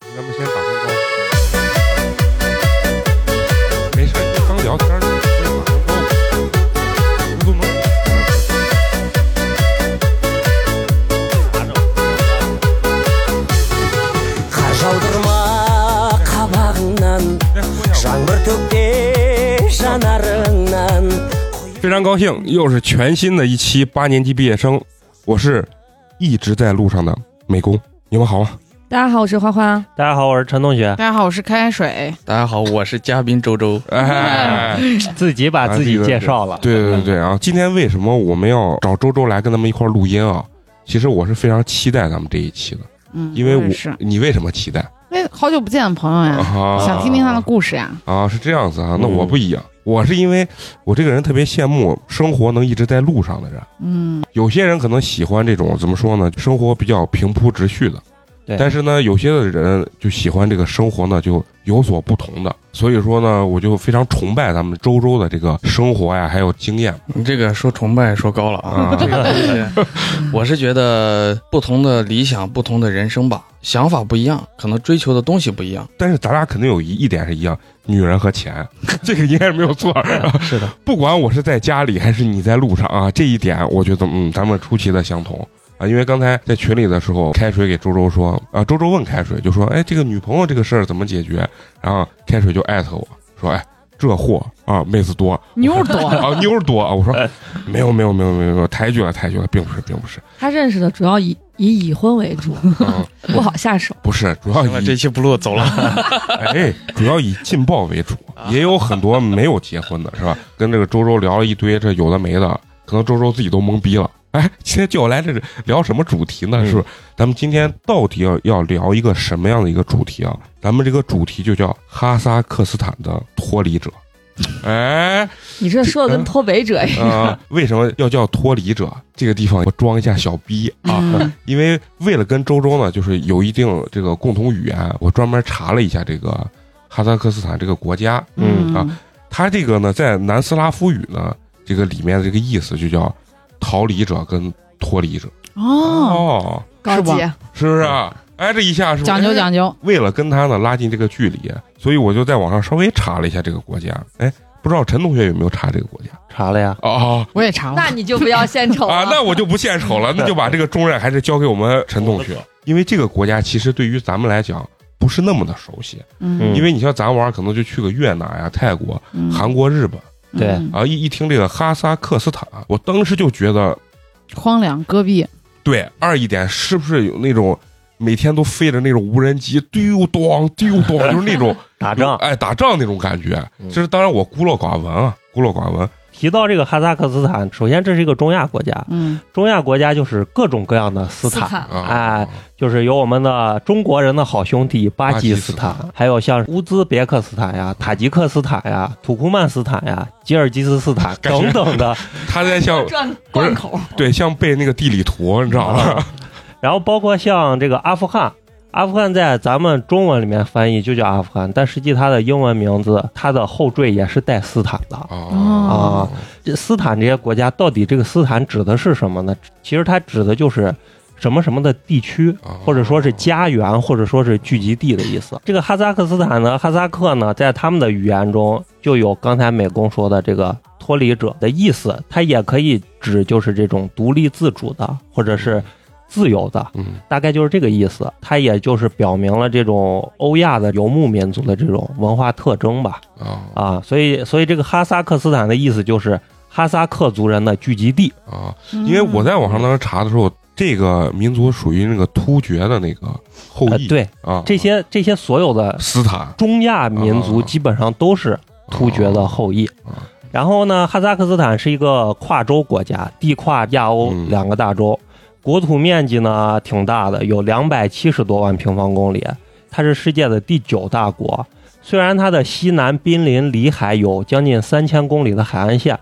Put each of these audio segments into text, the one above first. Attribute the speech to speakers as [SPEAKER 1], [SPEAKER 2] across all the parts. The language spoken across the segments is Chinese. [SPEAKER 1] 咱们先打声招呼。没事，你刚聊天儿，你不是打声招呼，这都能
[SPEAKER 2] қажалдырма қабағыңнан
[SPEAKER 1] 再说一下我。
[SPEAKER 2] жаңбыр төкпе жанарыңнан
[SPEAKER 1] 非常高兴，又是全新的一期八年级毕业生，我是一直在路上的美工，你们好啊吗？
[SPEAKER 3] 大家好，我是花花。
[SPEAKER 4] 大家好，我是陈同学
[SPEAKER 5] 大。家好，我是开水。
[SPEAKER 6] 大家好，我是嘉宾周周。
[SPEAKER 1] 哎，
[SPEAKER 4] 自己把自己介绍了，
[SPEAKER 1] 对对对啊！今天为什么我们要找周周来跟咱们一块儿录音啊？其实我是非常期待咱们这一期的，
[SPEAKER 5] 嗯，
[SPEAKER 1] 因为
[SPEAKER 5] 我也
[SPEAKER 1] 我
[SPEAKER 5] 是
[SPEAKER 1] 你为什么期待
[SPEAKER 5] 因为好久不见的朋友呀，
[SPEAKER 1] 啊？
[SPEAKER 5] 想听听他的故事呀。
[SPEAKER 1] 啊，是这样子啊，那
[SPEAKER 4] 嗯
[SPEAKER 1] 我不一样，我是因为我这个人特别羡慕生活能一直在路上的人。
[SPEAKER 5] 嗯，
[SPEAKER 1] 有些人可能喜欢这种怎么说呢，生活比较平铺直叙的，
[SPEAKER 4] 对
[SPEAKER 1] 但是呢，有些的人就喜欢这个生活呢就有所不同的。所以说呢，我就非常崇拜咱们周周的这个生活呀，还有经验
[SPEAKER 6] 你这个说崇拜说高了啊
[SPEAKER 1] 啊，
[SPEAKER 6] 这个对我是觉得不同的理想、不同的人生吧，想法不一样，可能追求的东西不一样。
[SPEAKER 1] 但是咱俩肯定有一一点是一样，女人和钱，这个应该是没有错。
[SPEAKER 6] 是的，
[SPEAKER 1] 不管我是在家里还是你在路上啊，这一点我觉得嗯，咱们出奇的相同啊。因为刚才在群里的时候，开水给周周说啊，周周问开水就说，哎，这个女朋友这个事儿怎么解决？然后开水就艾特我说，哎，这货啊，妹子多
[SPEAKER 5] 妞儿多，
[SPEAKER 1] 啊，妞儿多啊。我说没有没有没有没有没有，抬举了抬举了，并不是并不是，
[SPEAKER 3] 他认识的主要以以已婚为主，
[SPEAKER 1] 嗯，
[SPEAKER 3] 不好下手。
[SPEAKER 1] 不是，主要
[SPEAKER 6] 行了，哦这
[SPEAKER 1] 以
[SPEAKER 6] 期不录走了。
[SPEAKER 1] 哎，主要以劲爆为主，也有很多没有结婚的，是吧？ 跟这个周周聊了一堆这有的没的，可能周周自己都懵逼了。 哎，今天叫我来这是聊什么主题呢？
[SPEAKER 4] 嗯
[SPEAKER 1] 是不是？咱们今天到底要要聊一个什么样的一个主题啊？咱们这个主题就叫哈萨克斯坦的脱离者。 哎，啊、
[SPEAKER 3] 你这说的跟脱北者
[SPEAKER 1] 嗯
[SPEAKER 3] 一样。
[SPEAKER 1] 为什么要叫脱离者？这个地方我装一下小逼啊，
[SPEAKER 5] 嗯
[SPEAKER 1] 因为为了跟周周呢，就是有一定这个共同语言，我专门查了一下这个哈萨克斯坦这个国家，
[SPEAKER 5] 嗯
[SPEAKER 1] 啊，它这个呢，在南斯拉夫语呢，这个里面的这个意思就叫逃离者跟脱离者
[SPEAKER 5] 哦，
[SPEAKER 1] 哦，
[SPEAKER 3] 高级
[SPEAKER 5] 是吧
[SPEAKER 1] 啊是不是啊？哎，这一下是不是
[SPEAKER 5] 讲究
[SPEAKER 1] 哎
[SPEAKER 5] 讲究，
[SPEAKER 1] 为了跟他呢拉近这个距离，所以我就在网上稍微查了一下这个国家。哎，不知道陈同学有没有查这个国家？
[SPEAKER 4] 查了呀。
[SPEAKER 1] 哦
[SPEAKER 5] 我也查了
[SPEAKER 3] 那。你就不要献丑
[SPEAKER 1] 啊，那
[SPEAKER 3] 了。
[SPEAKER 1] 我就不献丑了，那就把这个重任还是交给我们陈同学，因为这个国家其实对于咱们来讲不是那么的熟悉，
[SPEAKER 5] 嗯
[SPEAKER 1] 因为你像咱玩儿可能就去个越南呀、泰国、
[SPEAKER 5] 嗯
[SPEAKER 1] 韩国、日本。
[SPEAKER 4] 对
[SPEAKER 5] 嗯
[SPEAKER 1] 啊，一一听这个哈萨克斯坦，我当时就觉得，
[SPEAKER 5] 荒凉戈壁，
[SPEAKER 1] 对，二一点是不是有那种每天都飞着那种无人机丢咚丢咚，就是那种
[SPEAKER 4] 打仗
[SPEAKER 1] 哎打仗那种感觉。
[SPEAKER 4] 嗯
[SPEAKER 1] 这是当然，我孤陋寡闻啊，孤陋寡闻。
[SPEAKER 4] 提到这个哈萨克斯坦，首先这是一个中亚国家，
[SPEAKER 5] 嗯，
[SPEAKER 4] 中亚国家就是各种各样的斯
[SPEAKER 3] 斯
[SPEAKER 4] 坦，
[SPEAKER 3] 坦
[SPEAKER 1] 啊
[SPEAKER 4] 哎，就是有我们的中国人的好兄弟巴
[SPEAKER 1] 巴基
[SPEAKER 4] 基斯
[SPEAKER 1] 斯
[SPEAKER 4] 坦，还有像乌兹别克斯坦呀、塔吉克斯坦呀、土库曼斯坦呀、吉尔吉斯斯坦
[SPEAKER 1] 感觉
[SPEAKER 4] 等等的，
[SPEAKER 1] 他在像
[SPEAKER 3] 转
[SPEAKER 1] 哦不是
[SPEAKER 3] 贯口，
[SPEAKER 1] 对像背那个地理图，你知道吗？
[SPEAKER 4] 然后包括像这个阿富汗，阿富汗在咱们中文里面翻译就叫阿富汗，但实际它的英文名字，它的后缀也是带斯坦的。
[SPEAKER 1] 啊
[SPEAKER 4] 这斯坦这些国家到底这个斯坦指的是什么呢？其实它指的就是什么什么的地区。
[SPEAKER 1] 啊
[SPEAKER 4] 或者说是家园，或者说是聚集地的意思。这个哈萨克斯坦呢，哈萨克呢，在他们的语言中就有刚才美工说的这个脱离者的意思，它也可以指就是这种独立自主的，或者是自由的，
[SPEAKER 1] 嗯
[SPEAKER 4] 大概就是这个意思。它也就是表明了这种欧亚的游牧民族的这种文化特征吧，
[SPEAKER 1] 啊
[SPEAKER 4] 啊，所以所以这个哈萨克斯坦的意思就是哈萨克族人的聚集地。
[SPEAKER 1] 啊，因为我在网上当时查的时候，这个民族属于那个突厥的那个后
[SPEAKER 4] 呃
[SPEAKER 1] 裔，，
[SPEAKER 4] 对，
[SPEAKER 1] 啊，
[SPEAKER 4] 这些这些所有的
[SPEAKER 1] 斯坦
[SPEAKER 4] 中亚民族基本上都是突厥的后裔
[SPEAKER 1] 啊啊。
[SPEAKER 4] 然后呢，哈萨克斯坦是一个跨洲国家，地跨亚欧
[SPEAKER 1] 嗯
[SPEAKER 4] 两个大洲，国土面积呢挺大的，有两百七十多万平方公里，它是世界的第九大国。虽然它的西南濒临里海有将近三千公里的海岸线，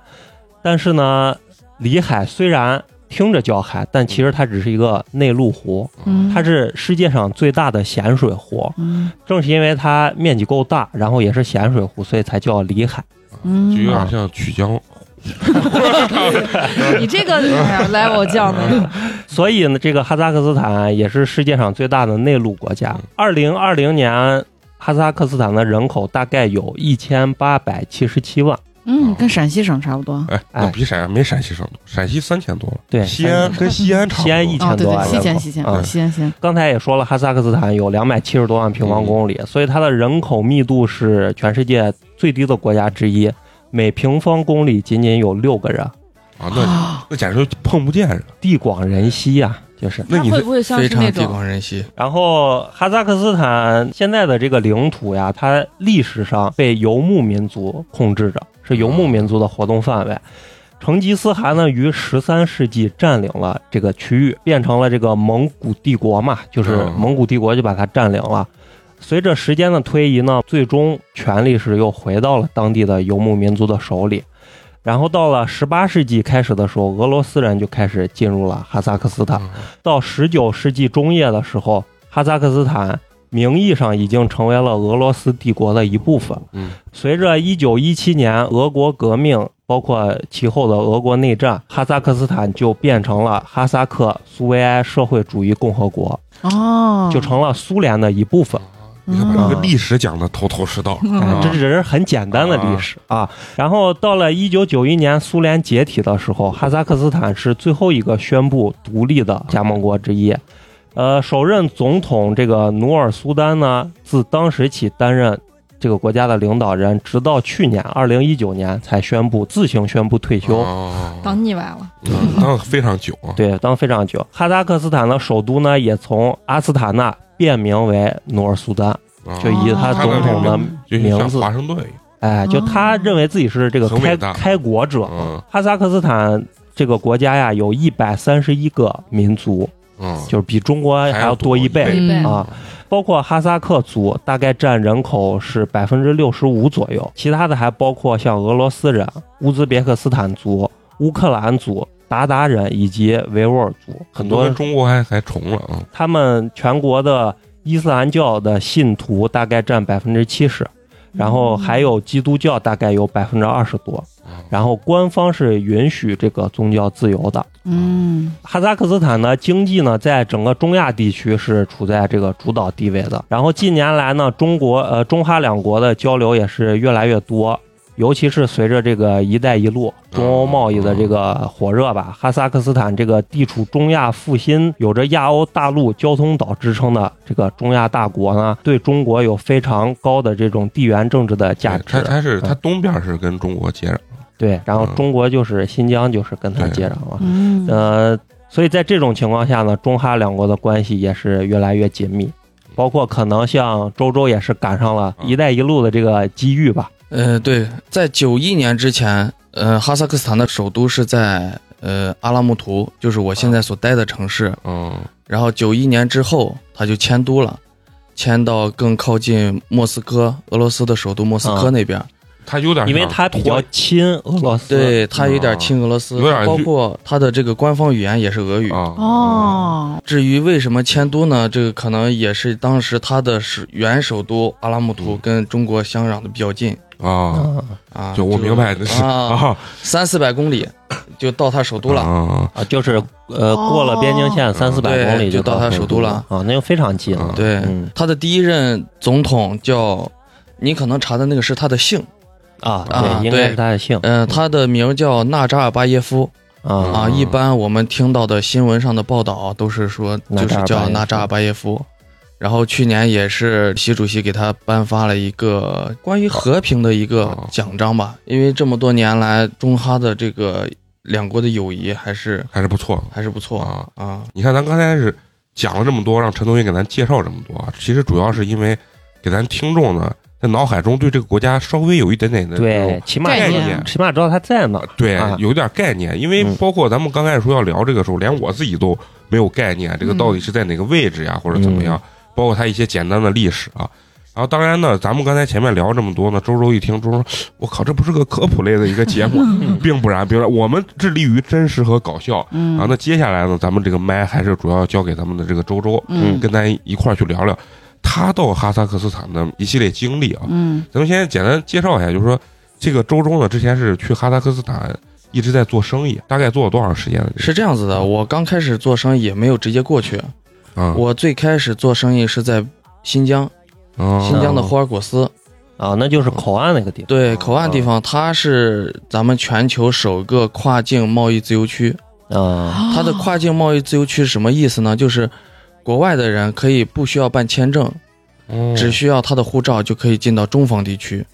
[SPEAKER 4] 但是呢，里海虽然听着叫海，但其实它只是一个内陆湖，
[SPEAKER 1] 哦
[SPEAKER 5] 嗯，
[SPEAKER 4] 它是世界上最大的咸水湖。
[SPEAKER 5] 嗯
[SPEAKER 4] 正是因为它面积够大，然后也是咸水湖，所以才叫里海。
[SPEAKER 5] 嗯，
[SPEAKER 1] 就有点像曲江，
[SPEAKER 5] 嗯
[SPEAKER 3] 你这
[SPEAKER 5] 哎
[SPEAKER 3] 个 level 降
[SPEAKER 1] 嗯
[SPEAKER 3] 的，
[SPEAKER 4] 所以呢，这个哈萨克斯坦也是世界上最大的内陆国家。
[SPEAKER 1] 嗯
[SPEAKER 4] 二零二零年，哈萨克斯坦的人口大概有一千八百七十七万。
[SPEAKER 5] 嗯，跟陕西省差不多。
[SPEAKER 1] 哎，那比陕没陕西省多，陕西三千多了，
[SPEAKER 4] 对，
[SPEAKER 1] 西安跟西安差不多，
[SPEAKER 4] 西安一
[SPEAKER 5] 哦，
[SPEAKER 4] 千
[SPEAKER 5] 对
[SPEAKER 4] 多啊
[SPEAKER 5] 对，
[SPEAKER 4] 万
[SPEAKER 5] 西
[SPEAKER 4] 人
[SPEAKER 5] 迁
[SPEAKER 4] 口。
[SPEAKER 5] 西迁，
[SPEAKER 1] 嗯
[SPEAKER 5] 西迁西迁，
[SPEAKER 4] 刚才也说了，哈萨克斯坦有两百七十多万平方公里，
[SPEAKER 1] 嗯
[SPEAKER 4] 所以它的人口密度是全世界最低的国家之一，每平方公里仅仅有六个人，
[SPEAKER 1] 啊，那那简直就碰不见人。
[SPEAKER 4] 地广人稀呀、就是。
[SPEAKER 1] 那
[SPEAKER 3] 他
[SPEAKER 1] 你
[SPEAKER 3] 会
[SPEAKER 1] 这
[SPEAKER 3] 不会像是
[SPEAKER 6] 非常
[SPEAKER 3] 那
[SPEAKER 6] 地
[SPEAKER 3] 种
[SPEAKER 6] 广人稀。
[SPEAKER 4] 然后哈萨克斯坦现在的这个领土呀，它历史上被游牧民族控制着，是游牧民族的活动范围。成吉思汗呢，于十三世纪占领了这个区域，变成了这个蒙古帝国嘛，就是
[SPEAKER 1] 嗯
[SPEAKER 4] 蒙古帝国就把它占领了。随着时间的推移呢，最终权力是又回到了当地的游牧民族的手里。然后到了十八世纪开始的时候，俄罗斯人就开始进入了哈萨克斯坦。
[SPEAKER 1] 嗯
[SPEAKER 4] 到十九世纪中叶的时候，哈萨克斯坦名义上已经成为了俄罗斯帝国的一部分。
[SPEAKER 1] 嗯，
[SPEAKER 4] 随着一九一七年俄国革命，包括其后的俄国内战，哈萨克斯坦就变成了哈萨克苏维埃社会主义共和国，
[SPEAKER 5] 哦，
[SPEAKER 4] 就成了苏联的一部分。
[SPEAKER 1] 你看，把这个
[SPEAKER 4] 嗯
[SPEAKER 1] 历史讲的头头是道，
[SPEAKER 5] 嗯
[SPEAKER 1] 啊
[SPEAKER 4] 这只是很简单的历史啊。然后到了一九九一年苏联解体的时候，哈萨克斯坦是最后一个宣布独立的加盟国之一。呃，首任总统这个努尔苏丹呢，自当时起担任这个国家的领导人，直到去年二零一九年才宣布自行宣布退休。
[SPEAKER 1] 哦
[SPEAKER 3] 当腻歪了？
[SPEAKER 1] 嗯当非常久啊，
[SPEAKER 4] 对，当非常久。哈萨克斯坦的首都呢，也从阿斯塔纳变名为努尔苏丹，
[SPEAKER 1] 啊
[SPEAKER 4] 就以他总统的
[SPEAKER 1] 就像
[SPEAKER 4] 名字
[SPEAKER 1] 华盛顿一样，
[SPEAKER 4] 哎，就他认为自己是这个
[SPEAKER 1] 很伟
[SPEAKER 4] 开
[SPEAKER 1] 大
[SPEAKER 4] 开国者。
[SPEAKER 1] 嗯
[SPEAKER 4] 哈萨克斯坦这个国家呀，有一百三十一个民族，
[SPEAKER 1] 嗯，
[SPEAKER 4] 就是比中国还要多一
[SPEAKER 1] 还
[SPEAKER 4] 倍
[SPEAKER 1] 要
[SPEAKER 5] 嗯
[SPEAKER 3] 对，
[SPEAKER 4] 啊。包括哈萨克族，大概占人口是百分之六十五左右，其他的还包括像俄罗斯人、乌兹别克斯坦族、乌克兰族、鞑靼人以及维吾尔族，很
[SPEAKER 1] 很多
[SPEAKER 4] 多
[SPEAKER 1] 跟中国还还重了啊，
[SPEAKER 4] 他们全国的伊斯兰教的信徒大概占百分之七十，然后还有基督教大概有百分之二十多，然后官方是允许这个宗教自由的。
[SPEAKER 5] 嗯
[SPEAKER 4] 哈萨克斯坦呢，经济呢，在整个中亚地区是处在这个主导地位的。然后近年来呢，中国呃中哈两国的交流也是越来越多，尤其是随着这个“一带一路”中欧贸易的这个火热吧，哈萨克斯坦这个地处中亚腹心，有着亚欧大陆交通岛之称的这个中亚大国呢，对中国有非常高的这种地缘政治的价
[SPEAKER 1] 对它
[SPEAKER 4] 值。
[SPEAKER 1] 它是它东边是跟中国接壤，
[SPEAKER 4] 对，然后中国就是新疆，就是跟它
[SPEAKER 1] 对
[SPEAKER 4] 接壤了。
[SPEAKER 5] 嗯，
[SPEAKER 4] 呃，所以在这种情况下呢，中哈两国的关系也是越来越紧密，包括可能像周周也是赶上了“一带一路”的这个机遇吧。
[SPEAKER 6] 呃，对，在九一年之前，呃，哈萨克斯坦的首都是在呃阿拉木图，就是我现在所待的城市。
[SPEAKER 1] 嗯
[SPEAKER 6] 然后九一年之后，他就迁都了，迁到更靠近莫斯科，俄罗斯的首都莫斯科那边。
[SPEAKER 1] 它有点像
[SPEAKER 4] 因为它比较亲俄罗斯，
[SPEAKER 6] 对，他有点亲俄罗斯，
[SPEAKER 1] 啊有点
[SPEAKER 6] 包括他的这个官方语言也是俄语。
[SPEAKER 1] 啊
[SPEAKER 5] 哦，
[SPEAKER 6] 至于为什么迁都呢？这个可能也是当时他的首原首都阿拉木图
[SPEAKER 1] 嗯
[SPEAKER 6] 跟中国相壤的比较近
[SPEAKER 1] 啊，
[SPEAKER 4] 嗯，
[SPEAKER 6] 啊。
[SPEAKER 1] 就我明白的是
[SPEAKER 6] 啊，三四百公里就到他首都了。
[SPEAKER 1] 了
[SPEAKER 4] 啊，就是呃，
[SPEAKER 5] 哦
[SPEAKER 4] 过了边境线三四百
[SPEAKER 6] 对
[SPEAKER 4] 公里
[SPEAKER 6] 就
[SPEAKER 4] 到
[SPEAKER 6] 到它首都了
[SPEAKER 4] 啊，那就非常近了。
[SPEAKER 6] 对，
[SPEAKER 4] 嗯
[SPEAKER 6] 他的第一任总统叫，你可能查的那个是他的姓，
[SPEAKER 4] 啊，
[SPEAKER 6] 啊
[SPEAKER 4] 对，应该是他的姓
[SPEAKER 1] 嗯
[SPEAKER 6] 呃，他的名叫纳扎尔巴耶夫
[SPEAKER 4] 啊
[SPEAKER 6] 啊。一般我们听到的新闻上的报道都是说，就是叫纳
[SPEAKER 4] 纳
[SPEAKER 6] 扎
[SPEAKER 4] 扎
[SPEAKER 6] 尔
[SPEAKER 4] 尔
[SPEAKER 6] 巴耶夫。然后去年也是习主席给他颁发了一个关于和平的一个
[SPEAKER 1] 哦
[SPEAKER 6] 奖章吧，因为这么多年来中哈的这个两国的友谊还是
[SPEAKER 1] 还是不错
[SPEAKER 6] 还是不错
[SPEAKER 1] 啊。
[SPEAKER 6] 啊。
[SPEAKER 1] 你看，咱刚才是讲了这么多，让陈同学给咱介绍这么多啊，其实主要是因为给咱听众呢，在脑海中对这个国家稍微有一点点的这
[SPEAKER 4] 对
[SPEAKER 1] 种，
[SPEAKER 4] 起码
[SPEAKER 1] 概
[SPEAKER 5] 对
[SPEAKER 1] 念。
[SPEAKER 4] 起码知道他在哪儿。
[SPEAKER 1] 对
[SPEAKER 4] 啊，
[SPEAKER 1] 有点概念，因为
[SPEAKER 4] 嗯
[SPEAKER 1] 包括咱们刚开始说要聊这个时候，连我自己都没有概念，这个
[SPEAKER 5] 嗯
[SPEAKER 1] 到底是在哪个位置呀，或者怎么样，包括它一些简单的历史啊。然后当然呢，咱们刚才前面聊这么多呢，周周一听，周周说，我靠，这不是个科普类的一个节目，并不然，并不然，我们致力于真实和搞笑。
[SPEAKER 5] 嗯
[SPEAKER 1] 啊，那接下来呢，咱们这个麦还是主要交给咱们的这个周周，
[SPEAKER 5] 嗯
[SPEAKER 1] 跟咱一块儿去聊聊他到哈萨克斯坦的一系列经历啊。
[SPEAKER 5] 嗯
[SPEAKER 1] 咱们先简单介绍一下，就是说这个周周呢，之前是去哈萨克斯坦一直在做生意，大概做了多长时间了？
[SPEAKER 6] 是这样子的，我刚开始做生意也没有直接过去，
[SPEAKER 1] 啊，
[SPEAKER 6] 我最开始做生意是在新疆，
[SPEAKER 1] 啊
[SPEAKER 6] 新疆的霍尔果斯，
[SPEAKER 4] 啊，那就是口岸那个地方。
[SPEAKER 6] 对口岸地方，它是咱们全球首个跨境贸易自由区。
[SPEAKER 4] 啊，
[SPEAKER 6] 它的跨境贸易自由区是什么意思呢？就是国外的人可以不需要办签证，
[SPEAKER 1] 哦
[SPEAKER 6] 只需要他的护照就可以进到中方地区，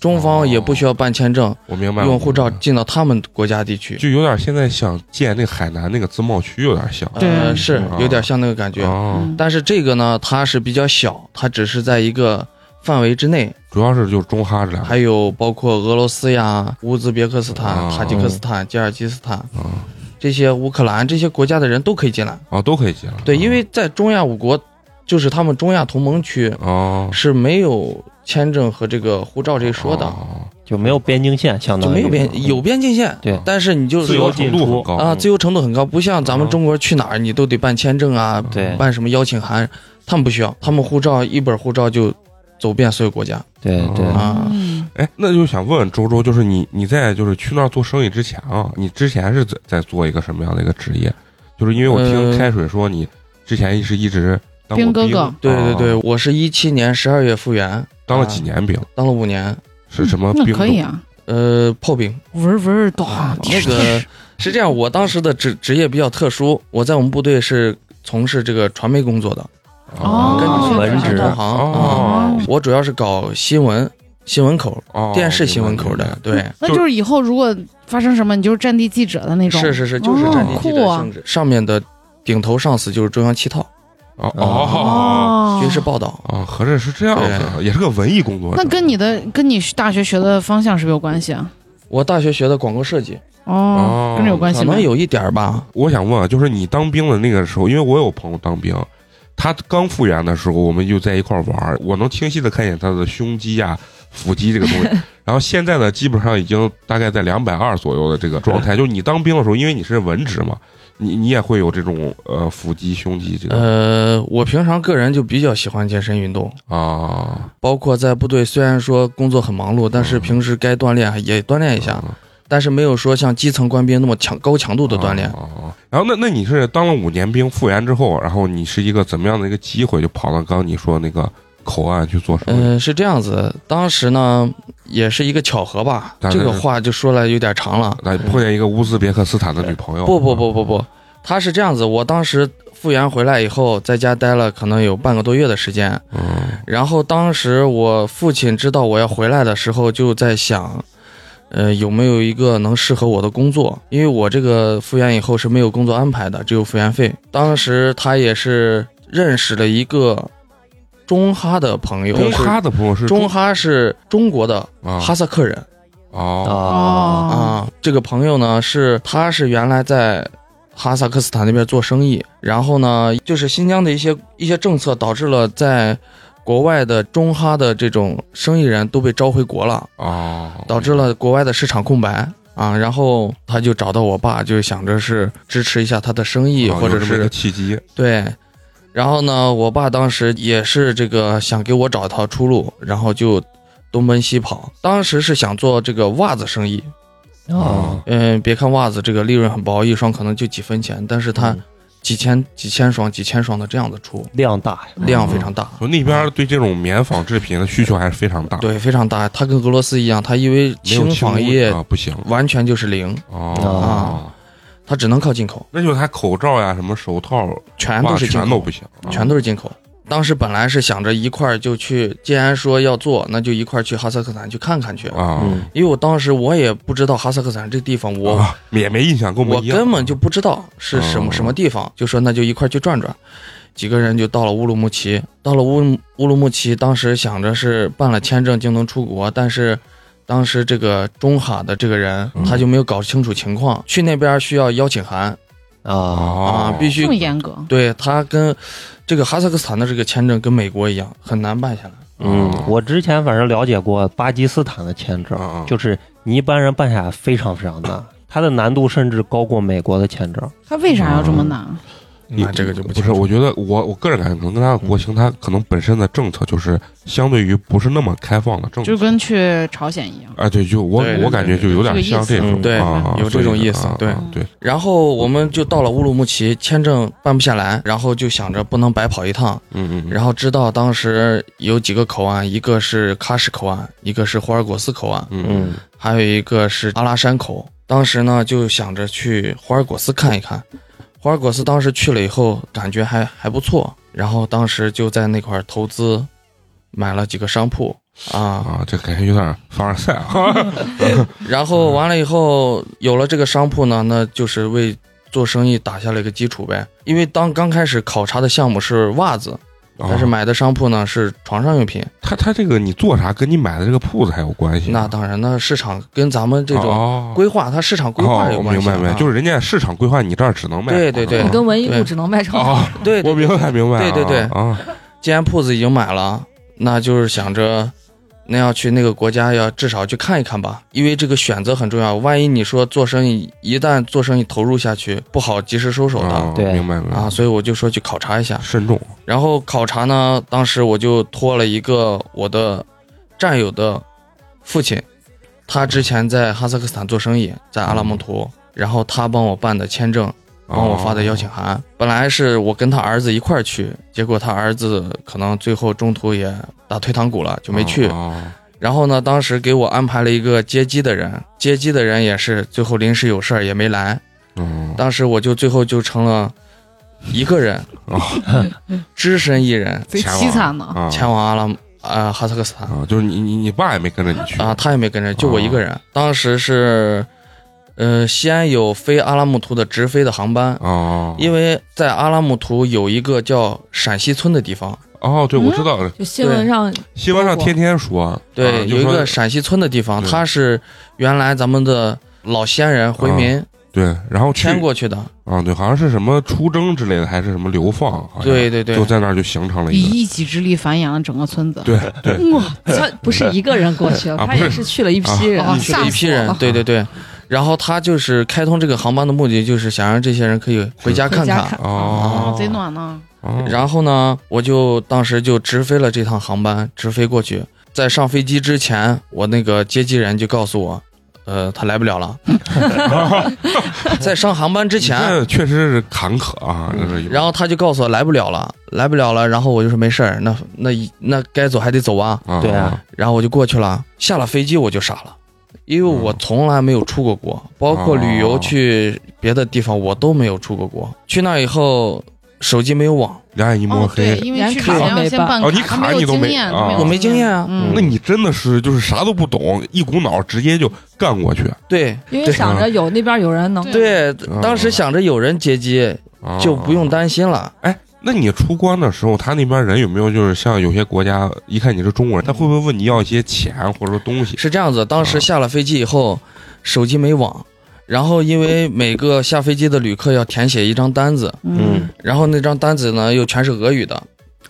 [SPEAKER 6] 中
[SPEAKER 1] 哦
[SPEAKER 6] 方也不需要办签证，
[SPEAKER 1] 我哦明白了，
[SPEAKER 6] 用护照
[SPEAKER 1] 我明白了
[SPEAKER 6] 进到他们国家地区。
[SPEAKER 1] 就有点现在想建那个海南那个自贸区有点像，
[SPEAKER 6] 呃，
[SPEAKER 5] 对
[SPEAKER 6] 是有点像那个感觉。
[SPEAKER 1] 嗯哦，
[SPEAKER 5] 嗯
[SPEAKER 6] 啊但是这个呢，它是比较小，它只是在一个范围之内，
[SPEAKER 1] 主要是就是中哈这俩，
[SPEAKER 6] 还有包括俄罗斯呀、乌兹别克斯坦、
[SPEAKER 1] 啊
[SPEAKER 6] 塔吉克斯坦、吉尔吉斯坦
[SPEAKER 1] 啊
[SPEAKER 6] 这些乌克兰这些国家的人都可以进来。
[SPEAKER 1] 哦都可以进了，
[SPEAKER 6] 对，
[SPEAKER 1] 嗯
[SPEAKER 6] 因为在中亚五国，就是他们中亚同盟区
[SPEAKER 1] 哦
[SPEAKER 6] 是没有签证和这个护照这一说的，
[SPEAKER 1] 哦
[SPEAKER 4] 就没有边境线，相
[SPEAKER 6] 就
[SPEAKER 4] 当于
[SPEAKER 6] 没有边有边境线，
[SPEAKER 4] 对
[SPEAKER 6] 但是你就
[SPEAKER 1] 自
[SPEAKER 6] 是
[SPEAKER 1] 由
[SPEAKER 6] 说
[SPEAKER 1] 程度很高嗯
[SPEAKER 6] 啊，自由程度很高，不像咱们
[SPEAKER 1] 啊
[SPEAKER 6] 中国去哪儿你都得办签证啊，
[SPEAKER 4] 对
[SPEAKER 6] 办什么邀请函，他们不需要，他们护照一本护照就走遍所有国家
[SPEAKER 4] 对对
[SPEAKER 1] 哦
[SPEAKER 6] 啊。
[SPEAKER 5] 嗯
[SPEAKER 1] 哎，那就想问问周周，就是你你在就是去那儿做生意之前啊，你之前是在在做一个什么样的一个职业？就是因为我听
[SPEAKER 6] 呃
[SPEAKER 1] 开水说你之前是一直当过
[SPEAKER 5] 兵哥
[SPEAKER 1] 兵
[SPEAKER 5] 哥
[SPEAKER 6] 对对
[SPEAKER 1] 啊
[SPEAKER 6] 对，我嗯是一七年十二月复员，
[SPEAKER 1] 当了几年兵？
[SPEAKER 6] 当了五年，
[SPEAKER 1] 是什么
[SPEAKER 5] 那
[SPEAKER 1] 兵种？
[SPEAKER 5] 可以啊，
[SPEAKER 6] 呃，炮兵。
[SPEAKER 5] 闻儿闻儿咚，
[SPEAKER 6] 啊那个是这样，我当时的职职业比较特殊，我在我们部队是从事这个传媒工作的，
[SPEAKER 1] 啊
[SPEAKER 5] 哦
[SPEAKER 6] 跟你
[SPEAKER 5] 哦
[SPEAKER 6] 说
[SPEAKER 4] 文职
[SPEAKER 6] 同行啊，
[SPEAKER 1] 哦
[SPEAKER 6] 我主要是搞新闻。新闻口，
[SPEAKER 1] 哦，
[SPEAKER 6] 电视新闻口的，对，
[SPEAKER 5] 那就是以后如果发生什么，你就是战地记者的那种。
[SPEAKER 6] 是是是，就是战地记
[SPEAKER 5] 哦酷
[SPEAKER 6] 者
[SPEAKER 5] 啊
[SPEAKER 6] 性质。上面的顶头上司就是中央七套
[SPEAKER 1] 哦哦
[SPEAKER 5] 哦，
[SPEAKER 6] 军事报道，
[SPEAKER 1] 哦，合着是这样子，也是个文艺工作者。
[SPEAKER 5] 那跟你的跟你大学学的方向是不是有关系啊？
[SPEAKER 6] 我大学学的广告设计，
[SPEAKER 1] 哦
[SPEAKER 5] 哦，跟这有关
[SPEAKER 6] 可
[SPEAKER 5] 系吗
[SPEAKER 6] 能？有一点儿吧。
[SPEAKER 1] 我想问啊，就是你当兵的那个时候，因为我有朋友当兵，他刚复员的时候，我们就在一块儿玩儿，我能清晰的看见他的胸肌啊、腹肌这个东 西。然后现在呢，基本上已经大概在两百二左右的这个状态。就是你当兵的时候，因为你是文职嘛，你你也会有这种呃腹肌、胸肌这个
[SPEAKER 6] 呃，我平常个人就比较喜欢健身运动，
[SPEAKER 1] 啊
[SPEAKER 6] 包括在部队，虽然说工作很忙碌，但是
[SPEAKER 1] 嗯
[SPEAKER 6] 平时该锻炼也锻炼一下。
[SPEAKER 1] 嗯
[SPEAKER 6] 但是没有说像基层官兵那么强高强度的锻炼。
[SPEAKER 1] 哦哦哦然后那那你是当了五年兵，复员之后，然后你是一个怎么样的一个机会，就跑到刚刚你说那个口岸去做生意？
[SPEAKER 6] 嗯、是这样子，当时呢也是一个巧合吧，
[SPEAKER 1] 当
[SPEAKER 6] 这
[SPEAKER 1] 然
[SPEAKER 6] 个话就说来有点长了。
[SPEAKER 1] 那碰见一个乌兹别克斯坦的女朋友？
[SPEAKER 6] 不不不不不，他是这样子，我当时复员回来以后，在家待了可能有半个多月的时间。
[SPEAKER 1] 嗯，
[SPEAKER 6] 然后当时我父亲知道我要回来的时候，就在想，呃，有没有一个能适合我的工作？因为我这个复员以后是没有工作安排的，只有复员费。当时他也是认识了一个中哈的朋友，
[SPEAKER 1] 中哈的朋友是
[SPEAKER 6] 是中哈是中国的
[SPEAKER 1] 啊
[SPEAKER 6] 哈萨克人
[SPEAKER 1] 哦
[SPEAKER 4] 啊，
[SPEAKER 5] 哦，
[SPEAKER 6] 啊。这个朋友呢是他是原来在。哈萨克斯坦那边做生意，然后呢，就是新疆的一些一些政策导致了在国外的中哈的这种生意人都被招回国了，
[SPEAKER 1] 哦，
[SPEAKER 6] 导致了国外的市场空白啊。然后他就找到我爸，就想着是支持一下他的生意，
[SPEAKER 1] 哦
[SPEAKER 6] 或者
[SPEAKER 1] 有这么一
[SPEAKER 6] 是
[SPEAKER 1] 个契机
[SPEAKER 6] 对。然后呢，我爸当时也是这个想给我找一条出路，然后就东奔西跑。当时是想做这个袜子生意，
[SPEAKER 1] 哦
[SPEAKER 4] 哦，
[SPEAKER 6] 嗯，别看袜子这个利润很薄，一双可能就几分钱，但是
[SPEAKER 1] 嗯
[SPEAKER 6] 它几千、几千双、几千双的这样的出，
[SPEAKER 4] 量大
[SPEAKER 1] 嗯
[SPEAKER 4] 呀，
[SPEAKER 6] 量非常大。
[SPEAKER 1] 说那边对这种棉纺织品的需求还是非常大，，
[SPEAKER 6] 对，非常大。它跟俄罗斯一样，它因为
[SPEAKER 1] 没有
[SPEAKER 6] 轻纺业啊
[SPEAKER 1] 啊不行
[SPEAKER 6] 完全就是零，
[SPEAKER 1] 哦，
[SPEAKER 6] 它只能靠进口，
[SPEAKER 1] 那就是他口罩呀、什么手套、
[SPEAKER 6] 全
[SPEAKER 1] 袜
[SPEAKER 6] 都
[SPEAKER 1] 子
[SPEAKER 6] 是进
[SPEAKER 1] 全都
[SPEAKER 6] 口
[SPEAKER 1] 不，行，啊
[SPEAKER 6] 全都是进口。当时本来是想着一块儿就去，既然说要做，那就一块儿去哈萨克斯坦去看看去。
[SPEAKER 1] 啊，
[SPEAKER 4] 嗯，
[SPEAKER 6] 因为我当时我也不知道哈萨克斯坦这地方，我、
[SPEAKER 1] 啊也没印象，跟
[SPEAKER 6] 我
[SPEAKER 1] 们一样
[SPEAKER 6] 根本就不知道是什么、
[SPEAKER 1] 哦
[SPEAKER 6] 什么地方，就说那就一块儿去转转。几个人就到了乌鲁木齐，到了乌鲁乌鲁木齐，当时想着是办了签证就能出国，但是当时这个中哈的这个人
[SPEAKER 1] 嗯
[SPEAKER 6] 他就没有搞清楚情况，去那边需要邀请函
[SPEAKER 4] 啊，
[SPEAKER 6] 啊
[SPEAKER 1] 哦，，
[SPEAKER 6] 必
[SPEAKER 5] 这么
[SPEAKER 6] 须
[SPEAKER 5] 严格，
[SPEAKER 6] 对他跟这个哈萨克斯坦的这个签证跟美国一样很难办下来，
[SPEAKER 1] 嗯
[SPEAKER 4] 我之前反正了解过巴基斯坦的签证，
[SPEAKER 6] 嗯
[SPEAKER 1] 啊
[SPEAKER 4] 就是你一般人办下来非常非常难，它的难度甚至高过美国的签证。
[SPEAKER 5] 他为啥要这么难？
[SPEAKER 6] 嗯
[SPEAKER 1] 你
[SPEAKER 6] 那哎这个就
[SPEAKER 1] 不
[SPEAKER 6] 不清
[SPEAKER 1] 是，
[SPEAKER 6] 楚
[SPEAKER 1] 我觉得我我个人感觉可能跟他的国情，他可能本身的政策就是相对于不是那么开放的政策
[SPEAKER 5] 就。跟去朝鲜一样。
[SPEAKER 1] 啊，对，就我
[SPEAKER 6] 对
[SPEAKER 1] 我
[SPEAKER 6] 对
[SPEAKER 1] 感觉就
[SPEAKER 6] 对嗯
[SPEAKER 1] 有点像
[SPEAKER 5] 这
[SPEAKER 1] 这
[SPEAKER 5] 个意
[SPEAKER 1] 种
[SPEAKER 4] 思，
[SPEAKER 6] 对
[SPEAKER 1] 啊，
[SPEAKER 6] 有这种意思
[SPEAKER 1] 啊
[SPEAKER 6] 对
[SPEAKER 1] 啊对，
[SPEAKER 6] 然后我们就到了乌鲁木齐，签证办不下来，然后就想着不能白跑一趟，
[SPEAKER 1] 嗯嗯，
[SPEAKER 6] 然后知道当时有几个口岸，一个是喀什口岸，一个是霍尔果斯口岸，
[SPEAKER 1] 嗯嗯
[SPEAKER 4] 嗯
[SPEAKER 6] 还有一个是阿拉山口。当时呢，就想着去霍尔果斯看一看。霍尔果斯当时去了以后，感觉还还不错，然后当时就在那块儿投资，买了几个商铺啊，
[SPEAKER 1] 啊，这感觉有点凡尔 赛
[SPEAKER 6] 嗯
[SPEAKER 1] 啊，
[SPEAKER 6] 然后完了以后，有了这个商铺呢，那就是为做生意打下了一个基础呗。因为当刚开始考察的项目是袜子，但是
[SPEAKER 1] 啊
[SPEAKER 6] 买的商铺呢是床上用品。
[SPEAKER 1] 他他这个你做啥跟你买的这个铺子还有关系啊，
[SPEAKER 6] 那当然，那市场跟咱们这种
[SPEAKER 1] 种
[SPEAKER 6] 规划，它市场规划
[SPEAKER 1] 哦，
[SPEAKER 6] 有
[SPEAKER 1] 我
[SPEAKER 6] 关
[SPEAKER 1] 明
[SPEAKER 6] 系啊。
[SPEAKER 1] 白明白，就是人家市场规划，你这儿只能卖。
[SPEAKER 6] 对对对
[SPEAKER 1] 啊
[SPEAKER 3] 你跟文艺部
[SPEAKER 6] 对
[SPEAKER 3] 只能卖成
[SPEAKER 1] 哦，
[SPEAKER 6] 对，
[SPEAKER 1] 我明白明白啊，
[SPEAKER 6] 对对对
[SPEAKER 1] 啊，
[SPEAKER 6] 既然铺子已经买了，那就是想着，那要去那个国家要至少去看一看吧，因为这个选择很重要。万一你说做生意，一旦做生意投入下去，不好及时收手的。
[SPEAKER 1] 啊
[SPEAKER 4] 对
[SPEAKER 1] 明白明白
[SPEAKER 6] 啊，，所以我就说去考察一下，
[SPEAKER 1] 慎重
[SPEAKER 6] 然后考察呢，当时我就托了一个我的战友的父亲，他之前在哈萨克斯坦做生意，在阿拉木图，
[SPEAKER 1] 嗯
[SPEAKER 6] 然后他帮我办的签证，帮
[SPEAKER 1] 啊
[SPEAKER 6] 我发的邀请函。本来是我跟他儿子一块儿去，结果他儿子可能最后中途也打退堂鼓了，
[SPEAKER 1] 就
[SPEAKER 6] 就没去。
[SPEAKER 1] 啊
[SPEAKER 6] 然后呢，当时给我安排了一个接机的人，接机的人也是最后临时有事儿也没来。
[SPEAKER 1] 嗯
[SPEAKER 6] 当时我就最后就成了一个人，
[SPEAKER 1] 哦
[SPEAKER 6] 只身一人
[SPEAKER 5] 贼
[SPEAKER 1] 前往
[SPEAKER 5] 凄惨呢。
[SPEAKER 1] 啊
[SPEAKER 6] 前往阿拉呃哈萨克斯坦
[SPEAKER 1] 啊，就是你你你爸也没跟着你去
[SPEAKER 6] 啊，他也没跟着，就我一个人。当时是，呃，西安有飞阿拉木图的直飞的航班，
[SPEAKER 1] 哦，
[SPEAKER 6] 因为在阿拉木图有一个叫陕西村的地方，
[SPEAKER 1] 哦，对，
[SPEAKER 5] 嗯
[SPEAKER 1] 我知道了，
[SPEAKER 3] 就新闻上
[SPEAKER 1] 新闻上天天说，
[SPEAKER 6] 对，
[SPEAKER 1] 啊就
[SPEAKER 6] 有一
[SPEAKER 1] 说
[SPEAKER 6] 个陕西村的地方，
[SPEAKER 1] 对
[SPEAKER 6] 它是原来咱们的老西安人回民
[SPEAKER 1] 对，然后去
[SPEAKER 6] 迁过去的，
[SPEAKER 1] 啊，对，好像是什么出征之类的，还是什么流放，好像
[SPEAKER 6] 对对对
[SPEAKER 1] 就，在那儿就形成了
[SPEAKER 5] 以
[SPEAKER 1] 一个。
[SPEAKER 5] 一己之力繁衍了整个村子。
[SPEAKER 1] 对对，
[SPEAKER 3] 哇，他不是一个人过去了，
[SPEAKER 1] 啊不
[SPEAKER 3] 他
[SPEAKER 1] 是
[SPEAKER 3] 也是去了一批人，
[SPEAKER 5] 啊
[SPEAKER 6] 去了一批人，对对对。然后他就是开通这个航班的目的，就是想让这些人可以回家看
[SPEAKER 3] 回家
[SPEAKER 6] 看
[SPEAKER 3] 看。
[SPEAKER 1] 哦
[SPEAKER 5] 哦，，贼暖呢。
[SPEAKER 1] 哦。
[SPEAKER 6] 然后呢，我就当时就直飞了这趟航班，直飞过去。在上飞机之前，我那个接机人就告诉我，呃，他来不 了了。在上航班之前，
[SPEAKER 1] 这确实是坎坷啊，这是一。
[SPEAKER 6] 然后他就告诉我来不了了，来不了了。然后我就说没事儿，那那那该走还得走啊。
[SPEAKER 1] 啊，
[SPEAKER 4] 对啊
[SPEAKER 6] 然后我就过去了。下了飞机我就傻了，因为我从来没有出过国，包括旅游去别的地方我都没有出过国。去那以后，手机没有网，
[SPEAKER 1] 两眼一摸
[SPEAKER 5] 哦，对，
[SPEAKER 1] 黑，
[SPEAKER 5] 因为
[SPEAKER 3] 连
[SPEAKER 5] 去之
[SPEAKER 3] 卡
[SPEAKER 5] 前
[SPEAKER 3] 都
[SPEAKER 5] 要
[SPEAKER 3] 没
[SPEAKER 5] 先
[SPEAKER 3] 办
[SPEAKER 5] 办
[SPEAKER 1] 哦你
[SPEAKER 5] 他
[SPEAKER 1] 卡
[SPEAKER 5] 没
[SPEAKER 1] 你
[SPEAKER 5] 有
[SPEAKER 1] 都
[SPEAKER 5] 经
[SPEAKER 1] 没
[SPEAKER 5] 验，
[SPEAKER 1] 啊
[SPEAKER 5] 他
[SPEAKER 6] 我没经验啊
[SPEAKER 5] 嗯
[SPEAKER 1] 那你真的是就是啥都不懂，一股脑儿直接就干过去。
[SPEAKER 6] 对
[SPEAKER 3] 因为想着有那边有人能
[SPEAKER 6] 对，当时想着有人接机
[SPEAKER 1] 啊
[SPEAKER 6] 就不用担心了。
[SPEAKER 1] 哎，那你出关的时候，他那边人有没有就是像有些国家一看你是中国人，他会不会问你要一些钱或者说东西？
[SPEAKER 6] 是这样子，当时
[SPEAKER 1] 啊
[SPEAKER 6] 下了飞机以后，手机没网，然后因为每个下飞机的旅客要填写一张单子，
[SPEAKER 4] 嗯
[SPEAKER 5] 嗯，，
[SPEAKER 6] 然后那张单子呢又全是俄语的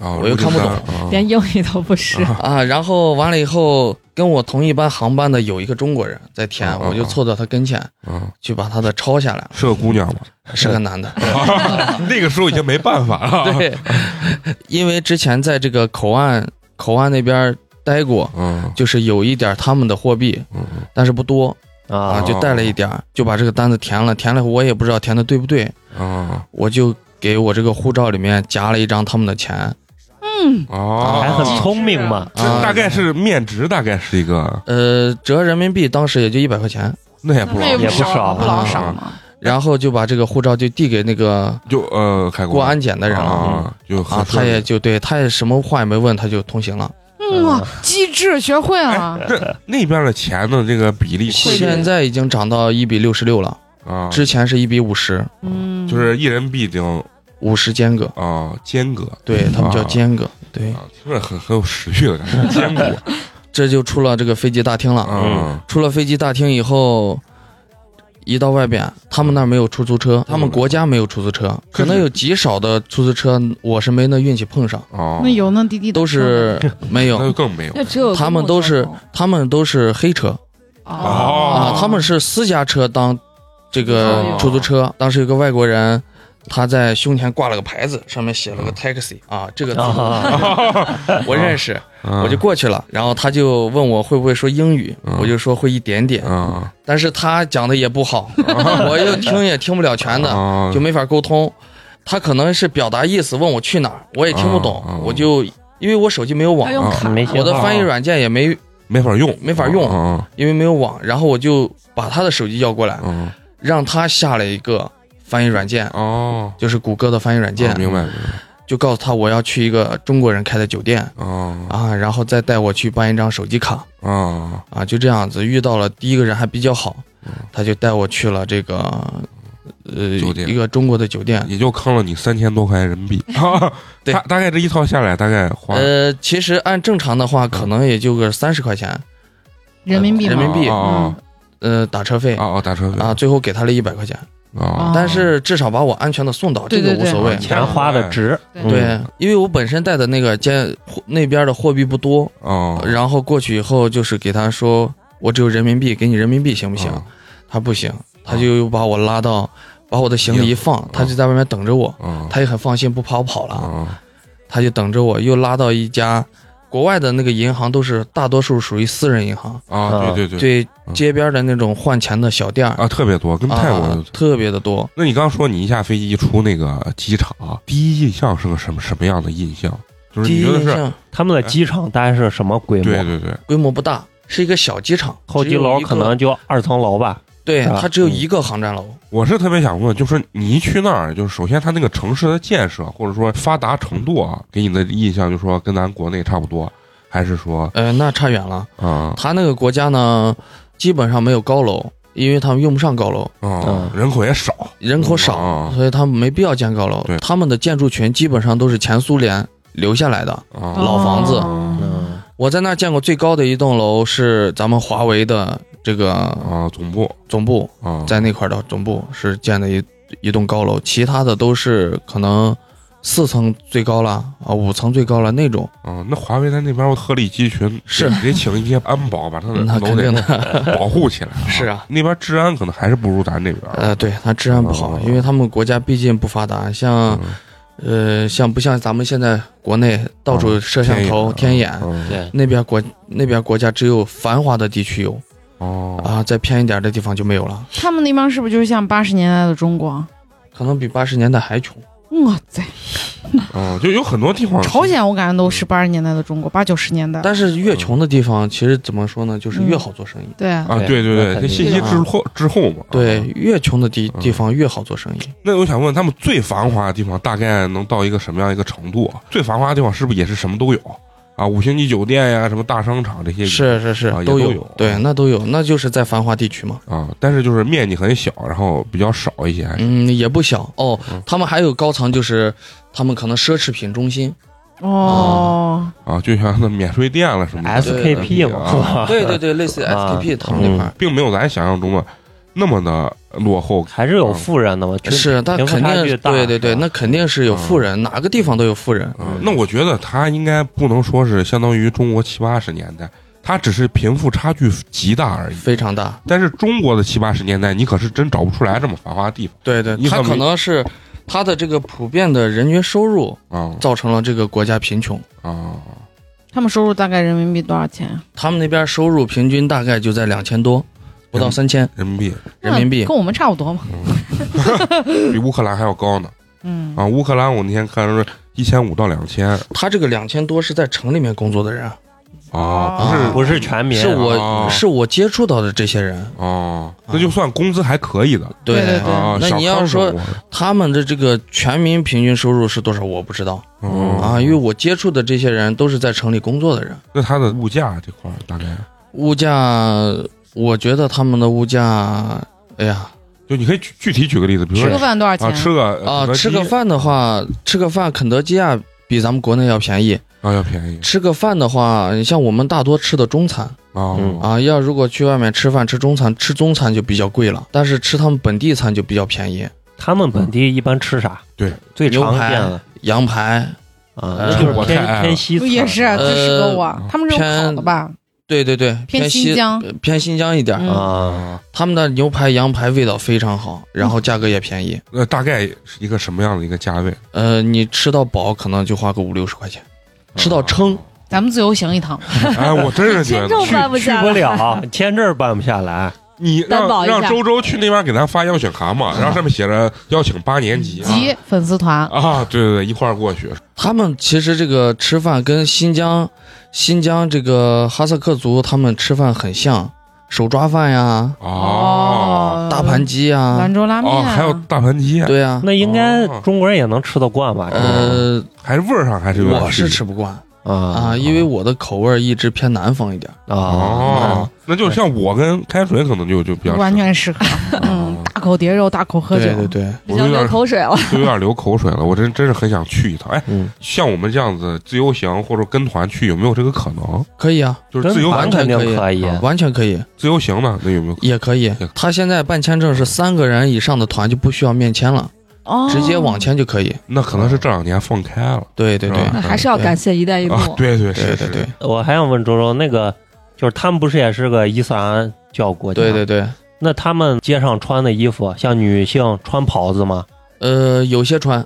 [SPEAKER 1] 啊，
[SPEAKER 6] 我又看不懂
[SPEAKER 1] 啊
[SPEAKER 3] 连英语都不是，
[SPEAKER 6] 啊，然后完了以后，跟我同一班航班的有一个中国人在填，
[SPEAKER 1] 啊啊
[SPEAKER 6] 我就凑到他跟前
[SPEAKER 1] 啊，
[SPEAKER 6] 去把他的抄下来了，
[SPEAKER 1] 是个啊姑娘嘛，
[SPEAKER 6] 是个 男的，
[SPEAKER 1] 那个时候已经没办法 了。，
[SPEAKER 6] 对，因为之前在这个口岸口岸那边待过，
[SPEAKER 1] 嗯
[SPEAKER 6] 就是有一点他们的货币，
[SPEAKER 1] 嗯
[SPEAKER 6] 但是不多啊，
[SPEAKER 4] 啊，
[SPEAKER 6] 就带了一点儿，就把这个单子填了，填了我也不知道填的对不对，
[SPEAKER 1] 啊
[SPEAKER 6] 我就给我这个护照里面夹了一张他们的钱，
[SPEAKER 1] 哦，
[SPEAKER 4] 还很聪明嘛，
[SPEAKER 1] 这
[SPEAKER 6] 啊
[SPEAKER 1] 大概是面值，大概是一个，
[SPEAKER 6] 呃，折人民币当时也就一百块钱，
[SPEAKER 1] 那也不老
[SPEAKER 5] 那也
[SPEAKER 4] 也不少
[SPEAKER 5] 少，嗯不老
[SPEAKER 6] 啊
[SPEAKER 5] 少嘛。
[SPEAKER 6] 然后就把这个护照就递给那个
[SPEAKER 1] 就呃开
[SPEAKER 6] 过安检的人了。
[SPEAKER 1] 啊，就很，
[SPEAKER 6] 啊他也就对他也什么话也没问，他就通行了。
[SPEAKER 5] 嗯哇，机智，学会啊了。
[SPEAKER 1] 这那边的钱的这个比例是
[SPEAKER 6] 现在已经涨到一比六十六了，
[SPEAKER 1] 啊，
[SPEAKER 6] 之前是一比五十，
[SPEAKER 5] 嗯，
[SPEAKER 1] 就是一人必定
[SPEAKER 6] 五十间隔，
[SPEAKER 1] 啊间隔
[SPEAKER 6] 对他们叫间隔。对，
[SPEAKER 1] 啊，听着很很有食欲的感觉，坚果
[SPEAKER 6] 嗯这就出了这个飞机大厅了。
[SPEAKER 1] 啊
[SPEAKER 6] 出了飞机大厅以后，移到外边，他们那儿没有出租车，他们国家没有出租车，可能有极少的出租车，我是没那运气碰上，
[SPEAKER 1] 哦，
[SPEAKER 5] 那有那滴滴的
[SPEAKER 6] 都是没
[SPEAKER 1] 那
[SPEAKER 6] 有，
[SPEAKER 1] 就更没有
[SPEAKER 3] 那只有
[SPEAKER 6] 他们都是他们都是黑车
[SPEAKER 1] 哦
[SPEAKER 6] 啊，他们是私家车当这
[SPEAKER 1] 啊
[SPEAKER 6] 个出租车。当时有个外国人，他在胸前挂了个牌子，上面写了个 taxi 啊，这个字 我认识，
[SPEAKER 1] 啊
[SPEAKER 6] 我就过去了。然后他就问我会不会说英语，
[SPEAKER 1] 嗯
[SPEAKER 6] 我就说会一点点，
[SPEAKER 1] 啊，
[SPEAKER 6] 但是他讲的也不好，我又听也听不了全的，
[SPEAKER 1] 啊
[SPEAKER 6] 就没法沟通。他可能是表达意思，问我去哪儿，我也听不懂
[SPEAKER 1] 啊啊，啊
[SPEAKER 6] 我就因为我手机没有网
[SPEAKER 3] 他，用卡，
[SPEAKER 4] 没信
[SPEAKER 6] 我的
[SPEAKER 4] 号
[SPEAKER 6] 翻译软件也没
[SPEAKER 1] 没法用，
[SPEAKER 6] 没法用
[SPEAKER 1] 啊
[SPEAKER 6] 因为没有网，然后我就把他的手机要过来
[SPEAKER 1] 啊，啊
[SPEAKER 6] 让他下了一个翻译软件，
[SPEAKER 1] 哦，
[SPEAKER 6] 就是谷歌的翻译软件
[SPEAKER 1] 啊，明白明白
[SPEAKER 6] 就告诉他我要去一个中国人开的酒店
[SPEAKER 1] 哦
[SPEAKER 6] 啊，然后再带我去办一张手机卡
[SPEAKER 1] 啊
[SPEAKER 6] 啊，就这样子遇到了第一个人还比较好，他就带我去了这个呃
[SPEAKER 1] 嗯酒店
[SPEAKER 6] 一个中国的酒店，
[SPEAKER 1] 也就坑了你三千多块人民 币，
[SPEAKER 6] 对
[SPEAKER 1] 大大概这一套下来大概花啊
[SPEAKER 6] 呃，其实按正常的话，可能也就个三十块钱，
[SPEAKER 5] 人民币
[SPEAKER 6] 人
[SPEAKER 5] 嘛
[SPEAKER 6] 民币
[SPEAKER 1] 啊
[SPEAKER 6] 呃，打车费
[SPEAKER 1] 啊啊打车费
[SPEAKER 6] 啊，最后给他了一百块钱，
[SPEAKER 1] 啊
[SPEAKER 5] 啊
[SPEAKER 6] 但是至少把我安全的送到，这
[SPEAKER 5] 对对
[SPEAKER 6] 个无
[SPEAKER 5] 对
[SPEAKER 6] 所谓。
[SPEAKER 4] 钱花的值，
[SPEAKER 5] 对
[SPEAKER 4] 嗯
[SPEAKER 6] 对，因为我本身带的那个监货那边的货币不多，
[SPEAKER 1] 哦，
[SPEAKER 6] 然后过去以后就是给他说，我只有人民币，给你人民币行不行？
[SPEAKER 1] 啊
[SPEAKER 6] 他不行，他
[SPEAKER 1] 嗯
[SPEAKER 6] 就又把我拉到，把我的行李一放，他就在外面等着我，
[SPEAKER 1] 啊
[SPEAKER 6] 他也很放心，不怕我跑了，
[SPEAKER 1] 啊
[SPEAKER 6] 他就等着我，又拉到一家国外的那个银行，都是大多数属于私人银行，
[SPEAKER 1] 啊对对对
[SPEAKER 6] 对
[SPEAKER 1] 嗯
[SPEAKER 6] 街边的那种换钱的小店儿
[SPEAKER 1] 啊特别多，跟泰国
[SPEAKER 6] 啊
[SPEAKER 1] 的，。
[SPEAKER 6] 特别的多。
[SPEAKER 1] 那你刚说你一下飞机一出那个机场，啊第一印象是个什么什么样的印象？就是
[SPEAKER 6] 第
[SPEAKER 1] 你
[SPEAKER 6] 一
[SPEAKER 1] 觉得
[SPEAKER 6] 印
[SPEAKER 1] 是
[SPEAKER 6] 象
[SPEAKER 4] 他们的机场大概是什么规
[SPEAKER 1] 对
[SPEAKER 4] 模？
[SPEAKER 1] 对对
[SPEAKER 6] 规模不大，是一个小机场，
[SPEAKER 4] 候
[SPEAKER 6] 只
[SPEAKER 4] 机
[SPEAKER 6] 有
[SPEAKER 4] 楼
[SPEAKER 6] 一个
[SPEAKER 4] 可能就二层楼吧。
[SPEAKER 6] 对，
[SPEAKER 4] 啊
[SPEAKER 6] 它只有
[SPEAKER 4] 嗯
[SPEAKER 6] 一个航站楼。
[SPEAKER 1] 我是特别想问，就是你一去那儿，就是首先它那个城市的建设或者说发达程度啊，给你的印象就说跟咱国内差不多，还是说
[SPEAKER 6] 呃，那差远了。
[SPEAKER 1] 啊
[SPEAKER 6] 他那个国家呢，基本上没有高楼，因为他们用不上高楼，嗯
[SPEAKER 1] 啊人口也少
[SPEAKER 6] 人口
[SPEAKER 1] 嗯
[SPEAKER 6] 少
[SPEAKER 1] 啊，
[SPEAKER 6] 所以他们没必要建高楼
[SPEAKER 1] 对。
[SPEAKER 6] 他们的建筑群基本上都是前苏联留下来的。
[SPEAKER 1] 啊
[SPEAKER 6] 老房子
[SPEAKER 5] 哦
[SPEAKER 4] 嗯，
[SPEAKER 6] 我在那儿见过最高的一栋楼是咱们华为的这个
[SPEAKER 1] 啊总部
[SPEAKER 6] 总部，
[SPEAKER 1] 啊
[SPEAKER 6] 在那块儿的总部是建的一一栋高楼，其他的都是可能四层最高了啊，五层最高了那种。
[SPEAKER 1] 啊，那华为在那边我鹤立鸡群，
[SPEAKER 6] 是嗯
[SPEAKER 1] 得得请一些安保把他的
[SPEAKER 6] 那
[SPEAKER 1] 嗯楼
[SPEAKER 6] 肯定
[SPEAKER 1] 得
[SPEAKER 6] 的，
[SPEAKER 1] 保护起来。
[SPEAKER 6] 是啊，
[SPEAKER 1] 那边治安可能还是不如咱这边。啊
[SPEAKER 6] 呃，对，它治安不好，因为他们国家毕竟不发达，像。
[SPEAKER 1] 嗯
[SPEAKER 6] 呃，像不像咱们现在国内到处摄像头、
[SPEAKER 1] 嗯
[SPEAKER 6] 天
[SPEAKER 1] 天
[SPEAKER 6] 眼，
[SPEAKER 1] 嗯
[SPEAKER 4] 对，
[SPEAKER 6] 那边国那边国家只有繁华的地区有
[SPEAKER 1] 哦，
[SPEAKER 6] 啊，在偏一点的地方就没有了，
[SPEAKER 5] 他们那帮是不是就是像八十年代的中国？啊
[SPEAKER 6] 可能比八十年代还穷。
[SPEAKER 1] 嗯
[SPEAKER 5] 哇塞，
[SPEAKER 1] 哦，就有很多地方
[SPEAKER 5] 朝鲜我感觉都是八十年代的中国，八九十年代。
[SPEAKER 6] 但是越穷的地方，其实怎么说呢，
[SPEAKER 1] 嗯
[SPEAKER 6] 就是越好做生意。
[SPEAKER 5] 对啊，
[SPEAKER 1] 啊，对对对，
[SPEAKER 4] 对
[SPEAKER 1] 这信息滞后滞后嘛。
[SPEAKER 6] 啊对，越穷的地
[SPEAKER 1] 嗯
[SPEAKER 6] 地方越好做生意。
[SPEAKER 1] 那我想问，他们最繁华的地方大概能到一个什么样一个程度啊？最繁华的地方是不是也是什么都有啊？五星级酒店呀，什么大商场这些
[SPEAKER 6] 是是是
[SPEAKER 1] 啊也，
[SPEAKER 6] 都
[SPEAKER 1] 都
[SPEAKER 6] 有
[SPEAKER 1] 有。
[SPEAKER 6] 对，那都有，那就是在繁华地区嘛。
[SPEAKER 1] 啊，但是就是面积很小，然后比较少一些。还是
[SPEAKER 6] 嗯，也不小哦
[SPEAKER 1] 哎嗯。
[SPEAKER 6] 他们还有高层，就是他们可能奢侈品中心。
[SPEAKER 5] 哦，
[SPEAKER 1] 啊，就像那免税店了什么的
[SPEAKER 4] SKP
[SPEAKER 1] 啊，嗯
[SPEAKER 4] 嘛，
[SPEAKER 6] 对对对，类似于
[SPEAKER 4] 啊
[SPEAKER 6] SKP 他们那块儿。，
[SPEAKER 1] 并没有咱想象中的那么的落后
[SPEAKER 4] 还是有富人的嘛，就是
[SPEAKER 6] 他
[SPEAKER 4] 贫富
[SPEAKER 6] 嗯肯
[SPEAKER 4] 差
[SPEAKER 6] 定
[SPEAKER 4] 距
[SPEAKER 6] 是嗯
[SPEAKER 4] 大，
[SPEAKER 6] 对对对，
[SPEAKER 4] 是吧
[SPEAKER 6] 那肯定是有富人，哪个地方都有富人。
[SPEAKER 1] 啊。那我觉得它应该不能说是相当于中国七八十年代，它只是贫富差距极大而已。
[SPEAKER 6] 非常大，
[SPEAKER 1] 但是中国的七八十年代，你可是真找不出来这么繁华的地方
[SPEAKER 6] 对对
[SPEAKER 1] 你
[SPEAKER 6] 他
[SPEAKER 1] 怎么
[SPEAKER 6] 可能是他的这个普遍的人均收入
[SPEAKER 1] 啊
[SPEAKER 6] 造成了这个国家贫穷，
[SPEAKER 1] 啊！
[SPEAKER 5] 他们收入大概人民币多少钱啊？
[SPEAKER 6] 他们那边收入平均大概就在两千多，不到
[SPEAKER 1] 嗯
[SPEAKER 6] 三千
[SPEAKER 1] 人民币
[SPEAKER 6] 人民币
[SPEAKER 5] 那。跟我们差不多嘛。
[SPEAKER 1] 比乌克兰还要高呢
[SPEAKER 5] 嗯，
[SPEAKER 1] 啊！乌克兰我那天看是一千五到两千
[SPEAKER 6] 他这个两千多是在城里面工作的人，哦
[SPEAKER 1] 啊，不
[SPEAKER 5] 啊
[SPEAKER 1] 是
[SPEAKER 4] 不是全民，
[SPEAKER 6] 是
[SPEAKER 1] 哦
[SPEAKER 6] 我是我接触到的这些人。
[SPEAKER 1] 哦，那就算工资还可以的
[SPEAKER 5] 对对对
[SPEAKER 1] 啊。
[SPEAKER 6] 那
[SPEAKER 1] 小
[SPEAKER 6] 你
[SPEAKER 1] 康
[SPEAKER 6] 要说
[SPEAKER 1] 生活
[SPEAKER 6] 他们的这个全民平均收入是多少？我不知道
[SPEAKER 1] 哦
[SPEAKER 6] 啊，因为我接触的这些人都是在城里工作的人，
[SPEAKER 1] 那它的物价这块儿大概
[SPEAKER 6] 物价，我觉得他们的物价，哎呀，
[SPEAKER 1] 就你可以具具体举个例子，比如
[SPEAKER 5] 吃
[SPEAKER 1] 说
[SPEAKER 5] 个饭多少钱
[SPEAKER 1] 啊，？吃个呃
[SPEAKER 6] 啊、
[SPEAKER 1] 肯德基
[SPEAKER 6] 吃个饭的话，吃个饭肯德基啊比咱们国内要便宜。
[SPEAKER 1] 啊要便宜
[SPEAKER 6] 吃个饭的话，你像我们大多吃的中餐，
[SPEAKER 1] 啊
[SPEAKER 4] 嗯
[SPEAKER 6] 啊。要如果去外面吃饭吃中餐，吃中餐就比较贵了，但是吃他们本地餐就比较便宜，
[SPEAKER 4] 他们本地一般吃啥？
[SPEAKER 1] 对，
[SPEAKER 4] 最
[SPEAKER 6] 牛
[SPEAKER 4] 常
[SPEAKER 6] 排
[SPEAKER 4] 见的
[SPEAKER 6] 羊排，
[SPEAKER 4] 啊，
[SPEAKER 6] 呃
[SPEAKER 4] 那就是
[SPEAKER 1] 我太爱
[SPEAKER 4] 偏
[SPEAKER 1] 了
[SPEAKER 4] 偏西侧
[SPEAKER 5] 也是，啊
[SPEAKER 6] 呃
[SPEAKER 5] 这是个我，他们是
[SPEAKER 6] 偏
[SPEAKER 5] 烤的吧？
[SPEAKER 6] 对对对，
[SPEAKER 5] 偏
[SPEAKER 6] 偏
[SPEAKER 5] 新疆
[SPEAKER 6] 呃偏新疆一点儿，
[SPEAKER 5] 嗯
[SPEAKER 4] 啊，
[SPEAKER 1] 啊，
[SPEAKER 6] 他们的牛排、羊排味道非常好，然后价格也便宜。
[SPEAKER 1] 那大概是一个什么样的一个价位？
[SPEAKER 6] 呃，你吃到饱可能就花个五六十块钱，吃到撑。
[SPEAKER 5] 咱们自由行一趟，
[SPEAKER 1] 啊哎，我真 是觉得
[SPEAKER 3] 签证
[SPEAKER 4] 去
[SPEAKER 3] 嗯办不
[SPEAKER 4] 去
[SPEAKER 3] 下
[SPEAKER 4] 不
[SPEAKER 3] 来，
[SPEAKER 4] 了，签证办不下来，
[SPEAKER 1] 你让
[SPEAKER 3] 担保一下
[SPEAKER 1] 让周周去那边给咱发邀请函嘛，然后上面写着邀请八年级
[SPEAKER 5] 及粉丝团，
[SPEAKER 1] 啊，啊对对对，一块儿过去
[SPEAKER 6] 他们其实这个吃饭跟新疆、新疆这个哈萨克族他们吃饭很像，手抓饭呀、
[SPEAKER 1] 哦
[SPEAKER 6] 大盘鸡呀
[SPEAKER 5] 兰，州拉面
[SPEAKER 1] 哦，
[SPEAKER 5] 啊，
[SPEAKER 1] 还有大盘鸡，
[SPEAKER 6] 对呀、
[SPEAKER 4] 那应该
[SPEAKER 1] 哦
[SPEAKER 4] 中国人也能吃得惯吧？
[SPEAKER 6] 呃，
[SPEAKER 1] 还是味儿上还是有点
[SPEAKER 6] 我
[SPEAKER 1] 区
[SPEAKER 6] 是
[SPEAKER 1] 别
[SPEAKER 6] 吃不惯
[SPEAKER 4] 啊
[SPEAKER 6] 啊，因为我的口味儿一直偏南方一点。
[SPEAKER 4] 啊
[SPEAKER 1] 哦，那就像我跟开水可能就就比较
[SPEAKER 5] 完
[SPEAKER 1] 适合
[SPEAKER 5] 全适合， 嗯，大口叠肉，大口喝酒
[SPEAKER 6] 对，对对，
[SPEAKER 3] 已
[SPEAKER 1] 我有
[SPEAKER 3] 经流
[SPEAKER 1] 点
[SPEAKER 3] 口水了。
[SPEAKER 1] 就有点流口水了，我真真是很想去一趟。哎，
[SPEAKER 4] 嗯，
[SPEAKER 1] 像我们这样子自由行或者跟团去，有没有这个可能？
[SPEAKER 6] 可以啊，
[SPEAKER 1] 就是自由
[SPEAKER 4] 跟团
[SPEAKER 6] 完
[SPEAKER 1] 行，
[SPEAKER 6] 全
[SPEAKER 4] 肯定
[SPEAKER 6] 可以，
[SPEAKER 4] 可以
[SPEAKER 6] 啊完全可以，
[SPEAKER 1] 自由行呢，那有没有可能？
[SPEAKER 6] 也可以。他现在办签证是三个人以上的团就不需要面签了，
[SPEAKER 5] 哦
[SPEAKER 6] 直接网签就可以。
[SPEAKER 1] 那可能是这两年放开了。
[SPEAKER 6] 对对对
[SPEAKER 1] 是吧
[SPEAKER 3] 那还是要感谢“一带一路
[SPEAKER 1] 啊”，对对
[SPEAKER 6] 对
[SPEAKER 1] 是
[SPEAKER 6] 对
[SPEAKER 1] 是
[SPEAKER 6] 对，
[SPEAKER 4] 我还想问周周，那个就是他们不是也是个伊斯兰教国家？
[SPEAKER 6] 对对。对，
[SPEAKER 4] 那他们街上穿的衣服，像女性穿袍子吗？
[SPEAKER 6] 呃，有些穿，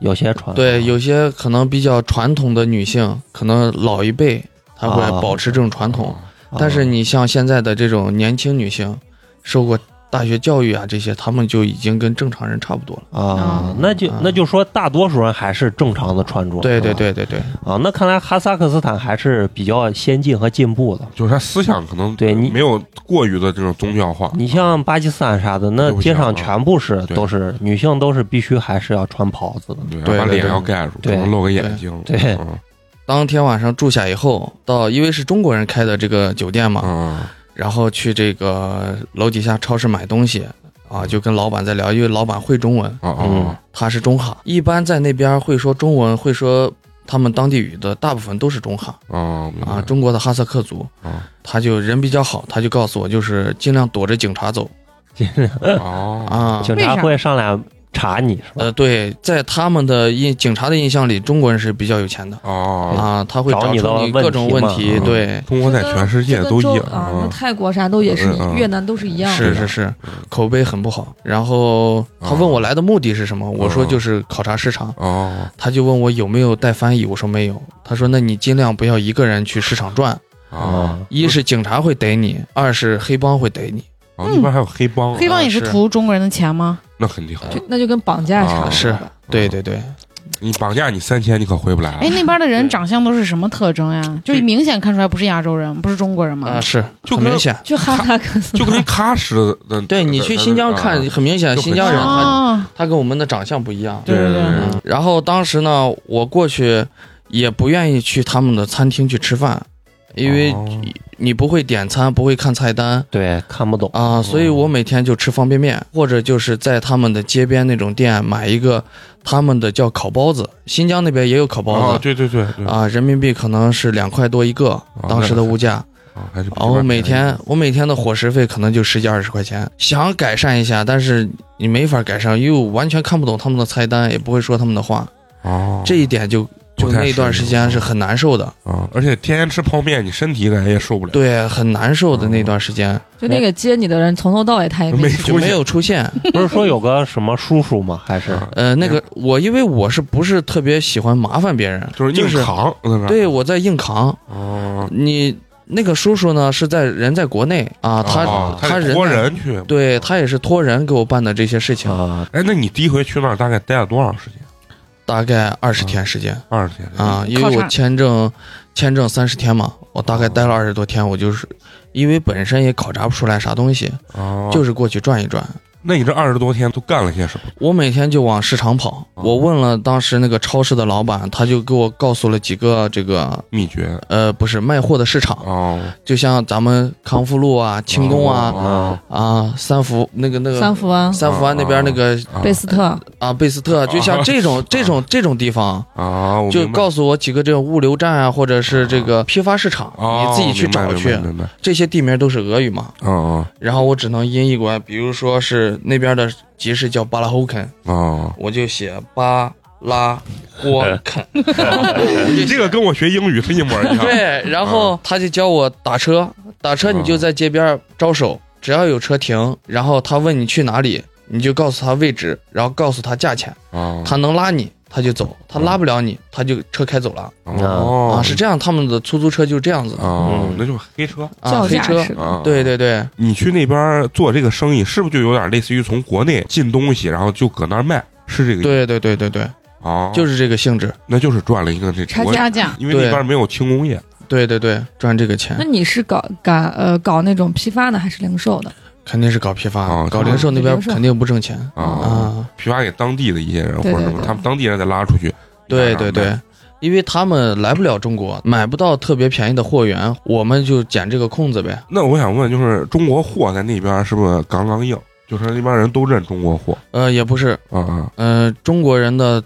[SPEAKER 4] 有些穿。
[SPEAKER 6] 对，有些可能比较传统的女性，可能老一辈她会
[SPEAKER 4] 啊
[SPEAKER 6] 保持这种传统，
[SPEAKER 4] 啊，
[SPEAKER 6] 但是你像现在的这种年轻女性，受过大学教育啊这些，她们就已经跟正常人差不多了。
[SPEAKER 4] 啊
[SPEAKER 5] 啊，
[SPEAKER 4] 那就
[SPEAKER 6] 啊
[SPEAKER 4] 那就说大多数人还是正常的穿着。
[SPEAKER 6] 对
[SPEAKER 4] 是吧
[SPEAKER 6] 对对对对，
[SPEAKER 4] 啊，那看来哈萨克斯坦还是比较先进和进步的。
[SPEAKER 1] 就是他思想可能
[SPEAKER 4] 对你
[SPEAKER 1] 没有过于的这种宗教化。
[SPEAKER 4] 你像巴基斯坦啥的，那
[SPEAKER 1] 都不
[SPEAKER 4] 街
[SPEAKER 1] 行啊
[SPEAKER 4] 上全部是
[SPEAKER 1] 对
[SPEAKER 4] 都是女性，都是必须还是要穿袍子的。
[SPEAKER 1] 对，
[SPEAKER 6] 对
[SPEAKER 1] 把
[SPEAKER 6] 对
[SPEAKER 1] 脸
[SPEAKER 6] 对
[SPEAKER 1] 要盖住，可
[SPEAKER 4] 对
[SPEAKER 1] 能露个眼睛。
[SPEAKER 4] 对对
[SPEAKER 1] 嗯
[SPEAKER 6] 当天晚上住下以后，到因为是中国人开的这个酒店嘛，
[SPEAKER 1] 嗯，
[SPEAKER 6] 然后去这个楼底下超市买东西啊，就跟老板在聊，因为老板会中文，
[SPEAKER 1] 哦
[SPEAKER 4] 嗯
[SPEAKER 1] 哦，
[SPEAKER 6] 他是中哈，一般在那边会说中文，会说他们当地语的大部分都是中哈
[SPEAKER 1] 哦，明白
[SPEAKER 6] 啊，中国的哈萨克族
[SPEAKER 1] 啊，
[SPEAKER 6] 他就人比较好，他就告诉我就是尽量躲着警察走
[SPEAKER 1] 哦，
[SPEAKER 6] 啊。
[SPEAKER 4] 警察会上来查你是吧？
[SPEAKER 6] 呃，对，在他们的印警察的印象里，中国人是比较有钱的
[SPEAKER 1] 哦，
[SPEAKER 6] 啊，他会
[SPEAKER 4] 找
[SPEAKER 6] 找
[SPEAKER 4] 你的
[SPEAKER 6] 出你各种问
[SPEAKER 4] 问题
[SPEAKER 6] 题，
[SPEAKER 1] 嘛
[SPEAKER 6] 对，
[SPEAKER 1] 中国在全世界都一
[SPEAKER 3] 这
[SPEAKER 1] 样
[SPEAKER 3] 跟周啊，那
[SPEAKER 1] 嗯
[SPEAKER 3] 泰国啥都也是
[SPEAKER 1] 嗯嗯，
[SPEAKER 3] 越南都是一样的。
[SPEAKER 6] 是是是，口碑很不好。然后他问我来的目的是什么，我说就是考察市场。
[SPEAKER 1] 哦
[SPEAKER 6] 他就问我有没有带翻译，我说没有。他说那你尽量不要一个人去市场转，
[SPEAKER 1] 哦，
[SPEAKER 6] 一是警察会逮你，二是黑帮会逮你。
[SPEAKER 1] 哦，那边还有黑帮啊，
[SPEAKER 5] 黑帮也是
[SPEAKER 6] 是
[SPEAKER 5] 图中国人的钱吗？
[SPEAKER 1] 那很厉害。
[SPEAKER 3] 就那就跟绑架差不
[SPEAKER 1] 啊
[SPEAKER 3] 多
[SPEAKER 6] 是
[SPEAKER 3] 吧
[SPEAKER 6] 对对对，
[SPEAKER 1] 你绑架你三千，你可回不来了
[SPEAKER 5] 哎，。那边的人长相都是什么特征呀？就
[SPEAKER 1] 对
[SPEAKER 5] 明显看出来不是亚洲人，不是中国
[SPEAKER 3] 嗯
[SPEAKER 5] 人
[SPEAKER 6] 啊
[SPEAKER 5] 吗？
[SPEAKER 6] 是，
[SPEAKER 1] 就
[SPEAKER 6] 很
[SPEAKER 1] 跟
[SPEAKER 6] 明显。
[SPEAKER 3] 就哈萨克斯
[SPEAKER 1] 就跟喀什的，
[SPEAKER 6] 对你去新疆看，
[SPEAKER 1] 啊
[SPEAKER 6] 很明显
[SPEAKER 1] 就
[SPEAKER 6] 新
[SPEAKER 1] 很
[SPEAKER 6] 疆人
[SPEAKER 1] 像
[SPEAKER 6] 他
[SPEAKER 5] 啊，
[SPEAKER 6] 他跟我们的长相不一样。
[SPEAKER 1] 对对对
[SPEAKER 5] 对
[SPEAKER 6] 嗯，然后当时呢，我过去也不愿意去他们的餐厅去吃饭，因为
[SPEAKER 1] 哦
[SPEAKER 6] 你不会点餐，不会看菜单
[SPEAKER 4] 对，看不懂。
[SPEAKER 6] 啊，所
[SPEAKER 1] 哦
[SPEAKER 6] 以我每天就吃方便面，或者就是在他们的街边那种店买一个他们的叫烤包子，新疆那边也有烤包
[SPEAKER 1] 啊，
[SPEAKER 6] 子。
[SPEAKER 1] 对对对对，
[SPEAKER 6] 啊，人民币可能是两块多一个，
[SPEAKER 1] 哦
[SPEAKER 6] 当时的物价。
[SPEAKER 1] 啊还是比
[SPEAKER 6] 啊，
[SPEAKER 1] 这边
[SPEAKER 6] 我
[SPEAKER 1] 便宜
[SPEAKER 6] 每天我每天的伙食费可能就十几二十块钱，想改善一下，但是你没法改善，因为我完全看不懂他们的菜单，也不会说他们的话。
[SPEAKER 1] 哦，
[SPEAKER 6] 这一点就就
[SPEAKER 1] 不太
[SPEAKER 6] 那段时间
[SPEAKER 1] 适
[SPEAKER 6] 是
[SPEAKER 1] 啊
[SPEAKER 6] 很难受的，
[SPEAKER 1] 应啊，而且天天吃泡面，你身体感觉也受不了。
[SPEAKER 6] 对，很难受的那段时间
[SPEAKER 3] 就那个接你的人从头到尾他也
[SPEAKER 1] 没
[SPEAKER 3] 没
[SPEAKER 1] 出
[SPEAKER 6] 就
[SPEAKER 1] 现
[SPEAKER 6] 没有 出现。
[SPEAKER 4] 不是说有个什么叔叔吗？还是
[SPEAKER 1] 啊，
[SPEAKER 6] 呃，那个我因为我是不是特别喜欢麻烦别人，
[SPEAKER 1] 就是硬扛，在那儿
[SPEAKER 6] 对我在硬扛。
[SPEAKER 1] 哦，
[SPEAKER 6] 你那个叔叔呢是在人在国内啊，他
[SPEAKER 1] 哦
[SPEAKER 6] 他
[SPEAKER 1] 得
[SPEAKER 6] 人
[SPEAKER 1] 托
[SPEAKER 6] 在
[SPEAKER 1] 人去。
[SPEAKER 6] 对他也是托人给我办的这些事情，
[SPEAKER 4] 啊？
[SPEAKER 1] 哎，那你第一回去那儿大概待了多长时间？
[SPEAKER 6] 大概二十天时间。
[SPEAKER 1] 二十天
[SPEAKER 6] 啊，因
[SPEAKER 5] 靠
[SPEAKER 6] 为我
[SPEAKER 5] 山
[SPEAKER 6] 签证签证三十天嘛，我大概待了二十多天，我就是因为本身也考察不出来啥东西，
[SPEAKER 1] 哦，
[SPEAKER 6] 就是过去转一转。
[SPEAKER 1] 那你这二十多天都干了些什么？
[SPEAKER 6] 我每天就往市场跑。
[SPEAKER 1] 哦
[SPEAKER 6] 我问了当时那个超市的老板，他就给我告诉了几个这个
[SPEAKER 1] 秘诀
[SPEAKER 6] 呃，不是卖货的市场，
[SPEAKER 1] 哦，
[SPEAKER 6] 就像咱们康复路啊、清宫啊、
[SPEAKER 1] 哦，
[SPEAKER 6] 啊三福那个那个
[SPEAKER 3] 三福啊，
[SPEAKER 6] 三福湾那边那个
[SPEAKER 1] 哦
[SPEAKER 3] 贝斯特，
[SPEAKER 6] 啊贝斯特，就像这种这种这种地方，
[SPEAKER 1] 啊，我
[SPEAKER 6] 就
[SPEAKER 1] 明白
[SPEAKER 6] 告诉我几个这种物流站啊，或者是这个批发市场，
[SPEAKER 1] 哦
[SPEAKER 6] 你自己去找
[SPEAKER 1] 明
[SPEAKER 6] 去
[SPEAKER 1] 白。明白明白
[SPEAKER 6] 这些地名都是俄语嘛，
[SPEAKER 1] 哦
[SPEAKER 6] 然后我只能音译过来，比如说是那边的集市叫巴拉侯肯，
[SPEAKER 1] 哦哦，
[SPEAKER 6] 我就写巴拉霍 肯。我就
[SPEAKER 1] 你这个跟我学英语是一模一样。
[SPEAKER 6] 对，然后他就教我打车，打车你就在街边招手，只要有车停，然后他问你去哪里，你就告诉他位置，然后告诉他价钱，
[SPEAKER 1] 哦，
[SPEAKER 6] 他能拉你他就走，他拉不了你他就车开走了
[SPEAKER 1] 哦
[SPEAKER 6] 啊，是这样，他们的出租车就是这样子的
[SPEAKER 1] 哦
[SPEAKER 4] 嗯，
[SPEAKER 1] 那就是黑车
[SPEAKER 6] 啊，黑车，
[SPEAKER 3] 式的
[SPEAKER 1] 啊。
[SPEAKER 6] 对，对对，
[SPEAKER 1] 你去那边做这个生意，是不是就有点类似于从国内进东西，然后就搁那儿卖？是这个意思
[SPEAKER 6] 对对对对对，
[SPEAKER 1] 哦，
[SPEAKER 6] 就是这个性质，
[SPEAKER 1] 那就是赚了一个这
[SPEAKER 5] 差
[SPEAKER 1] 国，
[SPEAKER 5] 价价，
[SPEAKER 1] 因为那
[SPEAKER 6] 对
[SPEAKER 1] 边没有轻工业
[SPEAKER 6] 对对对，赚这个
[SPEAKER 3] 那
[SPEAKER 6] 钱
[SPEAKER 3] 你是搞搞呃搞那种批发的还是零售的？
[SPEAKER 6] 肯定是搞批发
[SPEAKER 1] 哦，
[SPEAKER 6] 搞零售那边肯定不挣钱
[SPEAKER 1] 啊，
[SPEAKER 6] 啊，
[SPEAKER 1] 批发给当地的一些人或
[SPEAKER 3] 对
[SPEAKER 1] 者什
[SPEAKER 3] 对
[SPEAKER 1] 么，
[SPEAKER 3] 对
[SPEAKER 1] 他们当地人再拉出去。拿
[SPEAKER 6] 对
[SPEAKER 1] 上
[SPEAKER 6] 对
[SPEAKER 1] 卖，
[SPEAKER 6] 对。因为他们来不了中国，买不到特别便宜的货源，我们就捡这个空子呗。
[SPEAKER 1] 那我想问，就是中国货在那边是不是杠杠硬？就是那边人都认中国货
[SPEAKER 6] 呃，也不是，
[SPEAKER 1] 啊啊
[SPEAKER 6] 呃，中国人的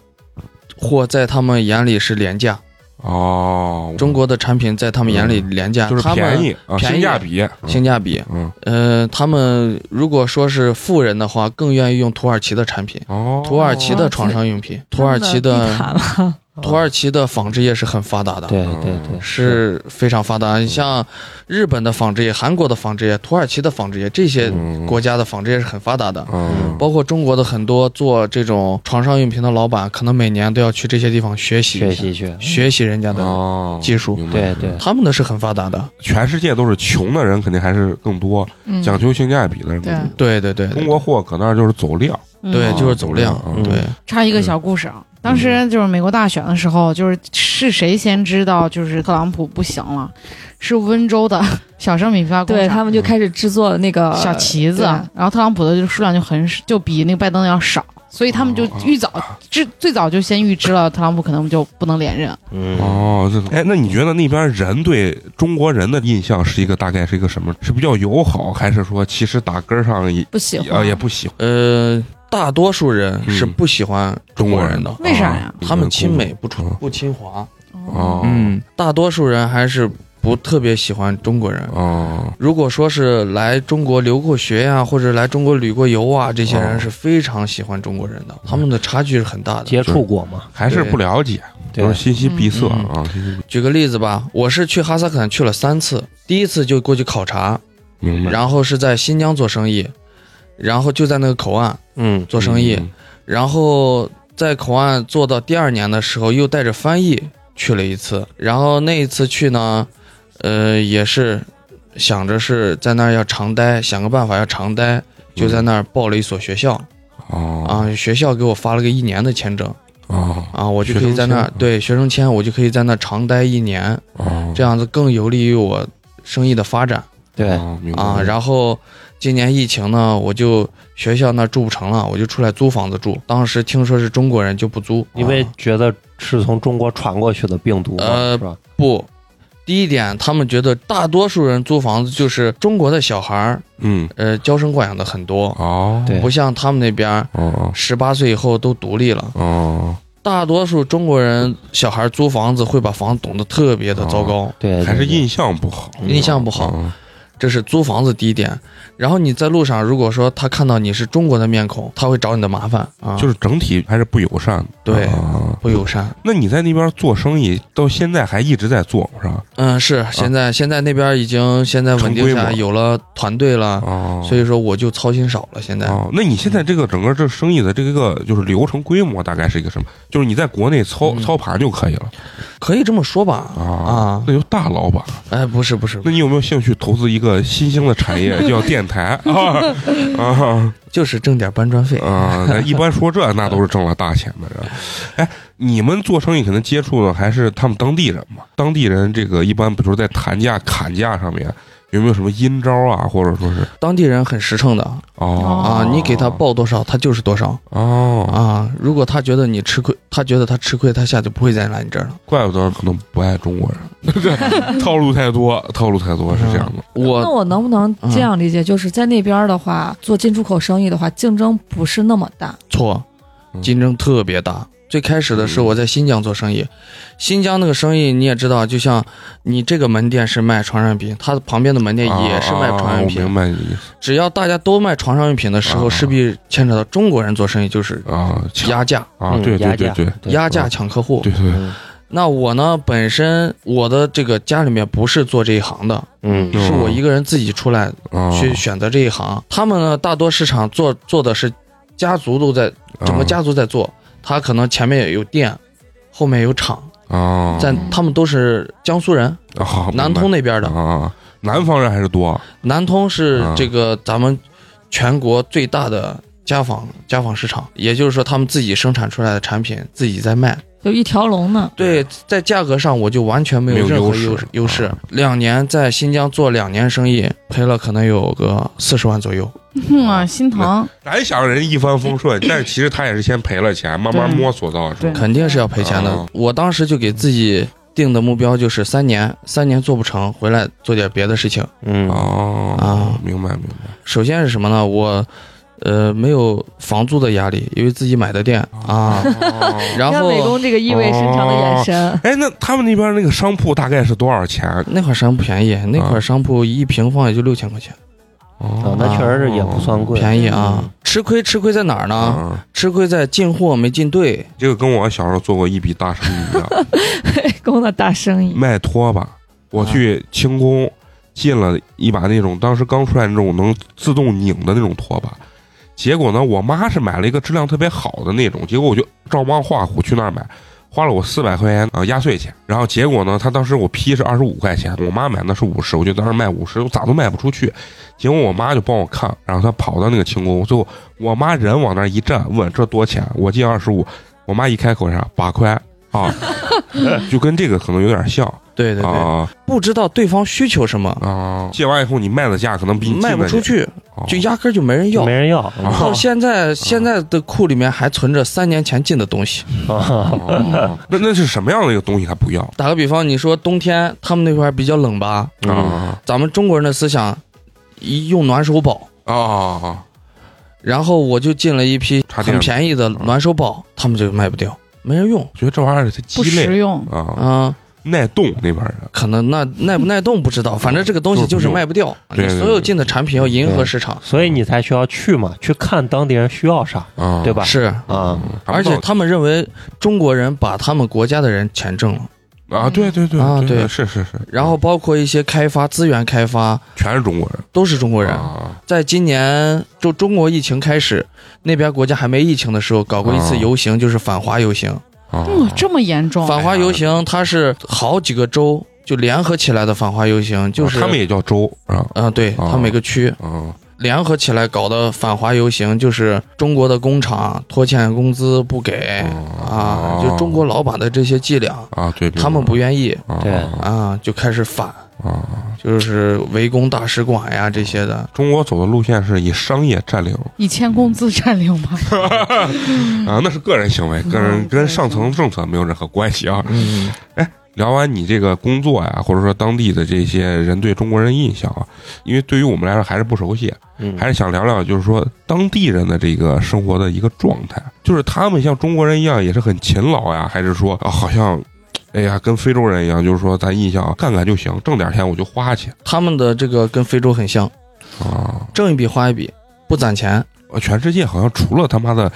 [SPEAKER 6] 货在他们眼里是廉价，
[SPEAKER 1] 哦，
[SPEAKER 6] 中国的产品在他们眼里廉价，
[SPEAKER 1] 嗯就是
[SPEAKER 6] 他们
[SPEAKER 1] 便宜啊，
[SPEAKER 6] 便宜
[SPEAKER 1] 性价比，嗯
[SPEAKER 6] 性价比。
[SPEAKER 1] 嗯
[SPEAKER 6] 呃，他们如果说是富人的话，更愿意用土耳其的产品，
[SPEAKER 1] 哦，
[SPEAKER 6] 土耳其的床上用品，土耳其
[SPEAKER 3] 他们地
[SPEAKER 6] 的
[SPEAKER 3] 毯啊嘛，
[SPEAKER 6] 土耳其的纺织业是很发达的。嗯
[SPEAKER 4] 对对对，
[SPEAKER 6] 是非常发
[SPEAKER 1] 嗯
[SPEAKER 6] 达，像日本的纺织业、韩国的纺织业、土耳其的纺织业，这些
[SPEAKER 1] 嗯
[SPEAKER 6] 国家的纺织业是很发达的。
[SPEAKER 1] 嗯
[SPEAKER 6] 包括中国的很多做这种床上用品的老板，可能每年都要去这些地方学习
[SPEAKER 4] 学习去，
[SPEAKER 6] 学习人家的
[SPEAKER 1] 哦，
[SPEAKER 6] 技术，
[SPEAKER 1] 明白
[SPEAKER 4] 对对，
[SPEAKER 6] 他们的是很发达的。
[SPEAKER 1] 全世界都是穷的人，肯定还是更多，
[SPEAKER 5] 嗯，
[SPEAKER 1] 讲究性价比的人更多。
[SPEAKER 6] 对对对，
[SPEAKER 1] 中国货搁那儿就是走量，
[SPEAKER 5] 嗯
[SPEAKER 6] 对
[SPEAKER 1] 嗯
[SPEAKER 6] 就是走量
[SPEAKER 1] 嗯，
[SPEAKER 6] 对
[SPEAKER 5] 插一个小故事啊，当时就是美国大选的时候，就是是谁先知道就是特朗普不行了，是温州的 小商品批发 工
[SPEAKER 3] 对他
[SPEAKER 5] 厂
[SPEAKER 3] 们就开始制作那个
[SPEAKER 5] 小旗子，啊
[SPEAKER 3] 对
[SPEAKER 5] 然后特朗普的数量就很少就比那个拜登要少，所以他们就
[SPEAKER 1] 哦
[SPEAKER 5] 预早知最早就先预知了特朗普可能就不能连任。
[SPEAKER 4] 嗯，
[SPEAKER 1] 哦，这哎，那你觉得那边人对中国人的印象是一个大概是一个什么？是比较友好，还是说其实打根儿上也
[SPEAKER 3] 不喜
[SPEAKER 1] 啊
[SPEAKER 3] 欢，
[SPEAKER 1] 也不喜欢
[SPEAKER 6] 呃，大多数人是不喜欢中国人的，
[SPEAKER 5] 为啥呀？
[SPEAKER 1] 啊
[SPEAKER 6] 他们亲美不
[SPEAKER 1] 嗯
[SPEAKER 6] 不亲华。
[SPEAKER 1] 哦，
[SPEAKER 6] 嗯，大多数人还是不特别喜欢中国人。
[SPEAKER 1] 哦，
[SPEAKER 6] 如果说是来中国留过学呀、或者来中国旅过游啊，这些
[SPEAKER 1] 哦嗯
[SPEAKER 6] 人是非常喜欢中国人的，他们的差距是很大的。
[SPEAKER 4] 接触过嘛，
[SPEAKER 1] 还是
[SPEAKER 6] 对
[SPEAKER 1] 不了解，
[SPEAKER 4] 对
[SPEAKER 1] 都是信息闭塞
[SPEAKER 6] 嗯
[SPEAKER 1] 啊。信息闭
[SPEAKER 6] 举个例子吧，我是去哈萨克去了三次，第一次就过去考察，
[SPEAKER 1] 明白。
[SPEAKER 6] 然后是在新疆做生意，然后就在那个口岸
[SPEAKER 4] 嗯，
[SPEAKER 6] 做生意，
[SPEAKER 1] 嗯
[SPEAKER 6] 然后在口岸做到第二年的时候，又带着翻译去了一次，然后那一次去呢，呃，也是想着是在那儿要常待，想个办法要常待，就在那儿报了一所学校
[SPEAKER 1] 嗯哦
[SPEAKER 6] 啊，学校给我发了个一年的签证
[SPEAKER 1] 哦
[SPEAKER 6] 啊，我就
[SPEAKER 1] 学
[SPEAKER 6] 可以
[SPEAKER 1] 生
[SPEAKER 6] 在那
[SPEAKER 1] 签嗯
[SPEAKER 6] 儿对学生签，我就可以在那儿常待一年。
[SPEAKER 1] 哦，
[SPEAKER 6] 这样子更有利于我生意的发展
[SPEAKER 4] 对，
[SPEAKER 1] 哦明白
[SPEAKER 6] 啊。然后今年疫情呢，我就学校那住不成了，我就出来租房子住。当时听说是中国人就不租，
[SPEAKER 4] 因为
[SPEAKER 6] 啊
[SPEAKER 4] 觉得是从中国传过去的病毒嘛，
[SPEAKER 6] 呃
[SPEAKER 4] 是吧？
[SPEAKER 6] 不，第一点他们觉得大多数人租房子就是中国的小孩儿，
[SPEAKER 1] 嗯
[SPEAKER 6] 呃，娇生惯养的很多，
[SPEAKER 1] 哦
[SPEAKER 4] 对
[SPEAKER 6] 不像他们那边
[SPEAKER 1] 哦
[SPEAKER 6] 十八岁以后都独立了。
[SPEAKER 1] 哦，
[SPEAKER 6] 大多数中国人小孩租房子会把房子懂得特别的糟糕，
[SPEAKER 4] 对，对
[SPEAKER 1] 还是
[SPEAKER 4] 对
[SPEAKER 1] 印象不好，
[SPEAKER 6] 印哦象不好。
[SPEAKER 1] 嗯
[SPEAKER 6] 这是租房子第一点。然后你在路上，如果说他看到你是中国的面孔，他会找你的麻烦啊，
[SPEAKER 1] 就是整体还是不友善的。
[SPEAKER 6] 对
[SPEAKER 1] 啊
[SPEAKER 6] 不友善。
[SPEAKER 1] 那你在那边做生意到现在还一直在做是吧？
[SPEAKER 6] 嗯，是现在、现在那边已经现在稳定
[SPEAKER 1] 啊成
[SPEAKER 6] 下
[SPEAKER 1] 规模
[SPEAKER 6] 来，有了团队了，
[SPEAKER 1] 哦，
[SPEAKER 6] 啊所以说我就操心少了。现在、
[SPEAKER 1] 哦，那你现在这个整个这生意的这个就是流程规模大概是一个什么？就是你在国内操、
[SPEAKER 6] 嗯
[SPEAKER 1] 操盘就可以了
[SPEAKER 6] 可以这么说吧？
[SPEAKER 1] 啊
[SPEAKER 6] 啊，
[SPEAKER 1] 那就大老板。
[SPEAKER 6] 哎，不是不是，
[SPEAKER 1] 那你有没有兴趣投资一个新兴的产业，叫电台啊啊
[SPEAKER 6] 就是挣点搬砖费。
[SPEAKER 1] 嗯啊？咱一般说这那都是挣了大钱的人。哎，你们做生意可能接触的还是他们当地人嘛？当地人这个一般，比如说在谈价、砍价上面，有没有什么阴招啊？或者说是
[SPEAKER 6] 当地人很实诚的
[SPEAKER 1] 哦
[SPEAKER 6] 啊，你给他报多少，他就是多少
[SPEAKER 1] 哦，
[SPEAKER 6] 啊。如果他觉得你吃亏，他觉得他吃亏，他下次不会再来你这儿了。
[SPEAKER 1] 怪不得可能不爱中国人， 对，套路太多，套路太多是这样的。
[SPEAKER 3] 那
[SPEAKER 6] 我嗯
[SPEAKER 3] 我能不能这样理解？就是在那边儿的话，做进出口生意的话，竞争不是那么大。
[SPEAKER 6] 错，
[SPEAKER 1] 嗯
[SPEAKER 6] 竞争特别大。最开始的时候
[SPEAKER 1] 嗯
[SPEAKER 6] 我在新疆做生意，新疆那个生意你也知道，就像你这个门店是卖床上用品，它旁边的门店也是卖床
[SPEAKER 1] 啊
[SPEAKER 6] 上用
[SPEAKER 1] 我
[SPEAKER 6] 品。
[SPEAKER 1] 明白你的意思
[SPEAKER 6] 只要大家都卖床上用品的时候，
[SPEAKER 1] 啊
[SPEAKER 6] 势必牵扯到中国人做生意就是
[SPEAKER 1] 啊，抢
[SPEAKER 6] 压价、
[SPEAKER 1] 啊，
[SPEAKER 4] 嗯
[SPEAKER 1] 对对
[SPEAKER 4] 压
[SPEAKER 1] 对
[SPEAKER 4] 价
[SPEAKER 1] 对
[SPEAKER 4] 对
[SPEAKER 6] 压价抢客户。
[SPEAKER 1] 对对，
[SPEAKER 4] 嗯
[SPEAKER 6] 那我呢，本身我的这个家里面不是做这一行的，
[SPEAKER 4] 嗯
[SPEAKER 1] 嗯
[SPEAKER 6] 是我一个人自己出来
[SPEAKER 1] 啊，
[SPEAKER 6] 嗯去选择这一行。他们呢，大多市场做做的是家族都在，整
[SPEAKER 1] 哦
[SPEAKER 6] 个家族在做。他可能前面有店，后面有厂，
[SPEAKER 1] 啊，
[SPEAKER 6] 但他们都是江苏人，
[SPEAKER 1] 啊好明白
[SPEAKER 6] 南通那边的。
[SPEAKER 1] 啊，南方人还是多
[SPEAKER 6] 南通是
[SPEAKER 1] 啊
[SPEAKER 6] 这个咱们全国最大的家纺家纺市场，也就是说他们自己生产出来的产品自己在卖。
[SPEAKER 3] 就一条龙呢，
[SPEAKER 6] 对，在价格上我就完全没有任何
[SPEAKER 1] 没有优
[SPEAKER 6] 优
[SPEAKER 1] 势
[SPEAKER 6] 优势
[SPEAKER 1] 啊。
[SPEAKER 6] 两年在新疆做两年生意，赔了可能有个四十万左右。
[SPEAKER 5] 嗯啊，心疼。
[SPEAKER 1] 咱想人一帆风顺，但是其实他也是先赔了钱，慢慢
[SPEAKER 5] 对
[SPEAKER 1] 摸索到的是吧
[SPEAKER 5] 对
[SPEAKER 6] 肯定是要赔钱
[SPEAKER 1] 啊
[SPEAKER 6] 的。我当时就给自己定的目标就是三年，三年做不成，回来做点别的事情。
[SPEAKER 4] 嗯
[SPEAKER 1] 哦
[SPEAKER 6] 啊
[SPEAKER 1] 明白明白
[SPEAKER 6] 首先是什么呢？我，呃，没有房租的压力，因为自己买的店啊。
[SPEAKER 1] 哦
[SPEAKER 6] 然
[SPEAKER 3] 看美
[SPEAKER 6] 后哦
[SPEAKER 3] 工这个意味深长的眼神，
[SPEAKER 1] 哎，那他们那边那个商铺大概是多少钱？
[SPEAKER 6] 那块儿商铺便宜，那块儿商铺一平方也就六千块钱，
[SPEAKER 1] 哦
[SPEAKER 4] 嗯那确实是也不算贵，
[SPEAKER 6] 便宜
[SPEAKER 1] 嗯
[SPEAKER 6] 啊。吃亏吃亏在哪儿呢？
[SPEAKER 1] 啊。
[SPEAKER 6] 吃亏在进货没进对。
[SPEAKER 1] 这个跟我小时候做过一笔大生意一样，
[SPEAKER 3] 美工的大生意。
[SPEAKER 1] 卖拖把，
[SPEAKER 6] 啊
[SPEAKER 1] 我去清宫进了一把那种当时刚出来那种能自动拧的那种拖把，结果呢，我妈是买了一个质量特别好的那种，结果我就照猫画虎去那儿买。花了我四百块钱啊、呃压岁钱，然后结果呢，他当时我批是二十五块钱，我妈买的是五十，我就当时卖五十，我咋都卖不出去。结果我妈就帮我看，然后她跑到那个清宫，最后我妈人往那儿一站，问这多钱？我进二十五，我妈一开口啥八块啊， 就跟这个可能有点像。
[SPEAKER 6] 对对对，
[SPEAKER 1] 啊
[SPEAKER 6] 不知道对方需求什么，
[SPEAKER 1] 啊！借完以后你卖的价可能比你进的
[SPEAKER 6] 卖不出去，
[SPEAKER 1] 哦
[SPEAKER 6] 就压根儿就没人要
[SPEAKER 4] 没。人要
[SPEAKER 1] 啊
[SPEAKER 6] 到现在，现在的库里面还存着三年前进的东西。
[SPEAKER 4] 啊
[SPEAKER 1] 哦 那那是什么样的一个东西还不要
[SPEAKER 6] 打个比方，你说冬天他们那块儿比较冷吧，
[SPEAKER 1] 啊
[SPEAKER 6] 咱们中国人的思想一用暖手宝，
[SPEAKER 1] 啊啊！
[SPEAKER 6] 然后我就进了一批
[SPEAKER 1] 插电嗯
[SPEAKER 6] 很便宜的暖手宝，他们就卖不掉，没人用
[SPEAKER 1] 我觉得这玩意儿它鸡
[SPEAKER 5] 不实
[SPEAKER 1] 肋
[SPEAKER 5] 用，
[SPEAKER 1] 啊，
[SPEAKER 6] 啊。
[SPEAKER 1] 耐冻那边人
[SPEAKER 6] 可能那耐不耐冻不知道，反正这个东西就是卖不掉。
[SPEAKER 1] 对
[SPEAKER 6] 你
[SPEAKER 1] 对
[SPEAKER 6] 所有进的产品要迎合市场，
[SPEAKER 4] 所以你才需要去嘛，去看当地人需要啥，
[SPEAKER 1] 啊，
[SPEAKER 4] 对吧？
[SPEAKER 6] 是。
[SPEAKER 4] 啊，
[SPEAKER 1] 看
[SPEAKER 6] 而
[SPEAKER 1] 不到？
[SPEAKER 6] 且他们认为中国人把他们国家的人钱挣了，
[SPEAKER 1] 啊，对对对
[SPEAKER 6] 啊对
[SPEAKER 1] 是是是，
[SPEAKER 6] 然后包括一些开发资源开发
[SPEAKER 1] 全是中国人，
[SPEAKER 6] 都是中国人。
[SPEAKER 1] 啊
[SPEAKER 6] 在今年就中国疫情开始，那边国家还没疫情的时候，搞过一次
[SPEAKER 1] 哦
[SPEAKER 6] 游行，就是反华游行。
[SPEAKER 1] 啊
[SPEAKER 5] 嗯，这么严重，
[SPEAKER 6] 反华游行它是好几个州就联合起来的反华游行，就是、
[SPEAKER 1] 啊他们也叫州啊
[SPEAKER 6] 嗯、对，
[SPEAKER 1] 哦
[SPEAKER 6] 他每个区
[SPEAKER 1] 啊
[SPEAKER 6] 联合起来搞的反华游行，就是中国的工厂拖欠工资不给、哎
[SPEAKER 1] 哦
[SPEAKER 6] 啊，就中国老板的这些伎俩，
[SPEAKER 1] 啊，对，
[SPEAKER 6] 他们不愿意
[SPEAKER 1] 啊
[SPEAKER 4] 对
[SPEAKER 1] 啊
[SPEAKER 6] 啊，就开始反，
[SPEAKER 1] 啊，
[SPEAKER 6] 就是围攻大使馆呀这些的。
[SPEAKER 1] 中国走的路线是以商业占领
[SPEAKER 5] 以前工资占领吧，
[SPEAKER 1] 啊，那是个人行为，跟人跟
[SPEAKER 5] 嗯对
[SPEAKER 1] 上层政策没有任何关系啊。
[SPEAKER 6] 嗯，
[SPEAKER 1] 聊完你这个工作呀，或者说当地的这些人对中国人印象啊，因为对于我们来说还是不熟悉，
[SPEAKER 4] 嗯
[SPEAKER 1] 还是想聊聊，就是说当地人的这个生活的一个状态，就是他们像中国人一样也是很勤劳呀，还是说啊好像，哎呀跟非洲人一样，就是说咱印象啊干干就行，挣点钱我就花去
[SPEAKER 6] 他们的这个跟非洲很像，
[SPEAKER 1] 啊。
[SPEAKER 6] 挣一笔花一笔，不攒钱。
[SPEAKER 1] 呃全世界好像除了他妈的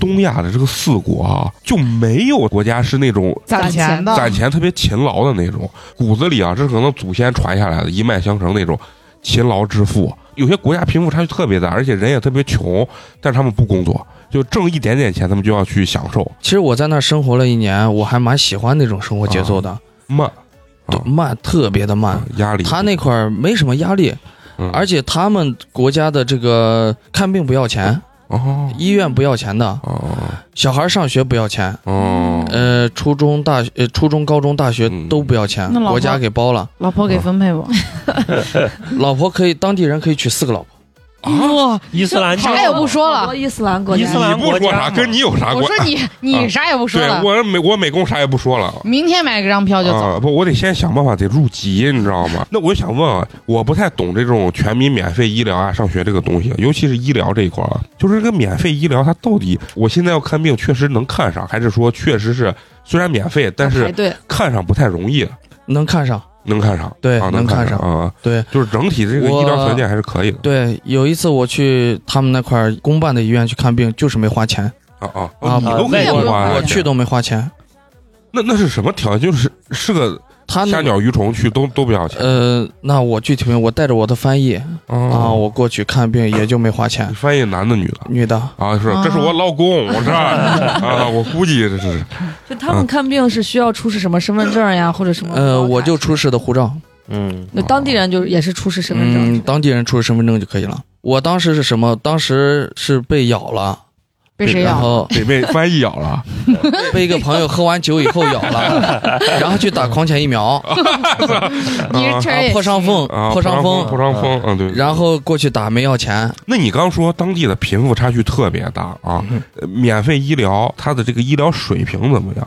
[SPEAKER 1] 东亚的这个四国啊，就没有国家是那种
[SPEAKER 5] 攒钱的，
[SPEAKER 1] 攒钱特别勤劳的那种，骨子里啊，这是可能祖先传下来的，一脉相承那种勤劳致富。有些国家贫富差距特别大，而且人也特别穷，但是他们不工作，就挣一点点钱，他们就要去享受
[SPEAKER 6] 其实我在那儿生活了一年，我还蛮喜欢那种生活节奏的。
[SPEAKER 1] 慢
[SPEAKER 6] 对
[SPEAKER 1] 啊
[SPEAKER 6] 慢，特别的慢。
[SPEAKER 1] 压力。
[SPEAKER 6] 他那块儿没什么压力，
[SPEAKER 1] 嗯，
[SPEAKER 6] 而且他们国家的这个看病不要钱，
[SPEAKER 1] 哦
[SPEAKER 6] 医院不要钱的，
[SPEAKER 1] 哦
[SPEAKER 6] 小孩上学不要钱，
[SPEAKER 5] 嗯
[SPEAKER 1] 哦，
[SPEAKER 6] 呃，初中、大学、呃初中、高中、大学
[SPEAKER 1] 嗯
[SPEAKER 6] 都不要钱，
[SPEAKER 5] 那老婆
[SPEAKER 6] 国家给包 了。
[SPEAKER 5] 老婆给分配
[SPEAKER 1] 啊
[SPEAKER 5] 不？
[SPEAKER 6] 老婆可以，当地人可以娶四个老婆。
[SPEAKER 5] 哇，
[SPEAKER 4] 伊斯兰教
[SPEAKER 5] 啥也不说
[SPEAKER 3] 好多
[SPEAKER 5] 了。
[SPEAKER 3] 伊斯兰国家，
[SPEAKER 4] 伊斯兰
[SPEAKER 1] 你不说啥，
[SPEAKER 4] 国家嘛
[SPEAKER 1] 跟你有啥
[SPEAKER 5] 我
[SPEAKER 1] 关？
[SPEAKER 5] 说你
[SPEAKER 1] 啊
[SPEAKER 5] 你啥也不说
[SPEAKER 1] 对
[SPEAKER 5] 了，
[SPEAKER 1] 我美我美工啥也不说了。
[SPEAKER 5] 明天买个张票就走。
[SPEAKER 1] 啊！不，我得先想办法得入籍，你知道 吗？那我就想问啊，我不太懂这种全民免费医疗啊、上学这个东西，尤其是医疗这一块儿啊，就是这个免费医疗，它到底我现在要看病确实能看上，还是说确实是虽然免费，但
[SPEAKER 3] 排
[SPEAKER 1] 是
[SPEAKER 3] 队，
[SPEAKER 1] 看上不太容易，
[SPEAKER 6] 能看上。
[SPEAKER 1] 能看上？
[SPEAKER 6] 对
[SPEAKER 1] 啊，
[SPEAKER 6] 能
[SPEAKER 1] 看
[SPEAKER 6] 看上
[SPEAKER 1] 啊，
[SPEAKER 6] 对，
[SPEAKER 1] 就是整体这个医疗条件还是可以的。
[SPEAKER 6] 对，有一次我去他们那块儿公办的医院去看病，就是没花钱
[SPEAKER 1] 啊啊
[SPEAKER 6] 啊！
[SPEAKER 1] 你都可以
[SPEAKER 5] 那也
[SPEAKER 6] 我
[SPEAKER 5] 不用
[SPEAKER 1] 花呀，
[SPEAKER 6] 我去都没花钱。
[SPEAKER 1] 那那是什么条件？就是是个
[SPEAKER 6] 他
[SPEAKER 1] 虾
[SPEAKER 6] 啊那个
[SPEAKER 1] 鸟鱼虫去都都不要钱
[SPEAKER 6] 呃，那我具体没有我带着我的翻译
[SPEAKER 1] 哦
[SPEAKER 6] 啊，我过去看病也就没花
[SPEAKER 1] 你
[SPEAKER 6] 钱。
[SPEAKER 1] 翻译男的女的？
[SPEAKER 6] 女
[SPEAKER 3] 哦
[SPEAKER 6] 的，
[SPEAKER 1] 啊，是
[SPEAKER 5] 啊，
[SPEAKER 1] 这是我老公，我这啊，我估计这 是
[SPEAKER 3] 就他
[SPEAKER 6] 嗯
[SPEAKER 3] 们看病是需要出示什么身份证呀，或者什么护照
[SPEAKER 6] 呃，
[SPEAKER 3] 卡
[SPEAKER 6] 我就出示的护照，
[SPEAKER 4] 嗯，
[SPEAKER 3] 那当地人就是也是出示身份
[SPEAKER 6] 嗯，
[SPEAKER 3] 证，
[SPEAKER 6] 当地人出示身份证就可以了。我当时是什么？当时是被咬了，
[SPEAKER 5] 被
[SPEAKER 3] 啊
[SPEAKER 5] 谁
[SPEAKER 6] 然
[SPEAKER 5] 咬？
[SPEAKER 6] 后
[SPEAKER 1] 得被翻译咬了，
[SPEAKER 6] 被一个朋友喝完酒以后咬了， 然后去打狂犬疫苗，
[SPEAKER 5] 你是
[SPEAKER 1] 啊
[SPEAKER 5] 吃
[SPEAKER 6] 啊
[SPEAKER 5] 也
[SPEAKER 6] 破伤风，
[SPEAKER 1] 啊，
[SPEAKER 6] 破伤
[SPEAKER 1] 风，
[SPEAKER 6] 风，啊
[SPEAKER 1] 破伤风，嗯，对。
[SPEAKER 6] 然，后过去打没要钱，
[SPEAKER 1] 那你刚说当地的贫富差距特别大啊，
[SPEAKER 6] 嗯
[SPEAKER 1] 呃免费医疗，它的这个医疗水平怎么样？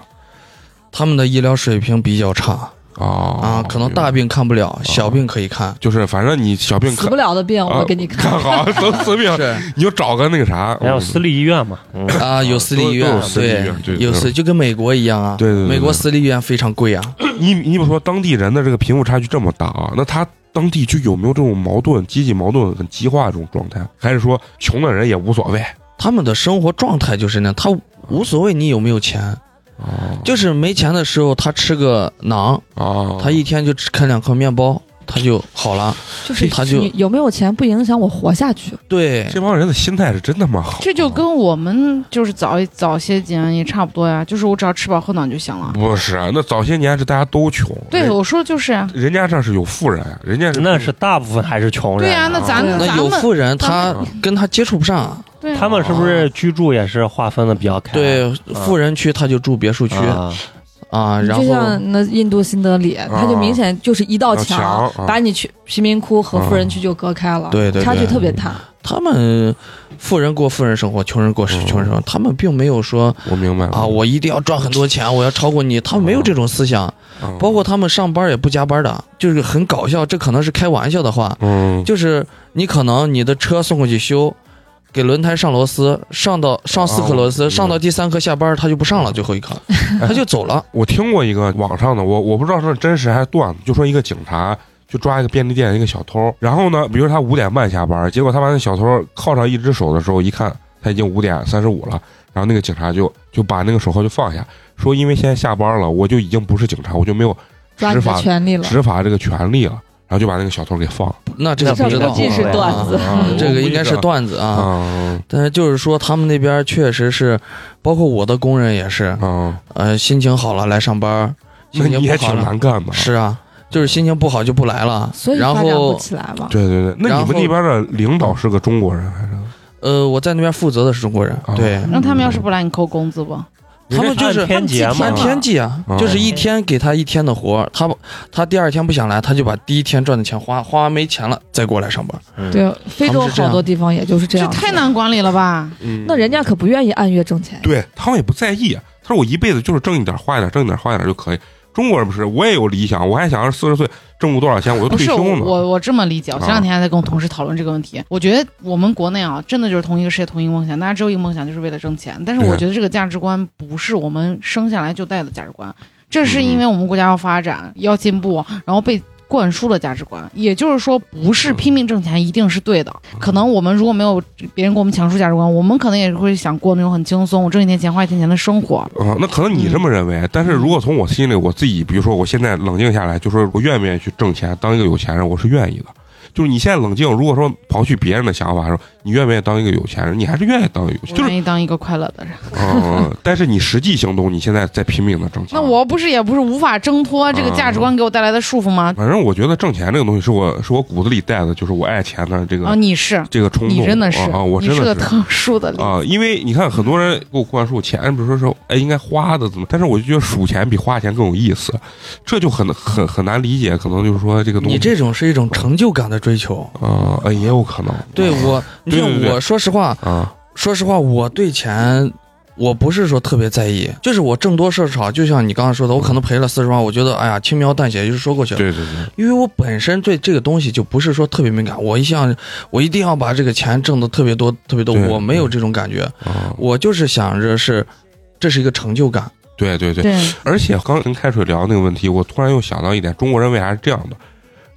[SPEAKER 6] 他们的医疗水平比较差
[SPEAKER 1] 啊
[SPEAKER 6] 啊，可能大病看不
[SPEAKER 1] 哦
[SPEAKER 6] 了，小病可以看。
[SPEAKER 1] 就是，反正你小病
[SPEAKER 3] 死
[SPEAKER 1] 看
[SPEAKER 3] 不了的病
[SPEAKER 1] 啊
[SPEAKER 3] 我给你看。
[SPEAKER 1] 看好，都死病，
[SPEAKER 6] 是
[SPEAKER 1] 你就找个那个啥，
[SPEAKER 4] 还有
[SPEAKER 1] 嗯
[SPEAKER 4] 私立医院嘛，嗯，
[SPEAKER 6] 啊，有私立医院
[SPEAKER 1] 都都有，私立医院对嗯
[SPEAKER 6] 有私就跟美国一样啊，
[SPEAKER 1] 对对对对
[SPEAKER 6] 美国私立医院非常贵啊，
[SPEAKER 1] 你你比如说当地人的这个贫富差距这么大啊，那他当地就有没有这种矛盾、阶级矛盾很激化这种状态？还是说穷的人也无所谓？
[SPEAKER 6] 他们的生活状态就是那样，他无所谓你有没有钱，
[SPEAKER 1] 哦，
[SPEAKER 6] 就是没钱的时候他吃个馕，
[SPEAKER 5] 啊
[SPEAKER 1] 哦，
[SPEAKER 6] 他一天就吃啃两颗面包，他就好了。
[SPEAKER 3] 就是
[SPEAKER 6] 他就啊
[SPEAKER 3] 你有没有钱不影响我活下去，
[SPEAKER 6] 对，
[SPEAKER 1] 这帮人的心态是真他妈好，
[SPEAKER 5] 这就跟我们就是早早些几年也差不多呀，就是我只要吃饱喝暖就行
[SPEAKER 6] 嗯
[SPEAKER 5] 了。
[SPEAKER 1] 不是啊那早些年是大家都穷，
[SPEAKER 5] 对，
[SPEAKER 1] 人
[SPEAKER 5] 我说的就是啊呀。
[SPEAKER 1] 人家这是有富人，啊人家是
[SPEAKER 4] 那是大部分还是穷人。
[SPEAKER 5] 对呀、那咱
[SPEAKER 3] 对啊
[SPEAKER 5] 咱
[SPEAKER 6] 那有
[SPEAKER 5] 们
[SPEAKER 6] 富人
[SPEAKER 5] 咱
[SPEAKER 6] 他
[SPEAKER 1] 嗯
[SPEAKER 6] 跟他接触不上，
[SPEAKER 5] 对啊
[SPEAKER 4] 他们是不是居住也是划分的比
[SPEAKER 1] 嗯
[SPEAKER 4] 较开？
[SPEAKER 6] 对，富人区他就住别墅区
[SPEAKER 4] 啊，
[SPEAKER 6] 啊，然
[SPEAKER 3] 就
[SPEAKER 6] 后啊
[SPEAKER 3] 像那印度新德里，它就明显就是一道
[SPEAKER 1] 啊
[SPEAKER 3] 墙
[SPEAKER 1] 墙啊
[SPEAKER 3] 把你去贫民窟和富人区就隔开了，
[SPEAKER 6] 啊对对对
[SPEAKER 3] 差距特别大。
[SPEAKER 6] 他们富人过富人生活，穷人过
[SPEAKER 1] 嗯
[SPEAKER 6] 穷人生活，他们并没有说
[SPEAKER 1] 我明白了
[SPEAKER 6] 啊，我一定要赚很多钱，我要超过你，他们没有这种思想，
[SPEAKER 1] 嗯
[SPEAKER 6] 包括他们上班也不加班的，就是很搞笑，这可能是开玩笑的话，
[SPEAKER 1] 嗯，
[SPEAKER 6] 就是你可能你的车送过去修。给轮胎上螺丝，上到上四颗螺丝，
[SPEAKER 1] 哦
[SPEAKER 6] 上到第三颗下班，他就不上了，最后 一颗，他就走了。
[SPEAKER 1] 我听过一个网上的，我我不知道是真实还是段子，就说一个警察去抓一个便利店一个小偷，然后呢，比如他五点半下班，结果他把那小偷铐上一只手的时候，一看他已经五点三十五了，然后那个警察就就把那个手铐就放下，说因为现在下班了，我就已经不是警察，我就没有
[SPEAKER 3] 抓
[SPEAKER 1] 执
[SPEAKER 3] 你的
[SPEAKER 1] 法
[SPEAKER 3] 权利了，
[SPEAKER 1] 执法这个权利了，然后就把那个小偷给放了。
[SPEAKER 6] 那这个
[SPEAKER 4] 那
[SPEAKER 6] 不知道，
[SPEAKER 4] 不尽是段
[SPEAKER 3] 子
[SPEAKER 6] 啊
[SPEAKER 1] 嗯
[SPEAKER 6] 这个应该是段子啊。
[SPEAKER 1] 啊
[SPEAKER 6] 但是就是说，他们那边确实是，包括我的工人也是，
[SPEAKER 1] 啊，
[SPEAKER 6] 呃，心情好了来上班，
[SPEAKER 1] 那
[SPEAKER 6] 心
[SPEAKER 1] 你也
[SPEAKER 6] 情不好
[SPEAKER 1] 挺
[SPEAKER 6] 了
[SPEAKER 1] 难干的。
[SPEAKER 6] 是啊，就是心情不好就不来了。
[SPEAKER 3] 所以
[SPEAKER 6] 然
[SPEAKER 3] 发展不
[SPEAKER 6] 后
[SPEAKER 3] 起来嘛。
[SPEAKER 1] 对对对，那你们那边的领导是个中国人还是？
[SPEAKER 6] 呃，我在那边负责的是中国人
[SPEAKER 1] 啊，
[SPEAKER 6] 对
[SPEAKER 5] 那他们要是不来，你扣工资不？
[SPEAKER 6] 他们就是
[SPEAKER 4] 按天劫
[SPEAKER 3] 他
[SPEAKER 4] 嘛
[SPEAKER 3] 们
[SPEAKER 6] 按
[SPEAKER 3] 几。
[SPEAKER 6] 天计啊
[SPEAKER 1] 啊，
[SPEAKER 6] 就是一天给他一天的活儿，他他第二天不想来，他就把第一天赚的钱花，花完没钱了再过来上班。
[SPEAKER 4] 嗯，
[SPEAKER 3] 对，非洲
[SPEAKER 6] 他们是这样
[SPEAKER 3] 好多地方也就是这
[SPEAKER 5] 这
[SPEAKER 3] 样，
[SPEAKER 5] 太。难管理了吧？
[SPEAKER 1] 嗯
[SPEAKER 3] 那人家可不愿意按月挣钱，
[SPEAKER 1] 对他们也不在意，啊他说我一辈子就是挣一点花一点，挣一点花一点就可以。中国人不是，我也有理想，我还想着四十岁挣够多少钱我就
[SPEAKER 5] 不
[SPEAKER 1] 退
[SPEAKER 5] 哦是
[SPEAKER 1] 休
[SPEAKER 5] 我
[SPEAKER 1] 呢。
[SPEAKER 5] 我我这么理解，我前
[SPEAKER 1] 啊
[SPEAKER 5] 两天还在跟我同事讨论这个问题。我觉得我们国内啊，真的就是同一个世界，同一个梦想，大家只有一个梦想，就是为了挣钱。但是
[SPEAKER 1] 对
[SPEAKER 5] 我觉得这个价值观不是我们生下来就带的价值观，这
[SPEAKER 1] 嗯
[SPEAKER 5] 是因为我们国家要发展、要进步，然后被。灌输的价值观，也就是说，不是拼命挣钱一定是对的。
[SPEAKER 1] 嗯
[SPEAKER 5] 可能我们如果没有别人给我们强输价值观，我们可能也会想过那种很轻松，我挣一天钱花一天钱的生活。
[SPEAKER 1] 啊、那可能你这么认为，
[SPEAKER 5] 嗯
[SPEAKER 1] 但是如果从我心里，我自己，比如说我现在冷静下来，就说我愿不愿意去挣钱，当一个有钱人，我是愿意的。就是你现在冷静，如果说刨去别人的想法的时候，你愿不愿意当一个有钱人？你还是愿意当一个有钱，
[SPEAKER 5] 我
[SPEAKER 1] 就是
[SPEAKER 5] 愿意当一个快乐的人。
[SPEAKER 1] 嗯，但是你实际行动，你现在在拼命的挣钱。
[SPEAKER 5] 那我不是也不是无法挣脱这个价值观给我带来的束缚吗？
[SPEAKER 1] 反正我觉得挣钱这个东西是我是我骨子里带的，就是我爱钱的这个、
[SPEAKER 5] 啊，你是，
[SPEAKER 1] 这个冲动。
[SPEAKER 5] 你真的是，
[SPEAKER 1] 啊啊，我
[SPEAKER 5] 你
[SPEAKER 1] 真的
[SPEAKER 5] 个特殊的例子。
[SPEAKER 1] 啊，因为你看很多人给我灌输钱，比如说是哎应该花的怎么，但是我就觉得数钱比花钱更有意思，这就很很很难理解，可能就是说这个东西
[SPEAKER 6] 你这种是一种成就感的追求。
[SPEAKER 1] 啊、呃也有可能
[SPEAKER 6] 嗯对我，你
[SPEAKER 1] 对
[SPEAKER 6] 像
[SPEAKER 1] 对对
[SPEAKER 6] 我，说实话，
[SPEAKER 1] 啊
[SPEAKER 6] 说实话，我对钱，我不是说特别在意，就是我挣多事儿少。就像你刚刚说的，我可能赔了四十万，我觉得哎呀轻描淡写就是说过去了，
[SPEAKER 1] 对对对
[SPEAKER 6] 因为我本身对这个东西就不是说特别敏感。我一向我一定要把这个钱挣的特别多特别多
[SPEAKER 1] 对，
[SPEAKER 6] 我没有这种感觉，
[SPEAKER 1] 啊
[SPEAKER 6] 我就是想着是这是一个成就感。
[SPEAKER 1] 对对对，
[SPEAKER 5] 对，
[SPEAKER 1] 而且刚跟开水聊那个问题，我突然又想到一点，中国人为啥是这样的？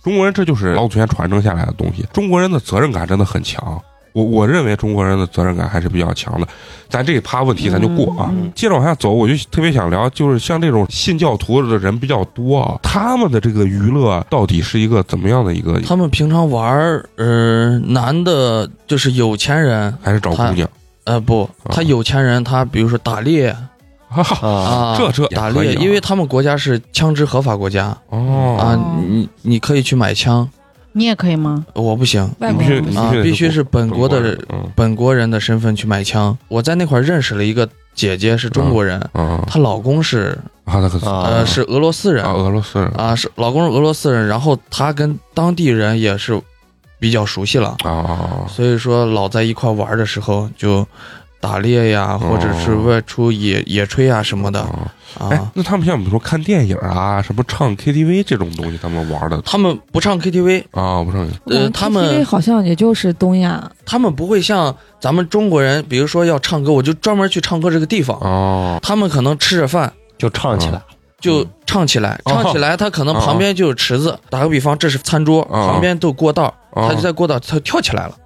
[SPEAKER 1] 中国人这就是老祖先传承下来的东西，中国人的责任感真的很强。我我认为中国人的责任感还是比较强的，咱这一趴问题咱就过啊。
[SPEAKER 5] 嗯
[SPEAKER 1] 接着往下走，我就特别想聊，就是像这种信教徒的人比较多啊，他们的这个娱乐到底是一个怎么样的一个？
[SPEAKER 6] 他们平常玩儿，呃，男的就是有钱人，
[SPEAKER 1] 还是找姑娘？
[SPEAKER 6] 呃，不，
[SPEAKER 1] 啊
[SPEAKER 6] 他有钱人，他比如说打猎
[SPEAKER 1] 哈哈，
[SPEAKER 4] 啊，
[SPEAKER 6] 啊，
[SPEAKER 1] 这这
[SPEAKER 6] 打
[SPEAKER 1] 也可
[SPEAKER 6] 猎，
[SPEAKER 1] 以啊
[SPEAKER 6] 因为他们国家是枪支合法国家啊
[SPEAKER 1] 哦，，
[SPEAKER 6] 你你可以去买枪，
[SPEAKER 5] 你也可以吗？
[SPEAKER 6] 我不行
[SPEAKER 3] 外
[SPEAKER 1] 你
[SPEAKER 3] 国
[SPEAKER 1] 必须
[SPEAKER 3] 人
[SPEAKER 1] 你
[SPEAKER 6] 啊，必须是本国的
[SPEAKER 1] 嗯
[SPEAKER 6] 本国人的身份去买枪。我在那块儿认识了一个姐姐，是中国人，
[SPEAKER 1] 啊，
[SPEAKER 6] 她老公是
[SPEAKER 1] 哈萨克斯
[SPEAKER 4] 啊
[SPEAKER 6] 呃是俄罗斯人
[SPEAKER 1] 啊，俄罗斯人
[SPEAKER 6] 啊，是老公是俄罗斯人，然后她跟当地人也是比较熟悉了，
[SPEAKER 1] 啊啊
[SPEAKER 6] 所以说老在一块儿玩儿的时候就打猎呀，或者是
[SPEAKER 1] 哦
[SPEAKER 6] 外出野野炊呀什么的
[SPEAKER 1] 啊。哎
[SPEAKER 6] 啊，。
[SPEAKER 1] 那他们像比如说看电影啊，什么唱 KTV 这种东西，他们玩的
[SPEAKER 6] 他们不唱 KTV，
[SPEAKER 1] 啊，不是
[SPEAKER 6] 呃，他们
[SPEAKER 3] KTV 好像也就是东亚，
[SPEAKER 6] 他们不会像咱们中国人，比如说要唱歌，我就专门去唱歌这个地方。
[SPEAKER 1] 哦，
[SPEAKER 6] 他们可能吃着饭
[SPEAKER 4] 就唱起来，
[SPEAKER 6] 就唱起来，
[SPEAKER 1] 哦
[SPEAKER 6] 唱起来，他可能旁边就有池子。打个比方，这是餐桌，
[SPEAKER 1] 哦
[SPEAKER 6] 旁边都有过道，
[SPEAKER 1] 啊
[SPEAKER 6] 他就在过道，他跳起来了。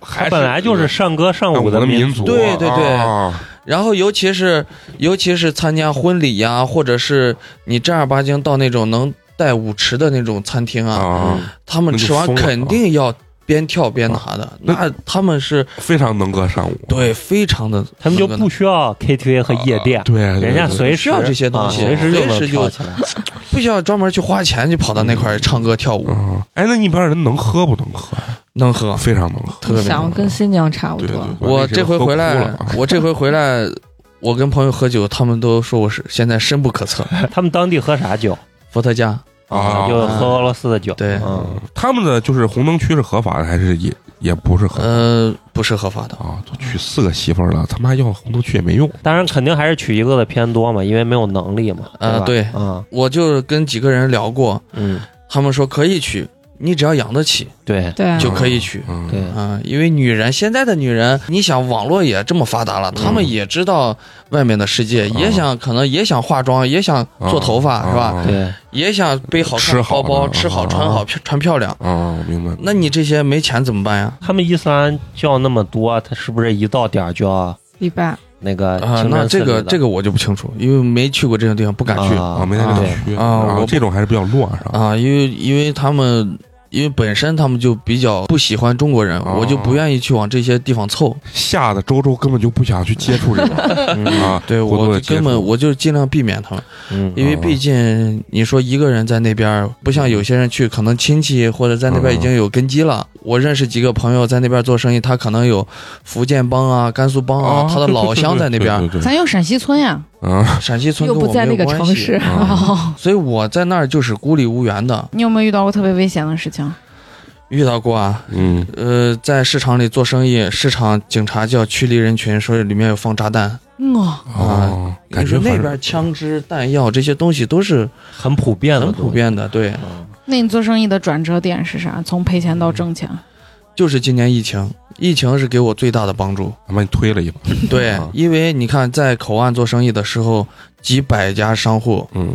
[SPEAKER 1] 还
[SPEAKER 4] 它本来就是
[SPEAKER 1] 是
[SPEAKER 4] 善歌善
[SPEAKER 1] 我
[SPEAKER 4] 舞
[SPEAKER 1] 的
[SPEAKER 4] 民
[SPEAKER 1] 族，
[SPEAKER 6] 对对对
[SPEAKER 1] 啊
[SPEAKER 6] 然后，尤其是尤其是参加婚礼呀，或者是你正儿八经到那种能带舞池的那种餐厅啊，
[SPEAKER 1] 啊，
[SPEAKER 6] 他们
[SPEAKER 1] 那就
[SPEAKER 6] 吃完
[SPEAKER 1] 疯了
[SPEAKER 6] 肯定要边跳边拿的。
[SPEAKER 1] 那
[SPEAKER 6] 那他们是
[SPEAKER 1] 非常能歌善舞，
[SPEAKER 6] 对非常的，
[SPEAKER 4] 他们就不需要 KTV 和夜店
[SPEAKER 1] 啊，对，对
[SPEAKER 4] 人家
[SPEAKER 1] 对
[SPEAKER 4] 随
[SPEAKER 6] 不
[SPEAKER 4] 时
[SPEAKER 6] 需要这些东西
[SPEAKER 4] 啊随时就能
[SPEAKER 6] 随时就
[SPEAKER 4] 跳起来。
[SPEAKER 6] 不需要专门去花钱去跑到那块儿唱歌跳舞，
[SPEAKER 1] 啊，哎，那一般人能喝不能喝？
[SPEAKER 6] 能啊喝。
[SPEAKER 1] 非常能喝，
[SPEAKER 6] 特别
[SPEAKER 3] 想
[SPEAKER 6] 能喝
[SPEAKER 3] 跟新疆差不
[SPEAKER 1] 对对
[SPEAKER 3] 多。
[SPEAKER 1] 对，
[SPEAKER 6] 我
[SPEAKER 1] 这
[SPEAKER 6] 这回回来，
[SPEAKER 1] 啊
[SPEAKER 6] 我这回回来，我跟朋友喝酒，他们都说我是现在深不可测。
[SPEAKER 4] 他们当地喝啥酒
[SPEAKER 6] 伏特加，
[SPEAKER 1] 啊
[SPEAKER 4] 就喝俄罗斯的酒。
[SPEAKER 6] 对
[SPEAKER 4] 哦嗯，
[SPEAKER 1] 他们的就是红灯区是合法的，还是也也不是合法
[SPEAKER 6] 呃，不是合法的。
[SPEAKER 1] 啊？都娶四个媳妇儿了，他妈要红灯区也没用
[SPEAKER 4] 当然肯定还是娶一个的偏多嘛，因为没有能力嘛。
[SPEAKER 6] 啊对
[SPEAKER 4] 吧嗯
[SPEAKER 6] 我就跟几个人聊过，
[SPEAKER 4] 嗯，
[SPEAKER 6] 他们说可以娶，你只要养得起
[SPEAKER 4] 对
[SPEAKER 3] 对，
[SPEAKER 6] 就可以娶。
[SPEAKER 1] 嗯
[SPEAKER 4] 对，
[SPEAKER 6] 啊，因为女人现在的女人，你想网络也这么发达了，她们也知道外面的世界，
[SPEAKER 1] 嗯
[SPEAKER 6] 也想可能也想化妆，也想做头发，
[SPEAKER 1] 啊
[SPEAKER 6] 是吧？
[SPEAKER 1] 啊
[SPEAKER 4] 对，
[SPEAKER 6] 也想背好看
[SPEAKER 1] 吃
[SPEAKER 6] 的
[SPEAKER 1] 好
[SPEAKER 6] 包
[SPEAKER 1] 的
[SPEAKER 6] 包，吃好
[SPEAKER 1] 啊
[SPEAKER 6] 穿好漂穿漂亮。
[SPEAKER 1] 啊，明白。
[SPEAKER 6] 那你这些没钱怎么办呀？
[SPEAKER 4] 他们伊斯兰教那么多，他是不是一到点儿就要
[SPEAKER 3] 礼拜
[SPEAKER 4] 那个
[SPEAKER 6] 啊，那这个这
[SPEAKER 4] 个
[SPEAKER 6] 个我就不清楚，因为没去过这种地方，不敢去
[SPEAKER 1] 啊，没在这
[SPEAKER 4] 对
[SPEAKER 1] 个区
[SPEAKER 6] 啊啊
[SPEAKER 1] 然后
[SPEAKER 6] 我
[SPEAKER 1] 这种还是比较乱，是吧？
[SPEAKER 6] 啊，因为因为他们。因为本身他们就比较不喜欢中国人，
[SPEAKER 1] 哦
[SPEAKER 6] 我就不愿意去往这些地方凑。
[SPEAKER 1] 吓得周周根本就不想去接触这种啊，
[SPEAKER 6] 对
[SPEAKER 1] 过多
[SPEAKER 6] 我
[SPEAKER 1] 地接
[SPEAKER 6] 根
[SPEAKER 1] 触
[SPEAKER 6] 本我就尽量避免他们，
[SPEAKER 4] 嗯
[SPEAKER 6] 因为毕竟你说一个人在那边儿，不像有些人去，可能亲戚或者在那边
[SPEAKER 3] 嗯
[SPEAKER 6] 已经有根基了。我认识几个朋友在那边做生意，他可能有福建帮啊、甘肃帮啊，
[SPEAKER 3] 哦
[SPEAKER 1] 啊，
[SPEAKER 6] 他的
[SPEAKER 1] 对
[SPEAKER 6] 老乡在 那边，，
[SPEAKER 1] 对对对对
[SPEAKER 5] 咱有陕西村呀，
[SPEAKER 1] 对啊，
[SPEAKER 6] 陕西村
[SPEAKER 3] 又
[SPEAKER 6] 跟
[SPEAKER 3] 不
[SPEAKER 6] 我
[SPEAKER 3] 在
[SPEAKER 6] 没
[SPEAKER 3] 那
[SPEAKER 6] 有
[SPEAKER 3] 个
[SPEAKER 6] 关
[SPEAKER 3] 城
[SPEAKER 6] 系
[SPEAKER 3] 市，
[SPEAKER 5] 哦，
[SPEAKER 6] 所以我在那儿就是孤立无援的，
[SPEAKER 5] 你有没有遇到过特别危险的事情？
[SPEAKER 6] 遇到过啊。
[SPEAKER 1] 嗯，
[SPEAKER 6] 呃，在市场里做生意，市场警察就要驱离人群，说里面有放炸弹。
[SPEAKER 5] 哦，
[SPEAKER 1] 哦，感觉
[SPEAKER 6] 你啊说那
[SPEAKER 1] 反
[SPEAKER 6] 边枪支、弹药这些东西都是
[SPEAKER 4] 很普遍的
[SPEAKER 6] 很
[SPEAKER 4] 东西，
[SPEAKER 6] 普遍的，对，
[SPEAKER 4] 嗯。
[SPEAKER 5] 那你做生意的转折点是啥？从赔钱到挣钱，
[SPEAKER 6] 就是今年疫情，疫情是给我最大的帮助。
[SPEAKER 1] 他把你推了一把，
[SPEAKER 6] 对
[SPEAKER 1] 啊，
[SPEAKER 6] 因为你看，在口岸做生意的时候，几百家商户，
[SPEAKER 1] 嗯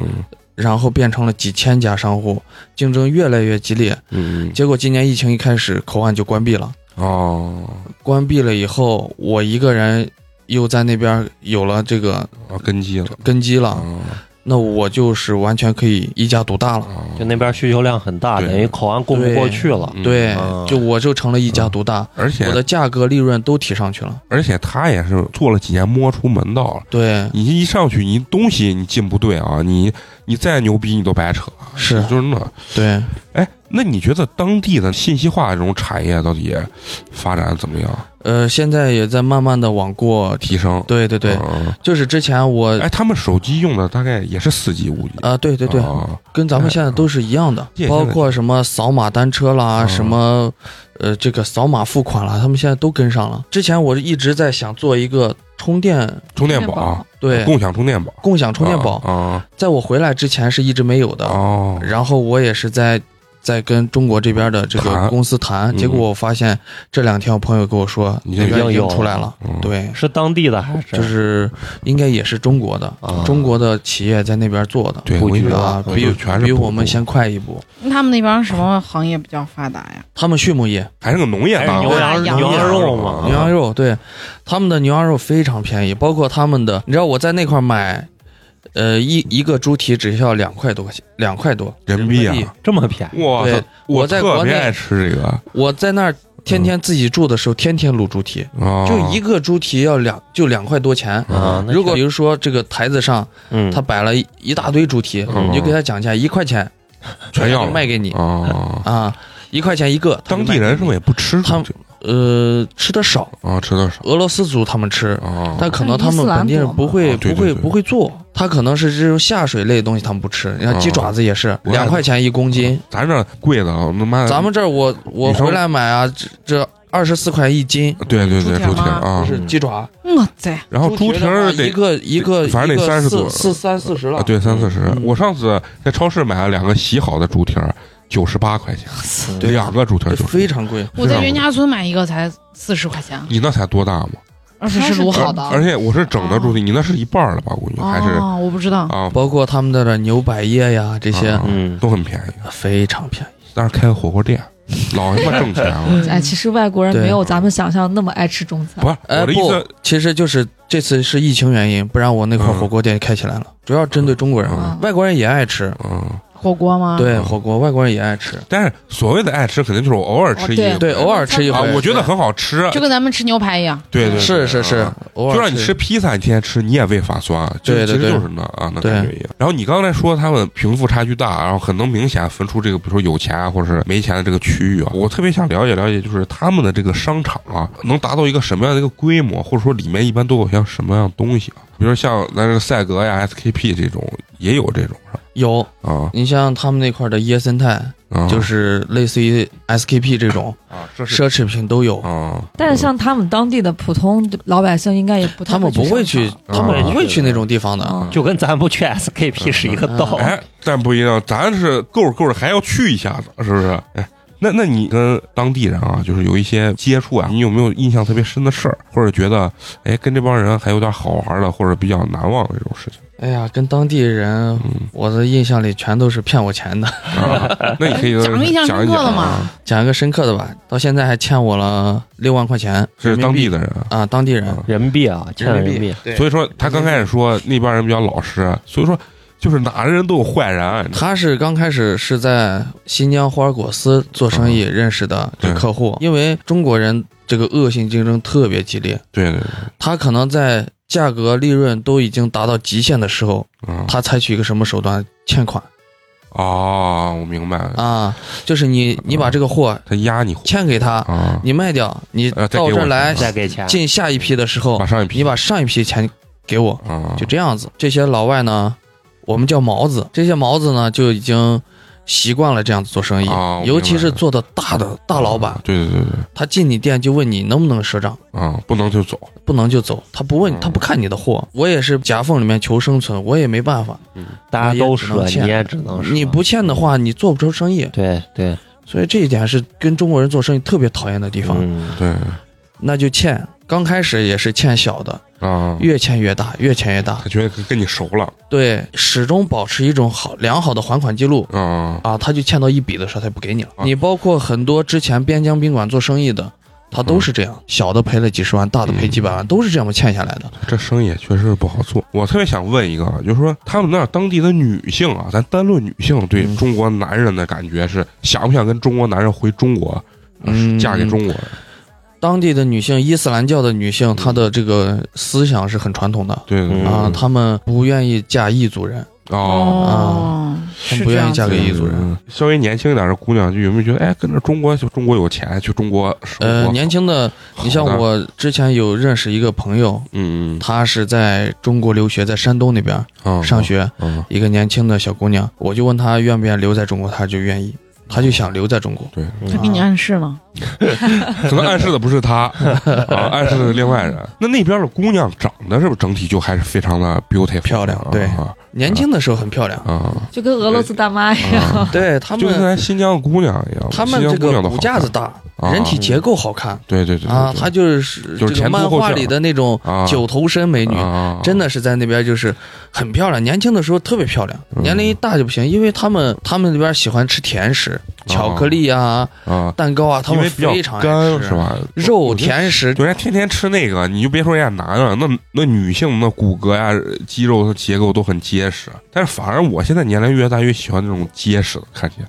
[SPEAKER 6] 然后变成了几千家商户，竞争越来越激烈。
[SPEAKER 1] 嗯，
[SPEAKER 6] 结果今年疫情一开始，口岸就关闭了。
[SPEAKER 1] 哦，
[SPEAKER 6] 关闭了以后，我一个人又在那边有了这个
[SPEAKER 1] 啊，根基了
[SPEAKER 6] 根基了，
[SPEAKER 1] 啊，
[SPEAKER 6] 那我就是完全可以一家独大了。
[SPEAKER 1] 啊，
[SPEAKER 4] 就那边需求量很大，
[SPEAKER 1] 对
[SPEAKER 4] 等于口岸供不过去了。
[SPEAKER 1] 嗯
[SPEAKER 6] 对
[SPEAKER 4] 嗯，
[SPEAKER 6] 就我就成了一家独大，
[SPEAKER 1] 而且
[SPEAKER 6] 我的价格、利润都提上去了。
[SPEAKER 1] 而且他也是做了几年摸出门道了。
[SPEAKER 6] 对，
[SPEAKER 1] 你一上去，你东西你进不对啊，你你再牛逼你都白扯，啊
[SPEAKER 6] 是
[SPEAKER 1] 就是那。
[SPEAKER 6] 对，
[SPEAKER 1] 哎，那你觉得当地的信息化这种产业到底发展怎么样？
[SPEAKER 6] 呃，现在也在慢慢的往过提。
[SPEAKER 1] 提升？
[SPEAKER 6] 对对对，
[SPEAKER 1] 嗯
[SPEAKER 6] 就是之前我
[SPEAKER 1] 哎，他们手机用的大概也是四 G、五 G。
[SPEAKER 6] 啊，对对对，
[SPEAKER 1] 啊
[SPEAKER 6] 跟咱们现在都是一样的
[SPEAKER 1] 哎，
[SPEAKER 6] 包括什么扫码单车啦，
[SPEAKER 1] 嗯
[SPEAKER 6] 什么呃这个扫码付款啦，他们现在都跟上了。之前我一直在想做一个充电，
[SPEAKER 1] 充电宝，啊
[SPEAKER 6] 对，
[SPEAKER 1] 共享充电宝，
[SPEAKER 6] 共享充电宝，呃
[SPEAKER 1] 啊
[SPEAKER 6] 在我回来之前是一直没有
[SPEAKER 1] 啊
[SPEAKER 6] 的。
[SPEAKER 1] 哦，
[SPEAKER 6] 然后我也是在在跟中国这边的这
[SPEAKER 1] 谈
[SPEAKER 6] 个公司谈，
[SPEAKER 1] 嗯
[SPEAKER 6] 结果我发现这两天我朋友跟我说，
[SPEAKER 1] 已
[SPEAKER 6] 那
[SPEAKER 1] 经
[SPEAKER 6] 边已
[SPEAKER 4] 有
[SPEAKER 6] 经出来了，
[SPEAKER 1] 嗯
[SPEAKER 6] 对。
[SPEAKER 4] 是当地的还是？
[SPEAKER 6] 就是应该也是中国的，
[SPEAKER 4] 啊
[SPEAKER 6] 中国的企业在那边做的，
[SPEAKER 1] 对，
[SPEAKER 4] 布
[SPEAKER 1] 我跟
[SPEAKER 4] 局
[SPEAKER 1] 你说
[SPEAKER 6] 啊，
[SPEAKER 1] 我
[SPEAKER 6] 比
[SPEAKER 1] 就全是
[SPEAKER 6] 比
[SPEAKER 1] 布
[SPEAKER 6] 我们
[SPEAKER 1] 布
[SPEAKER 6] 先快一步。
[SPEAKER 5] 那他们那边什么行业比较发达呀？
[SPEAKER 6] 他们畜牧业，
[SPEAKER 1] 还是个农业
[SPEAKER 4] 还是
[SPEAKER 1] 大
[SPEAKER 4] 牛
[SPEAKER 1] 国
[SPEAKER 4] 羊
[SPEAKER 5] 羊
[SPEAKER 4] 羊
[SPEAKER 1] 肉
[SPEAKER 4] 肉
[SPEAKER 1] 嘛
[SPEAKER 4] 嘛？
[SPEAKER 1] 啊
[SPEAKER 6] 牛羊肉，对，他们的牛羊肉非常便宜，包括他们的，你知道我在那块买，呃，一一个猪蹄只需要两块多块钱，两块多
[SPEAKER 1] 人民币啊
[SPEAKER 6] 人民币
[SPEAKER 4] 这么便宜？
[SPEAKER 1] 哇
[SPEAKER 6] 对
[SPEAKER 1] 塞，我
[SPEAKER 6] 我在
[SPEAKER 1] 特
[SPEAKER 6] 国
[SPEAKER 1] 别
[SPEAKER 6] 内
[SPEAKER 1] 爱吃这个
[SPEAKER 6] 我在那儿天天自己住的时候，天天卤猪蹄，
[SPEAKER 1] 啊，嗯
[SPEAKER 6] 就一个猪蹄要两就两块多钱。
[SPEAKER 4] 啊，那
[SPEAKER 6] 如果
[SPEAKER 4] 确
[SPEAKER 6] 比如说这个台子上
[SPEAKER 4] 嗯，
[SPEAKER 6] 他摆了一一大堆猪蹄，
[SPEAKER 1] 嗯
[SPEAKER 6] 你就给他讲价一块钱，
[SPEAKER 1] 全要了
[SPEAKER 6] 卖给你
[SPEAKER 1] 啊。
[SPEAKER 6] 啊，一块钱一个。他就
[SPEAKER 1] 当
[SPEAKER 6] 卖
[SPEAKER 1] 地
[SPEAKER 6] 给
[SPEAKER 1] 人
[SPEAKER 6] 你
[SPEAKER 1] 是不是也不吃
[SPEAKER 6] 他
[SPEAKER 1] 这
[SPEAKER 6] 们
[SPEAKER 1] 个
[SPEAKER 6] 呃吃的少，
[SPEAKER 1] 啊？吃的少
[SPEAKER 6] 俄罗斯族他们吃，
[SPEAKER 1] 啊，
[SPEAKER 6] 但可能他们本地人不
[SPEAKER 1] 啊
[SPEAKER 6] 会
[SPEAKER 1] 对对
[SPEAKER 6] 不
[SPEAKER 1] 对
[SPEAKER 6] 会不会做，他可能是这种下水类的东西他们不吃。你
[SPEAKER 1] 啊
[SPEAKER 6] 看鸡爪子也是
[SPEAKER 1] 我也
[SPEAKER 6] 两块钱一公斤，
[SPEAKER 1] 咱这贵的，我他妈
[SPEAKER 6] 咱们这儿我我
[SPEAKER 1] 你说
[SPEAKER 6] 回来买啊，这这二十四块一斤，
[SPEAKER 1] 对对对，猪
[SPEAKER 5] 猪蹄儿
[SPEAKER 1] 蹄儿啊
[SPEAKER 6] 就，是鸡爪。
[SPEAKER 5] 我在
[SPEAKER 1] 然后猪
[SPEAKER 6] 蹄
[SPEAKER 1] 蹄
[SPEAKER 6] 儿
[SPEAKER 1] 儿
[SPEAKER 6] 的话
[SPEAKER 1] 得
[SPEAKER 6] 一个一个，
[SPEAKER 1] 反正得
[SPEAKER 6] 一个
[SPEAKER 1] 30
[SPEAKER 6] 四
[SPEAKER 1] 多
[SPEAKER 6] 四三四十
[SPEAKER 1] 啊，
[SPEAKER 6] 了。
[SPEAKER 1] 对三四十。
[SPEAKER 4] 嗯
[SPEAKER 1] 我上次在超市买了两个洗好的猪蹄儿，九十八块钱，
[SPEAKER 6] 对
[SPEAKER 1] 两个猪蹄儿
[SPEAKER 6] 这
[SPEAKER 1] 九
[SPEAKER 6] 非。常贵。
[SPEAKER 5] 我在袁家村买一个才四十块钱，
[SPEAKER 1] 你那才多大嘛？
[SPEAKER 5] 而且是卤
[SPEAKER 6] 啊
[SPEAKER 5] 好的。
[SPEAKER 1] 而且我是整的猪蹄，你那是一半儿了吧？我估计还是
[SPEAKER 5] 哦，我不知道。
[SPEAKER 1] 啊，
[SPEAKER 6] 包括他们那儿的牛百叶呀，这些
[SPEAKER 1] 啊
[SPEAKER 4] 嗯
[SPEAKER 1] 都很便宜。
[SPEAKER 6] 非常便宜。
[SPEAKER 1] 但是开个火锅店，老他妈挣钱 了。
[SPEAKER 3] 哎，其实外国人
[SPEAKER 6] 对
[SPEAKER 3] 没有咱们想象那么爱吃中餐
[SPEAKER 1] 不。是
[SPEAKER 6] 哎
[SPEAKER 1] 我的意
[SPEAKER 6] 不
[SPEAKER 1] 思，，
[SPEAKER 6] 其实就是这次是疫情原因，不然我那块
[SPEAKER 1] 嗯
[SPEAKER 6] 火锅店开起来了，主要针对中国人，
[SPEAKER 1] 嗯
[SPEAKER 6] 外国人也爱吃。
[SPEAKER 1] 嗯，
[SPEAKER 5] 火锅吗？，
[SPEAKER 6] 对
[SPEAKER 1] 嗯
[SPEAKER 6] 火锅，外国人也爱吃。
[SPEAKER 1] 但是所谓的爱吃，肯定就是我偶尔吃一
[SPEAKER 3] 哦
[SPEAKER 6] 对，偶尔吃一回，
[SPEAKER 1] 啊，我觉得很好吃。
[SPEAKER 5] 就跟咱们吃牛排一样。
[SPEAKER 1] 对对，
[SPEAKER 6] 是
[SPEAKER 1] 对
[SPEAKER 6] 是是
[SPEAKER 1] 啊，
[SPEAKER 6] 偶尔
[SPEAKER 1] 就让你吃披萨，你天天吃你也胃发酸，啊就
[SPEAKER 6] 对对
[SPEAKER 1] 其实
[SPEAKER 6] 对
[SPEAKER 1] 就是那啊那感觉一样。然后你刚才说他们贫富差距大，然后很能明显分出这个，比如说有钱啊，或者是没钱的这个区域啊。我特别想了解了解，就是他们的这个商场啊，能达到一个什么样的一个规模，或者说里面一般都有像什么样的东西啊？比如像咱这赛格呀、SKP 这种也有这种是吧？
[SPEAKER 6] 有。
[SPEAKER 1] 啊
[SPEAKER 6] 你像他们那块的椰生态，
[SPEAKER 1] 啊，
[SPEAKER 6] 就是类似于 SKP 这种
[SPEAKER 1] 啊，这是
[SPEAKER 6] 奢侈品都有。
[SPEAKER 1] 啊，
[SPEAKER 3] 但是像他们当地的普通老百姓，应该也不太
[SPEAKER 6] 他们不会去
[SPEAKER 3] 上，
[SPEAKER 1] 嗯
[SPEAKER 6] 他们不会去那种地方
[SPEAKER 3] 场
[SPEAKER 6] 的。
[SPEAKER 3] 啊。
[SPEAKER 4] 就跟咱不去 SKP 是一
[SPEAKER 6] 嗯
[SPEAKER 4] 个道理。
[SPEAKER 1] 哎，但不一样，咱是够够的，还要去一下子，是不是？哎，那那你跟当地人啊，就是有一些接触啊，你有没有印象特别深的事儿，或者觉得哎跟这帮人还有点好玩的，或者比较难忘的这种事情？
[SPEAKER 6] 哎呀，跟当地人，
[SPEAKER 1] 嗯，
[SPEAKER 6] 我的印象里全都是骗我钱的。
[SPEAKER 1] 啊，那你可以
[SPEAKER 5] 讲个印象
[SPEAKER 1] 讲一
[SPEAKER 5] 深刻
[SPEAKER 1] 讲
[SPEAKER 5] 的
[SPEAKER 1] 啊
[SPEAKER 5] 嘛，
[SPEAKER 6] 讲一个深刻的吧，到现在还欠我了六万块钱，
[SPEAKER 1] 是当地
[SPEAKER 6] 人
[SPEAKER 1] 的人。
[SPEAKER 6] 民币啊，当地人
[SPEAKER 1] 啊
[SPEAKER 4] 人民币啊，欠人民币，
[SPEAKER 6] 对
[SPEAKER 1] 所以说他刚开始说那帮人比较老实，啊所以说就是哪人都有坏人，啊
[SPEAKER 6] 嗯他是刚开始是在新疆霍尔果斯做生意认识的这客户，
[SPEAKER 1] 嗯
[SPEAKER 6] 因为中国人这个恶性竞争特别激烈，
[SPEAKER 1] 对对
[SPEAKER 6] 他可能在价格、利润都已经达到极限的时候，
[SPEAKER 1] 对，啊，
[SPEAKER 6] 他采取一个什么手段？欠款
[SPEAKER 1] 哦，我明白了，
[SPEAKER 6] 啊，就是你你把这个货
[SPEAKER 1] 他压你
[SPEAKER 6] 欠给他，
[SPEAKER 1] 啊，
[SPEAKER 6] 你卖掉，你
[SPEAKER 1] 呃再
[SPEAKER 6] 到
[SPEAKER 1] 给我嗯
[SPEAKER 6] 这儿来
[SPEAKER 4] 再给钱。
[SPEAKER 6] 进下一批的时候
[SPEAKER 1] 把，上一批
[SPEAKER 6] 你把上一批钱给我，
[SPEAKER 1] 啊，
[SPEAKER 6] 就这样子。这些老外呢，我们叫毛子，这些毛子呢就已经习惯了这样子做生意，
[SPEAKER 1] 哦我
[SPEAKER 6] 尤其
[SPEAKER 1] 明
[SPEAKER 6] 是
[SPEAKER 1] 白哦
[SPEAKER 6] 做的大的大老板，
[SPEAKER 1] 对对对对。
[SPEAKER 6] 他进你店就问你能不能赊账，
[SPEAKER 1] 啊、不能就走。
[SPEAKER 6] 不能就走，他不问
[SPEAKER 1] 嗯，
[SPEAKER 6] 他不看你的货。我也是夹缝里面求生存，我也没办法。
[SPEAKER 4] 大家都舍
[SPEAKER 6] 我，也只能
[SPEAKER 4] 你也只
[SPEAKER 1] 哦
[SPEAKER 4] 能舍。
[SPEAKER 6] 你不欠的话，你做不出生意。
[SPEAKER 4] 对对，
[SPEAKER 6] 所以这一点是跟中国人做生意特别讨厌的地方。
[SPEAKER 4] 嗯，
[SPEAKER 1] 对
[SPEAKER 6] 那就欠，刚开始也是欠小的，
[SPEAKER 1] 啊，
[SPEAKER 6] 越欠越大，越欠越大
[SPEAKER 1] 他。觉得跟跟你熟了
[SPEAKER 6] 对，始终保持一种好良好的还款记录。
[SPEAKER 1] 啊
[SPEAKER 6] 啊，他就欠到一笔的时候，他就不给你了。
[SPEAKER 1] 啊
[SPEAKER 6] 你包括很多之前边疆宾馆做生意的，它都是这样，小的赔了几十万，大的赔几百万，都是这样欠下来的。
[SPEAKER 1] 这生意也确实不好做。我特别想问一个啊，就是说他们那儿当地的女性啊，咱单论女性对
[SPEAKER 6] 嗯
[SPEAKER 1] 中国男人的感觉是想不想跟中国男人回中国，呃
[SPEAKER 6] 嗯
[SPEAKER 1] 嫁给中国人？
[SPEAKER 6] 当地的女性，伊斯兰教的女性，她的这个思想是很传统的
[SPEAKER 1] 对对
[SPEAKER 4] 嗯
[SPEAKER 6] 啊，她们不愿意嫁异族人，
[SPEAKER 1] 哦，
[SPEAKER 6] 她
[SPEAKER 5] 是
[SPEAKER 6] 们不
[SPEAKER 5] 这
[SPEAKER 6] 愿
[SPEAKER 5] 样
[SPEAKER 6] 意嫁
[SPEAKER 5] 子
[SPEAKER 6] 给
[SPEAKER 5] 的
[SPEAKER 6] 异族人。
[SPEAKER 1] 嗯。稍微年轻一点的姑娘，就有没有觉得哎，跟着中国就中国有钱，去中国生活？
[SPEAKER 6] 呃，年轻的，你像
[SPEAKER 1] 好的，
[SPEAKER 6] 我之前有认识一个朋友，
[SPEAKER 1] 嗯嗯
[SPEAKER 6] 她是在中国留学，在山东那边
[SPEAKER 1] 啊，
[SPEAKER 6] 上学，
[SPEAKER 1] 啊，
[SPEAKER 6] 一个年轻的小姑娘，我就问她愿不愿意留在中国，她就愿意，她就想留在中国。
[SPEAKER 1] 对，
[SPEAKER 4] 嗯
[SPEAKER 5] 他给你
[SPEAKER 6] 啊
[SPEAKER 5] 暗示了，
[SPEAKER 1] 可能暗示的不是 他，啊，暗示的是另外人。那那边的姑娘长得是不是整体就还是非常的 beautiful
[SPEAKER 6] 漂亮
[SPEAKER 1] 啊
[SPEAKER 6] 对
[SPEAKER 1] 啊
[SPEAKER 6] 年轻的时候很漂亮，
[SPEAKER 1] 啊，
[SPEAKER 3] 就跟俄罗斯大妈一样，
[SPEAKER 1] 啊
[SPEAKER 6] 对他
[SPEAKER 1] 就跟
[SPEAKER 6] 们，
[SPEAKER 1] 咱新疆的姑娘一样，
[SPEAKER 6] 他们
[SPEAKER 1] 新疆
[SPEAKER 6] 这
[SPEAKER 1] 啊姑
[SPEAKER 6] 个
[SPEAKER 1] 娘都好
[SPEAKER 6] 骨
[SPEAKER 1] 看
[SPEAKER 6] 架子，大，
[SPEAKER 1] 啊
[SPEAKER 6] 人体结构好看
[SPEAKER 1] 对对对
[SPEAKER 6] 啊，她
[SPEAKER 1] 她
[SPEAKER 6] 就是
[SPEAKER 1] 就是
[SPEAKER 6] 这个
[SPEAKER 1] 前凸
[SPEAKER 6] 漫
[SPEAKER 1] 后
[SPEAKER 6] 画
[SPEAKER 1] 翘
[SPEAKER 6] 里的那种
[SPEAKER 1] 啊
[SPEAKER 6] 九头身美女，
[SPEAKER 1] 啊，
[SPEAKER 6] 真的是在那边就是很漂亮，年轻的时候特别漂亮，
[SPEAKER 1] 嗯
[SPEAKER 6] 年龄一大就不行，因为他们他们那边喜欢吃甜食，巧克力啊、
[SPEAKER 1] 啊，
[SPEAKER 6] 蛋糕啊，他
[SPEAKER 1] 因
[SPEAKER 6] 们
[SPEAKER 1] 为比较
[SPEAKER 6] 非常爱
[SPEAKER 1] 干
[SPEAKER 6] 吃
[SPEAKER 1] 是？吧？
[SPEAKER 6] 肉
[SPEAKER 1] 我觉得
[SPEAKER 6] 甜食
[SPEAKER 1] 对，人家天天吃那个，你就别说人家男了，那那女性那骨骼呀、肌肉的结构都很结实，但是反而我现在年龄越大越喜欢那种结实的，看起来，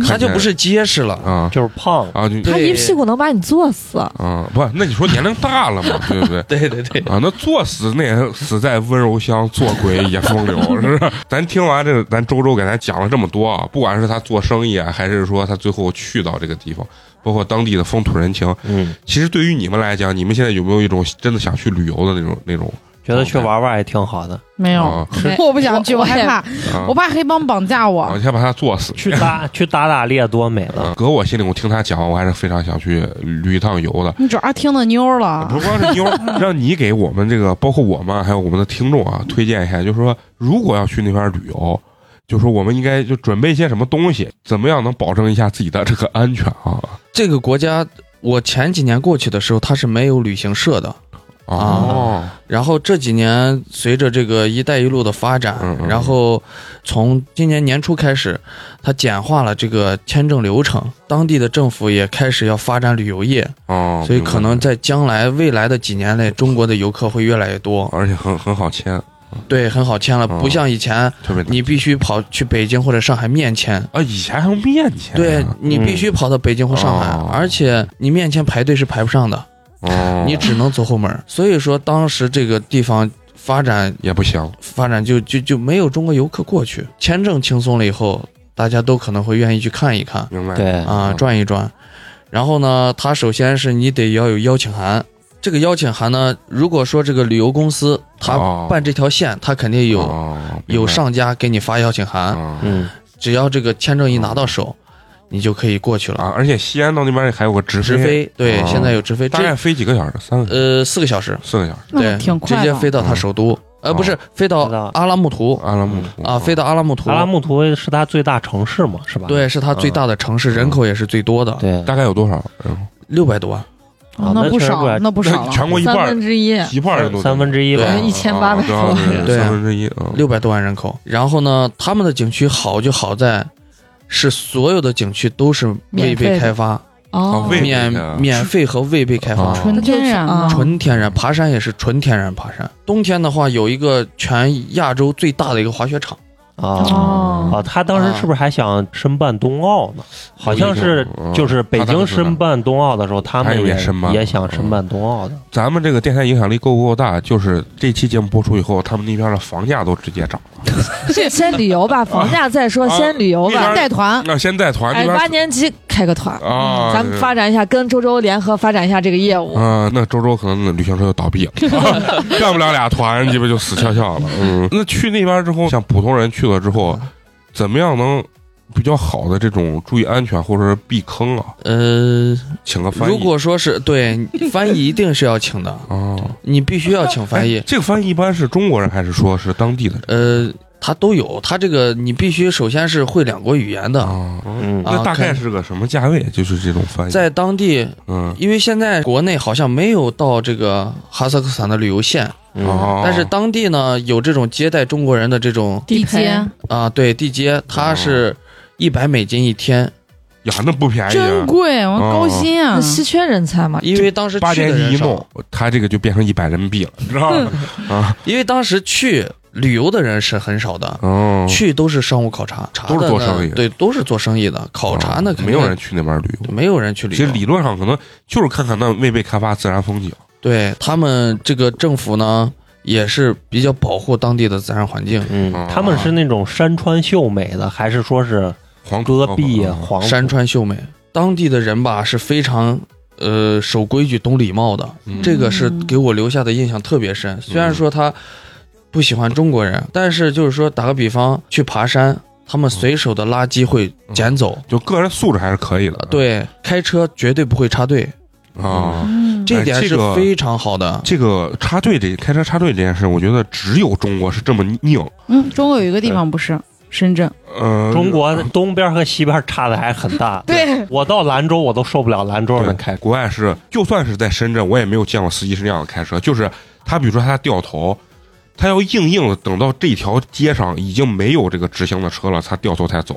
[SPEAKER 6] 它
[SPEAKER 1] 看起
[SPEAKER 6] 就
[SPEAKER 1] 来
[SPEAKER 6] 不是结 实了。
[SPEAKER 1] 啊
[SPEAKER 4] 就是胖，
[SPEAKER 1] 啊就
[SPEAKER 3] 她
[SPEAKER 6] 对
[SPEAKER 3] 一屁股能把你坐死。
[SPEAKER 1] 啊，不，那你说年龄大了嘛，对不对？
[SPEAKER 6] 对对对，
[SPEAKER 1] 啊，那作死那也死在温柔乡，做鬼也风流，是 不是？咱听完这，咱周周给咱讲了这么多啊，不管是他做生意啊，还是说他最后去到这个地方，包括当地的风土人情，
[SPEAKER 4] 嗯，
[SPEAKER 1] 其实对于你们来讲，你们现在有没有一种真的想去旅游的那种那种？
[SPEAKER 4] 觉得去玩玩也挺好的。
[SPEAKER 5] 没有，
[SPEAKER 1] 啊，
[SPEAKER 5] 我不想去，
[SPEAKER 3] 我
[SPEAKER 5] 我害怕，
[SPEAKER 1] 啊
[SPEAKER 5] 我怕黑帮绑架
[SPEAKER 1] 啊
[SPEAKER 5] 我
[SPEAKER 1] 你。先把他作死。
[SPEAKER 4] 去打 去打打猎多美
[SPEAKER 1] 啊
[SPEAKER 4] 了，
[SPEAKER 1] 搁我心里，我听他讲，我还是非常想去旅一趟游的。
[SPEAKER 5] 你主要听的妞
[SPEAKER 1] 不
[SPEAKER 5] 了，
[SPEAKER 1] 光是妞儿，让你给我们这个，包括我们啊还有我们的听众啊，推荐一下，就是说，如果要去那边旅游，就说我们应该就准备一些什么东西，怎么样能保证一下自己的这个安全啊？
[SPEAKER 6] 这个国家我前几年过去的时候，它是没有旅行社的。
[SPEAKER 1] 哦，
[SPEAKER 6] 然后这几年随着这个“一带一路”的发展，
[SPEAKER 1] 嗯嗯
[SPEAKER 6] 然后从今年年初开始，它简化了这个签证流程，当地的政府也开始要发展旅游业，
[SPEAKER 1] 哦，
[SPEAKER 6] 所以可能
[SPEAKER 1] 明白
[SPEAKER 6] 在将来未来的几年内，中国的游客会越来越多。
[SPEAKER 1] 而且很很好签，
[SPEAKER 6] 对，很好签了，
[SPEAKER 1] 哦
[SPEAKER 6] 不像以前
[SPEAKER 1] 特别
[SPEAKER 6] 你必须跑去北京或者上海面签。
[SPEAKER 1] 啊，以前还用面签啊，
[SPEAKER 6] 对你必须跑到北京或上海，
[SPEAKER 1] 哦
[SPEAKER 6] 而且你面签排队是排不上的，
[SPEAKER 1] 哦，
[SPEAKER 6] 你只能走后门儿。所以说，当时这个地方发展
[SPEAKER 1] 也不行，
[SPEAKER 6] 发展就就就没有中国游客过去，签证轻松了以后，大家都可能会愿意去看一看
[SPEAKER 1] 明白？
[SPEAKER 4] 对
[SPEAKER 6] 啊、
[SPEAKER 1] 哦
[SPEAKER 6] 转一转。然后呢，它首先是你得要有邀请函，这个邀请函呢，如果说这个旅游公司它
[SPEAKER 1] 哦，
[SPEAKER 6] 办这条线，它肯定有、
[SPEAKER 1] 哦明白
[SPEAKER 6] 有上家给你发邀请函，
[SPEAKER 1] 啊
[SPEAKER 4] 嗯，
[SPEAKER 6] 只要这个签证一拿到手，你就可以过去了。
[SPEAKER 1] 哦啊，而且西安到那边还有个直
[SPEAKER 6] 直飞对，
[SPEAKER 1] 哦
[SPEAKER 6] 现在有直飞，
[SPEAKER 1] 大概
[SPEAKER 6] 这
[SPEAKER 1] 飞几个小时？三个小时、
[SPEAKER 6] 呃四个小时，
[SPEAKER 1] 四个小时？
[SPEAKER 5] 那
[SPEAKER 6] 对，
[SPEAKER 5] 挺
[SPEAKER 6] 直
[SPEAKER 5] 快
[SPEAKER 6] 接
[SPEAKER 5] 的。
[SPEAKER 6] 飞到它
[SPEAKER 1] 嗯哦
[SPEAKER 6] 首都，呃不是飞
[SPEAKER 4] 飞到
[SPEAKER 6] 到阿拉木图
[SPEAKER 1] 阿拉木图
[SPEAKER 6] 啊，飞到阿拉木图，
[SPEAKER 4] 阿拉木图是它最大城市嘛，是吧？
[SPEAKER 6] 对，是它最大的城市，
[SPEAKER 4] 嗯
[SPEAKER 6] 人口也是最多的，
[SPEAKER 4] 对，
[SPEAKER 1] 大概有多少？嗯
[SPEAKER 6] 六百多万。
[SPEAKER 5] 哦
[SPEAKER 4] 啊
[SPEAKER 5] 那
[SPEAKER 4] 那
[SPEAKER 5] 不
[SPEAKER 4] 确实
[SPEAKER 5] 少
[SPEAKER 4] 不少，
[SPEAKER 5] 那不少了。
[SPEAKER 1] 全国一
[SPEAKER 3] 啊三
[SPEAKER 1] 半儿
[SPEAKER 3] 分，之
[SPEAKER 6] 啊
[SPEAKER 3] 一，
[SPEAKER 1] 一半儿人都
[SPEAKER 4] 三分之一吧
[SPEAKER 6] 对。
[SPEAKER 3] 一1800
[SPEAKER 1] 啊对
[SPEAKER 6] 对
[SPEAKER 1] 三分之一，嗯
[SPEAKER 6] 六百多万人口。然后呢，他们的景区好就好在，是所有的景区都是未
[SPEAKER 3] 免费
[SPEAKER 6] 被
[SPEAKER 3] 的
[SPEAKER 6] 开发，
[SPEAKER 3] 哦
[SPEAKER 1] 啊，未
[SPEAKER 6] 免
[SPEAKER 1] 的
[SPEAKER 6] 免费和未被开发
[SPEAKER 1] 啊，
[SPEAKER 5] 纯天然
[SPEAKER 3] 啊
[SPEAKER 5] 的，
[SPEAKER 6] 纯天然爬山也是纯天然爬山。冬天的话，有一个全亚洲最大的一个滑雪场，
[SPEAKER 4] 啊
[SPEAKER 3] 哦，
[SPEAKER 4] 啊！他当时是不是还想申办冬奥呢？好像是
[SPEAKER 1] 嗯
[SPEAKER 4] 就是北京申办冬奥的时候，他
[SPEAKER 1] 他
[SPEAKER 4] 们
[SPEAKER 1] 也申办
[SPEAKER 4] 也想申办冬奥的。
[SPEAKER 1] 咱们这个电台影响力够不够大？就是这期节目播出以后，他们那边的房价都直接涨了。
[SPEAKER 3] 先旅游吧，房价再说，
[SPEAKER 1] 啊
[SPEAKER 3] 先旅游
[SPEAKER 1] 那
[SPEAKER 3] 吧
[SPEAKER 1] 边。
[SPEAKER 5] 带团，
[SPEAKER 1] 那先带团那
[SPEAKER 3] 哎，
[SPEAKER 1] 边
[SPEAKER 3] 八年级开个团，嗯
[SPEAKER 1] 啊，
[SPEAKER 3] 咱们发展一下，跟周周联合发展一下这个业
[SPEAKER 5] 嗯
[SPEAKER 3] 务。
[SPEAKER 1] 啊，那周周可能旅行社就倒 闭了，干不了俩团，鸡巴就死翘翘了。嗯，那去那边之后，像普通人去了之后，怎么样能比较好的这种注意安全或者是避坑啊？
[SPEAKER 6] 呃，
[SPEAKER 1] 请个翻译。
[SPEAKER 6] 如果说是对翻译，一定是要请 的，
[SPEAKER 1] 啊，
[SPEAKER 6] 你必须要请翻
[SPEAKER 1] 哎
[SPEAKER 6] 译。
[SPEAKER 1] 这个翻译一般是中国人还是说是当地的人
[SPEAKER 6] 呃，他都有，他这个你必须首先是会两国语言的，
[SPEAKER 1] 啊？
[SPEAKER 4] 嗯
[SPEAKER 6] 啊
[SPEAKER 1] 那大概
[SPEAKER 6] 看
[SPEAKER 1] 是个什么价位？就是这种翻译，
[SPEAKER 6] 在当地
[SPEAKER 1] 嗯，
[SPEAKER 6] 因为现在国内好像没有到这个哈萨克斯坦的旅游线，
[SPEAKER 4] 嗯
[SPEAKER 1] 哦
[SPEAKER 6] 但是当地呢有这种接待中国人的这种
[SPEAKER 5] 地
[SPEAKER 1] 哎
[SPEAKER 3] 陪
[SPEAKER 5] 接
[SPEAKER 6] 啊，对地接，
[SPEAKER 1] 哦
[SPEAKER 6] 它是一百美金一天，
[SPEAKER 1] 呀，那不便宜啊，哦
[SPEAKER 5] 真贵，我高薪啊！啊
[SPEAKER 3] 那！稀缺人才嘛，
[SPEAKER 6] 因为当时
[SPEAKER 1] 八
[SPEAKER 6] 去
[SPEAKER 1] 年
[SPEAKER 6] 的
[SPEAKER 1] 级
[SPEAKER 6] 人
[SPEAKER 1] 一
[SPEAKER 6] 少
[SPEAKER 1] 弄，，他这个就变成一百人民币了，你知道吗？啊，
[SPEAKER 6] 因为当时去旅游的人是很少的，
[SPEAKER 1] 哦，
[SPEAKER 6] 嗯去都是商务考察，查的
[SPEAKER 1] 都是做
[SPEAKER 6] 呢
[SPEAKER 1] 生意的
[SPEAKER 6] 对，都是做生意的。考察呢，
[SPEAKER 1] 哦
[SPEAKER 6] 肯定
[SPEAKER 1] 没有人去那边旅游。
[SPEAKER 6] 没有人去旅
[SPEAKER 1] 其
[SPEAKER 6] 游，
[SPEAKER 1] 实理论上可能就是看看那未被开发自然风景。
[SPEAKER 6] 对他们这个政府呢，也是比较保护当地的自然环境，
[SPEAKER 4] 嗯，他们是那种山川秀美的，还是说是
[SPEAKER 1] 黄
[SPEAKER 4] 戈
[SPEAKER 1] 土
[SPEAKER 4] 壁啊
[SPEAKER 1] 哦
[SPEAKER 4] 黄土
[SPEAKER 6] 山川秀美。当地的人吧是非常呃守规矩、懂礼貌的，
[SPEAKER 1] 嗯
[SPEAKER 6] 这个是给我留下的印象特别深。虽然说他不喜欢中国人，但是就是说打个比方，去爬山，他们随手的垃圾会
[SPEAKER 1] 嗯
[SPEAKER 6] 捡走。呃
[SPEAKER 1] 就个人素质还是可以的。
[SPEAKER 6] 啊对，开车绝对不会插队，
[SPEAKER 1] 啊，
[SPEAKER 5] 嗯
[SPEAKER 6] 这点
[SPEAKER 1] 哎这
[SPEAKER 6] 是
[SPEAKER 1] 个
[SPEAKER 6] 非常好的。
[SPEAKER 1] 这个插队这开车插队这件事，我觉得只有中国是这么拧。
[SPEAKER 5] 嗯，中国有一个地方不是深圳，
[SPEAKER 1] 呃，
[SPEAKER 4] 中国东边和西边差的还是很大。
[SPEAKER 5] 对，
[SPEAKER 4] 我到兰州我都受不了兰州
[SPEAKER 1] 对
[SPEAKER 4] 人开，
[SPEAKER 1] 国外是，就算是在深圳，我也没有见过司机是那样的开车，就是他比如说他掉头。他要硬硬的等到这条街上已经没有这个直行的车了，他掉头才走。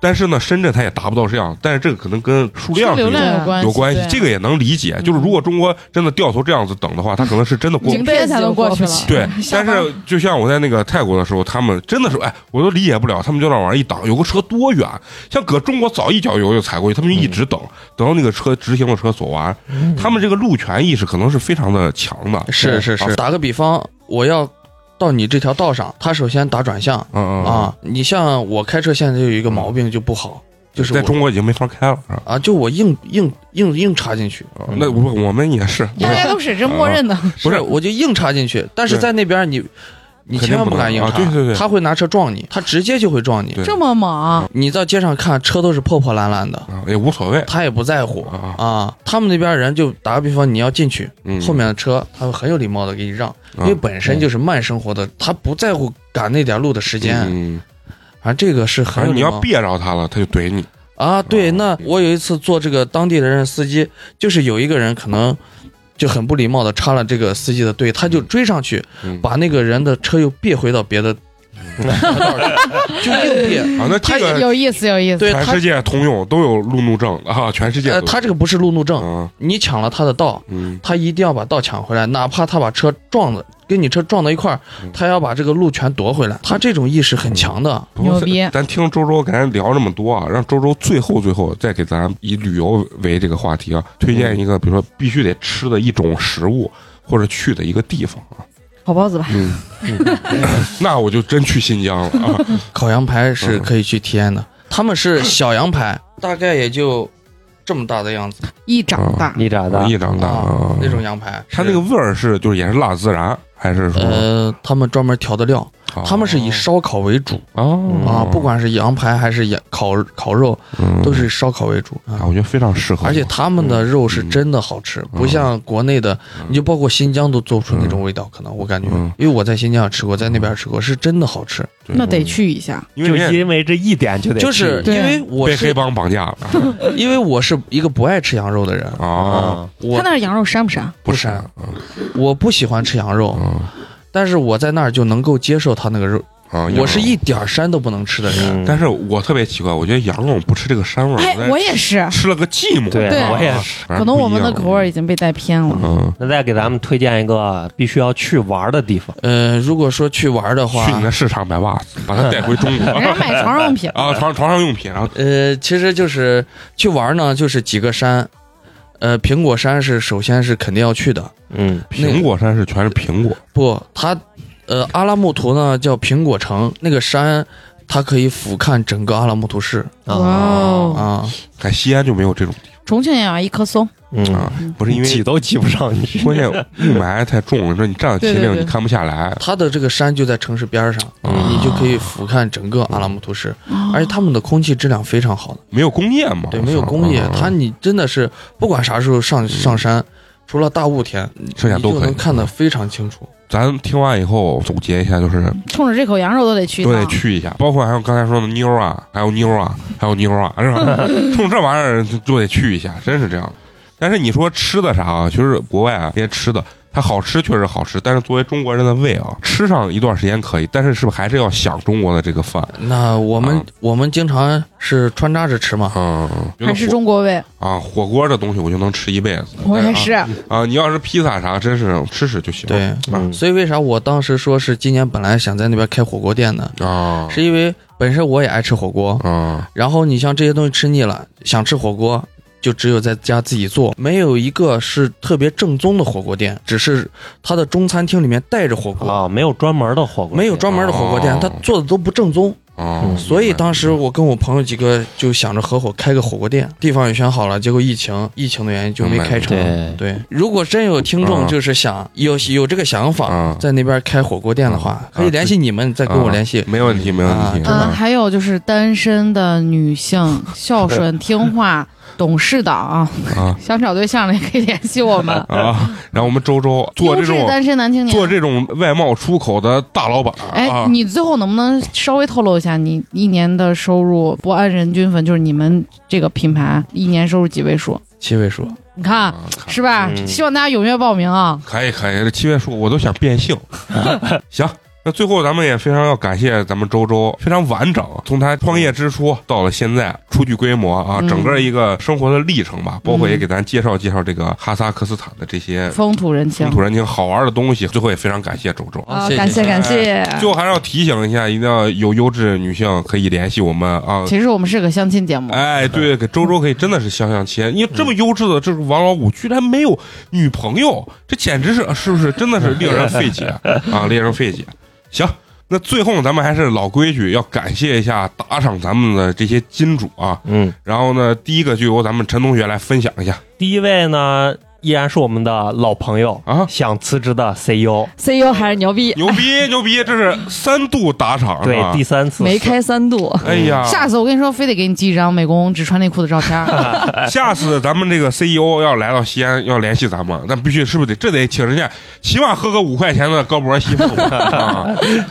[SPEAKER 1] 但是呢，深圳他也达不到这样，但是这个可能跟数量是
[SPEAKER 5] 流
[SPEAKER 1] 有
[SPEAKER 5] 量有关系，
[SPEAKER 1] 有关系，
[SPEAKER 5] 对啊
[SPEAKER 1] 这个也能理解。就是如果中国真的掉头这样子等的话，他可能是真的过
[SPEAKER 3] 已
[SPEAKER 1] 不
[SPEAKER 3] 经
[SPEAKER 1] 去。
[SPEAKER 5] 天才都过去了
[SPEAKER 1] 对，
[SPEAKER 5] 下
[SPEAKER 1] 但
[SPEAKER 5] 班
[SPEAKER 1] 是就像我在那个泰国的时候，他们真的是，哎，我都理解不了，他们就那往上一挡，有个车多远？像搁中国早一脚油就踩过去，他们就一直等，等到那个车直行的车走完，他们这个路权意识可能是非常的强的。
[SPEAKER 6] 嗯是是
[SPEAKER 1] 啊
[SPEAKER 6] 是，打个比方，我要到你这条道上，他首先打转向
[SPEAKER 1] 嗯嗯，
[SPEAKER 6] 啊。你像我开车现在就有一个毛病就不好，就是
[SPEAKER 1] 在
[SPEAKER 6] 我
[SPEAKER 1] 中国已经没法开了。啊
[SPEAKER 6] 啊，就我硬硬硬硬插进去，
[SPEAKER 1] 啊那我
[SPEAKER 6] 嗯
[SPEAKER 1] 我们也是，
[SPEAKER 6] 哎
[SPEAKER 5] 大家都是这默认的，
[SPEAKER 1] 不
[SPEAKER 6] 不
[SPEAKER 1] 是
[SPEAKER 6] 是我就硬插进去，但是
[SPEAKER 1] 对
[SPEAKER 6] 在那边你你
[SPEAKER 1] 肯定
[SPEAKER 6] 千万
[SPEAKER 1] 不
[SPEAKER 6] 敢
[SPEAKER 1] 能
[SPEAKER 6] 硬
[SPEAKER 1] 啊
[SPEAKER 6] 插，
[SPEAKER 1] 对对对
[SPEAKER 6] 他会拿车撞你，他直接就会撞你
[SPEAKER 1] 对。哦
[SPEAKER 5] 这么猛，
[SPEAKER 6] 你到街上看车都是破破烂烂的，
[SPEAKER 1] 啊也无所谓
[SPEAKER 6] 他也不在乎
[SPEAKER 1] 啊啊，
[SPEAKER 6] 啊。他们那边人就打个比方，你要进去，
[SPEAKER 1] 嗯
[SPEAKER 6] 后面的车他会很有礼貌的给你让，因为本身就是慢生活的，他不在乎赶那点路的时
[SPEAKER 1] 时
[SPEAKER 6] 间。
[SPEAKER 1] 嗯，
[SPEAKER 6] 反正这个是
[SPEAKER 1] 反
[SPEAKER 6] 很有
[SPEAKER 1] 正你
[SPEAKER 6] 礼
[SPEAKER 1] 要
[SPEAKER 6] 貌
[SPEAKER 1] 别着他了，他就怼你。
[SPEAKER 6] 啊。对，
[SPEAKER 1] 哦
[SPEAKER 6] 那我有一次坐这个当地的人司机，就是有一个人可能就很不礼貌的插了这个司机的队，他就追上去，
[SPEAKER 1] 嗯
[SPEAKER 6] 把那个人的车又别回到别 的道里，就硬别。
[SPEAKER 1] 啊，那这个
[SPEAKER 5] 有意思有意思，
[SPEAKER 6] 对
[SPEAKER 1] 全
[SPEAKER 6] 他
[SPEAKER 1] 世，界通用都有路怒症啊，全世界
[SPEAKER 6] 呃，
[SPEAKER 1] 都有。
[SPEAKER 6] 他这个不是路怒症，
[SPEAKER 1] 啊
[SPEAKER 6] 你抢了他的道，
[SPEAKER 1] 嗯
[SPEAKER 6] 他一定要把道抢回来，哪怕他把车撞了，跟你车撞到一块儿
[SPEAKER 1] 嗯，
[SPEAKER 6] 他要把这个路全夺回来。他这种意识很强的，
[SPEAKER 1] 不过
[SPEAKER 5] 牛
[SPEAKER 1] 咱
[SPEAKER 5] 逼
[SPEAKER 1] 咱听周周跟咱聊这么多啊，让周周最后最后再给咱以旅游为这个话题啊，推
[SPEAKER 6] 嗯
[SPEAKER 1] 荐一个，比如说必须得吃的一种食物或者去的一个地方啊。
[SPEAKER 3] 烤包子吧。
[SPEAKER 1] 嗯，那我就真去新疆了啊。
[SPEAKER 6] 烤羊排是可以去体验的。他们是小羊排，嗯大概也就这么大的样子
[SPEAKER 5] 一长
[SPEAKER 1] 哦
[SPEAKER 5] 大，
[SPEAKER 4] 你咋的
[SPEAKER 1] 容？易长大
[SPEAKER 6] 啊，那种羊排。
[SPEAKER 1] 嗯它
[SPEAKER 6] 是
[SPEAKER 1] 那个味儿是就是也是辣孜然，还是说
[SPEAKER 6] 呃，他们专门调的料，
[SPEAKER 1] 哦
[SPEAKER 6] 他们是以烧烤为主
[SPEAKER 1] 哦
[SPEAKER 6] 啊，不管是羊排还是羊烤烤肉，
[SPEAKER 1] 嗯
[SPEAKER 6] 都是以烧烤为主
[SPEAKER 1] 啊，嗯
[SPEAKER 6] 啊。
[SPEAKER 1] 我觉得非常适合我。
[SPEAKER 6] 而且他们的肉是真的好吃，不像国内的，你就包括新疆都做不出那种味道，可能我感觉
[SPEAKER 1] 嗯，
[SPEAKER 6] 因为我在新疆也吃过，在那边也吃过，是真的好吃。
[SPEAKER 1] 对
[SPEAKER 5] 那得，去一下，
[SPEAKER 1] 因为
[SPEAKER 4] 就
[SPEAKER 1] 人家
[SPEAKER 4] 因为这一点就得
[SPEAKER 6] 就是
[SPEAKER 5] 对
[SPEAKER 6] 因为我
[SPEAKER 1] 被黑
[SPEAKER 6] 是
[SPEAKER 1] 帮绑架 了
[SPEAKER 6] 因为我是一个不爱吃羊肉的人，
[SPEAKER 1] 啊，
[SPEAKER 4] 啊，
[SPEAKER 6] 我
[SPEAKER 5] 他那儿羊肉膻不膻？
[SPEAKER 1] 不
[SPEAKER 6] 不啊
[SPEAKER 1] 是
[SPEAKER 6] 膻我不喜欢吃羊肉，
[SPEAKER 1] 啊
[SPEAKER 6] 但是我在那儿就能够接受它那个肉，
[SPEAKER 1] 啊，
[SPEAKER 6] 我是
[SPEAKER 1] 一。
[SPEAKER 6] 一点儿膻都不能吃的人。
[SPEAKER 1] 但
[SPEAKER 4] 是
[SPEAKER 1] 是我特别奇怪，我觉得羊肉不吃这个膻味儿，
[SPEAKER 5] 哎，我也是
[SPEAKER 1] 在，吃了个寂寞。
[SPEAKER 4] 对
[SPEAKER 5] 对
[SPEAKER 4] 我也是。
[SPEAKER 1] 反正
[SPEAKER 5] 可能我们的
[SPEAKER 1] 不一样
[SPEAKER 5] 口味已经被带偏了。
[SPEAKER 1] 嗯，
[SPEAKER 4] 那再给咱们推荐一个必须要去玩的地方，
[SPEAKER 6] 呃，如果说去玩儿的
[SPEAKER 1] 去你
[SPEAKER 6] 话，
[SPEAKER 1] 的市场买袜子，把它带回中国
[SPEAKER 5] 人家卖床上用品，
[SPEAKER 1] 啊，床床上用品啊，
[SPEAKER 6] 呃，其实就是去玩儿呢，就是几个山，呃，苹果山是首先是肯定要去的，
[SPEAKER 4] 嗯，
[SPEAKER 1] 苹果山是全是苹果，
[SPEAKER 6] 不，它，呃，阿拉木图呢叫苹果城，那个山它可以俯瞰整个阿拉木图市
[SPEAKER 5] 哇
[SPEAKER 4] 啊，
[SPEAKER 5] 哦！
[SPEAKER 6] 啊。
[SPEAKER 1] 在西安就没有这种地
[SPEAKER 5] 重庆也有一 棵松，
[SPEAKER 1] 方
[SPEAKER 4] 嗯，
[SPEAKER 1] 啊，不是因
[SPEAKER 4] 挤
[SPEAKER 1] 为
[SPEAKER 4] 都挤不上你。
[SPEAKER 1] 关键雾霾太重，你说你站在秦
[SPEAKER 5] 对对
[SPEAKER 1] 岭
[SPEAKER 5] 对
[SPEAKER 1] 你看不下来，
[SPEAKER 6] 它的这个山就在城市边儿上，
[SPEAKER 1] 啊
[SPEAKER 6] 你就可以俯瞰整个阿拉木图市，
[SPEAKER 1] 哎
[SPEAKER 6] 而
[SPEAKER 1] 哦
[SPEAKER 6] 且他们的空气质量非常好的。
[SPEAKER 1] 没有工业嘛，
[SPEAKER 6] 对，没有工业
[SPEAKER 1] 啊，
[SPEAKER 6] 它你真的是不管啥时候上上山，除了大雾天，
[SPEAKER 1] 剩下嗯
[SPEAKER 6] 你
[SPEAKER 1] 都
[SPEAKER 6] 就
[SPEAKER 1] 可以
[SPEAKER 6] 能看得。非常清楚。
[SPEAKER 1] 咱听完以后总结一下，就是
[SPEAKER 5] 冲着这口羊肉都得去一
[SPEAKER 1] 都得
[SPEAKER 5] 趟。
[SPEAKER 1] 去一下，包括还有刚才说的妞儿啊，还有妞儿啊，还有妞儿啊，是 吧？冲这玩意儿就就得去一下，真是这样。但是你说吃的啥啊？其实国外啊，这些吃的，它好吃确实好吃，但是作为中国人的胃啊，吃上一段时间可以，但是是不是还是要想中国的这个饭？
[SPEAKER 6] 那我们、
[SPEAKER 1] 啊
[SPEAKER 6] 我们经常是穿插着吃嘛，
[SPEAKER 1] 嗯，觉得
[SPEAKER 5] 还是
[SPEAKER 1] 火
[SPEAKER 5] 中国味。
[SPEAKER 1] 啊，火锅这东西我就能吃一辈子。
[SPEAKER 5] 我也
[SPEAKER 1] 但
[SPEAKER 5] 是，
[SPEAKER 1] 啊，你要是披萨啥，真是吃吃就行。
[SPEAKER 6] 对，
[SPEAKER 4] 嗯
[SPEAKER 6] 所以为啥我当时说是今年本来想在那边开火锅店呢？
[SPEAKER 1] 啊，
[SPEAKER 6] 是因为本身我也爱吃火锅，
[SPEAKER 1] 啊，
[SPEAKER 6] 然后你像这些东西吃腻了，想吃火锅。就只有在家自己做，没有一个是特别正宗的火锅店，只是它的中餐厅里面带着火锅，
[SPEAKER 4] 啊，没有专门的火锅店，
[SPEAKER 6] 没有专门的火锅店
[SPEAKER 1] 哦，
[SPEAKER 6] 它做的都不正宗。
[SPEAKER 1] 啊
[SPEAKER 4] 嗯
[SPEAKER 6] 所以当时我跟我朋友几个就想着合伙开个火锅店，地方也选好了，结果疫情，疫情的原因就没开成。
[SPEAKER 4] 对，
[SPEAKER 6] 对，如果真有听
[SPEAKER 1] 嗯
[SPEAKER 6] 众就是想有有这个想法，
[SPEAKER 1] 啊，
[SPEAKER 6] 在那边开火锅店的话，可以联系你们，再跟我联系。
[SPEAKER 1] 没问题，没问题。
[SPEAKER 6] 啊
[SPEAKER 5] 嗯， 还有就是单身的女性，孝顺、听话、懂事的啊，
[SPEAKER 1] 啊。
[SPEAKER 5] 想找对象的也可以联系我们
[SPEAKER 1] 啊，然后我们周周 做
[SPEAKER 5] 优
[SPEAKER 1] 这
[SPEAKER 5] 质
[SPEAKER 1] 种
[SPEAKER 5] 单身男青
[SPEAKER 1] 做
[SPEAKER 5] 年，
[SPEAKER 1] 这种外贸出口的大老板，
[SPEAKER 5] 哎
[SPEAKER 1] 啊，，
[SPEAKER 5] 你最后能不能稍微透露一下，你一年的收入不按人均分，就是你们这个品牌一年收入几位数？
[SPEAKER 6] 七位数，
[SPEAKER 5] 你看
[SPEAKER 1] 啊
[SPEAKER 5] 是吧？
[SPEAKER 4] 嗯
[SPEAKER 5] 希望大家踊跃报名啊！
[SPEAKER 1] 可以可以，这七位数我都想变性。行，那最后咱们也非常要感谢咱们周周，非常完整，从他创业之初到了现在初具规模啊，
[SPEAKER 5] 嗯
[SPEAKER 1] 整个一个生活的历程吧，包括也
[SPEAKER 5] 嗯
[SPEAKER 1] 给咱介绍介绍这个哈萨克斯坦的这些
[SPEAKER 5] 风土人情
[SPEAKER 1] 风，土人情、好玩的东西。最后也非常感谢哎周周。
[SPEAKER 3] 啊，
[SPEAKER 6] 谢谢
[SPEAKER 3] 感谢感谢，
[SPEAKER 5] 哎
[SPEAKER 1] 最后还是要提醒一下，一定要有优质女性可以联系我们啊。
[SPEAKER 5] 其实我们是个相亲节目，
[SPEAKER 1] 哎，对，给周周可以真的是相相亲，因为这么优质的这个王老五居然没有女朋友，这简直是是不是真的是令人费解啊，令人费解。行，那最后咱们还是老规矩，要感谢一下打赏咱们的这些金主啊。
[SPEAKER 4] 嗯，
[SPEAKER 1] 然后呢，第一个就由咱们陈同学来分享一下
[SPEAKER 4] 第一位呢依然是我们的老朋友，
[SPEAKER 1] 啊，
[SPEAKER 4] 想辞职的 E CEO，
[SPEAKER 3] CEO E 还是牛逼，
[SPEAKER 1] 牛逼牛逼，这是三度打赏是
[SPEAKER 4] 对，
[SPEAKER 1] 吧
[SPEAKER 4] 第三次
[SPEAKER 3] 没开三度，
[SPEAKER 1] 哎呀，
[SPEAKER 5] 下次我跟你说，非得给你寄一张美工只穿内裤的照片。
[SPEAKER 1] 下次咱们这个 CEO 要来到西安，要联系咱们，咱必须是不是得这得请人家起码喝个五块钱的高博西 凤啊？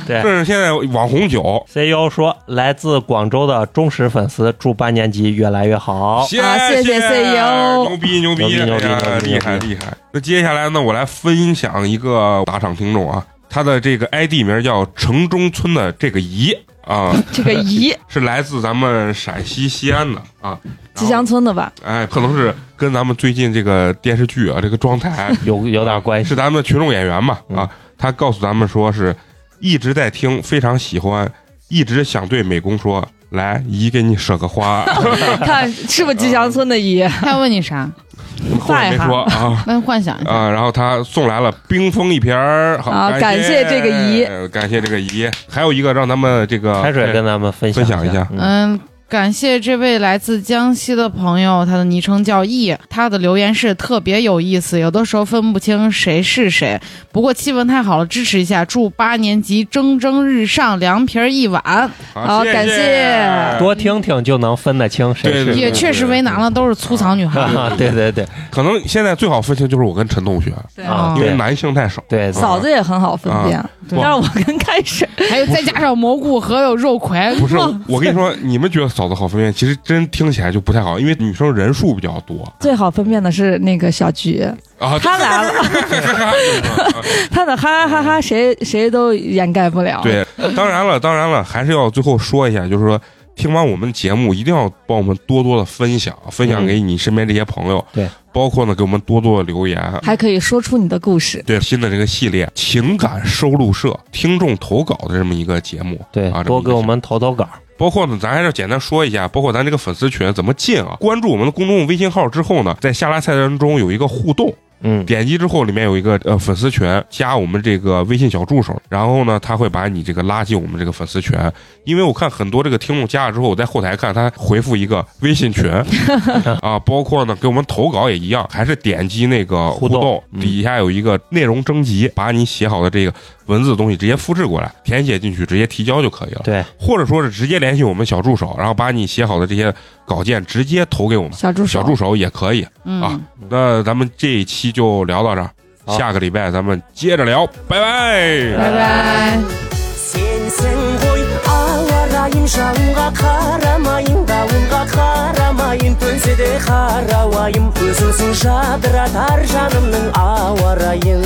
[SPEAKER 4] 对
[SPEAKER 1] 这是现在网红酒，
[SPEAKER 4] CEO E 说，来自广州的忠实粉丝，祝八年级越来越好。啊
[SPEAKER 1] 谢
[SPEAKER 3] 好谢谢 CEO
[SPEAKER 1] 牛逼牛逼，
[SPEAKER 4] E 牛逼牛逼
[SPEAKER 1] 哎呀
[SPEAKER 4] 牛逼
[SPEAKER 1] 厉害
[SPEAKER 4] 牛逼
[SPEAKER 1] 厉害。那接下来呢，我来分享一个打赏听众啊，他的这个 ID 名叫城中村的这个姨 啊，
[SPEAKER 3] 这个 姨
[SPEAKER 1] 是来自咱们陕西西安的啊，
[SPEAKER 3] 吉祥
[SPEAKER 1] 然后
[SPEAKER 3] 村的 吧？
[SPEAKER 1] 哎，可能是跟咱们最近这个电视剧啊，这个妆台
[SPEAKER 4] 有有点关系，
[SPEAKER 1] 是咱们群众演员嘛
[SPEAKER 4] 嗯
[SPEAKER 1] 啊，他告诉咱们说是一直在听，非常喜欢，一直想对美工说，来姨给你舍个 花，
[SPEAKER 3] 看是不是吉祥村的姨？
[SPEAKER 1] 啊
[SPEAKER 5] 他要问你啥？
[SPEAKER 1] 后面没说啊。
[SPEAKER 5] 那幻想一下。
[SPEAKER 1] 啊，然后他送来了冰封一瓶儿，好，
[SPEAKER 3] 啊
[SPEAKER 1] 感
[SPEAKER 3] 感谢这个姨
[SPEAKER 1] 姨，感谢这个姨，还有一个让咱们这个哎
[SPEAKER 4] 开水跟咱们分享
[SPEAKER 1] 啊分享一下
[SPEAKER 4] 嗯
[SPEAKER 5] 嗯，感谢这位来自江西的朋友，他的昵称叫易，他的留言是特别有意思，有的时候分不清谁是谁。不过气氛太好了，支持一下，祝八年级蒸蒸日上，凉皮儿一碗。
[SPEAKER 1] 好，
[SPEAKER 3] 好
[SPEAKER 1] 谢
[SPEAKER 3] 感谢
[SPEAKER 4] 多听听就能分得清谁
[SPEAKER 1] 对对
[SPEAKER 4] 是
[SPEAKER 1] 对
[SPEAKER 5] 也确实为难了，都是粗 糙女孩。
[SPEAKER 4] 啊， 对对对
[SPEAKER 1] 可能现在最好分清就是我跟陈同学，
[SPEAKER 3] 对
[SPEAKER 5] 嗯
[SPEAKER 4] 啊，
[SPEAKER 1] 因为
[SPEAKER 4] 对
[SPEAKER 1] 男性太少，
[SPEAKER 4] 对对
[SPEAKER 3] 嫂子也很好分辨，
[SPEAKER 1] 对
[SPEAKER 3] 但是我跟开 水
[SPEAKER 5] 还有再加上蘑菇和有肉葵，
[SPEAKER 1] 不是，我跟你说，你们觉得嫂子好分辨，其实真听起来就不太好，因为女生人数比较多
[SPEAKER 3] 最好分辨的是那个小菊，
[SPEAKER 1] 啊。
[SPEAKER 3] 她来 了，她的哈哈哈哈，谁谁都掩盖不了。
[SPEAKER 1] 对，当然了，当然了，还是要最后说一下，就是说，听完我们节目，一定要帮我们多多的分享，分享给你身边这些朋友，
[SPEAKER 4] 嗯对，
[SPEAKER 1] 包括呢给我们多多的留言。
[SPEAKER 3] 还可以说出你的故事。
[SPEAKER 1] 对新的这个系列情感收录社听众投稿的这么一个节目，
[SPEAKER 4] 对
[SPEAKER 1] 啊，
[SPEAKER 4] 多给
[SPEAKER 1] 这么一个节
[SPEAKER 4] 我，
[SPEAKER 1] 目
[SPEAKER 4] 们投投稿，
[SPEAKER 1] 包括呢，咱还是简单说一下，包括咱这个粉丝群怎么进啊？关注我们的公众微信号之后呢，在下拉菜单中有一个互动，
[SPEAKER 4] 嗯，
[SPEAKER 1] 点击之后，里面有一个呃粉丝群，加我们这个微信小助手，然后呢，他会把你这个拉进我们这个粉丝群。因为我看很多这个听众加了之后，我在后台看他回复一个微信群啊，包括呢给我们投稿也一样，还是点击那个
[SPEAKER 4] 互
[SPEAKER 1] 互
[SPEAKER 4] 动
[SPEAKER 1] 动
[SPEAKER 4] 嗯
[SPEAKER 1] 底下有一个内容征集，把你写好的这个文字的东西直接复制过来，填写进去，直接提交就可以了。
[SPEAKER 4] 对，
[SPEAKER 1] 或者说是直接联系我们小助手，然后把你写好的这些稿件直接投给我们
[SPEAKER 3] 小助手，
[SPEAKER 1] 小助手也可以。
[SPEAKER 5] 嗯，
[SPEAKER 1] 啊那咱们这一期就聊到这儿，
[SPEAKER 4] 好
[SPEAKER 1] 下个礼拜咱们接着聊，拜拜。
[SPEAKER 5] 拜拜。
[SPEAKER 2] сенсің ғой ауа райым шаңға қарамайын дауылға қарамайын төнсе де қара уайым өзіңсің жадыратар жанымның ауа райын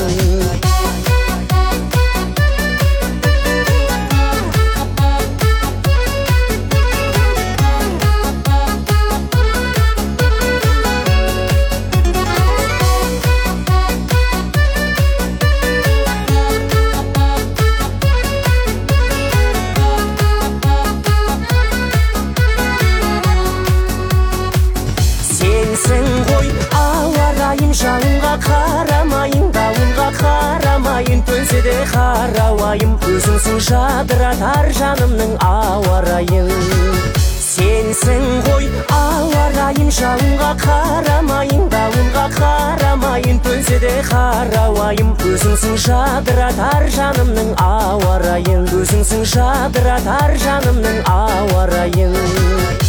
[SPEAKER 2] сенсің ғой ауа райым жаңға қарамайын дауылға қарамайын төнсе де қара уайым өзіңсің жадыратар жанымның ауа райын сенсің ғой ауа райым жаңға қарамайын дауылға қарамайын төнсе де қара уайым өзіңсің жадыратар жанымның ауа райын өзіңсің жадыратар жанымның ауа райын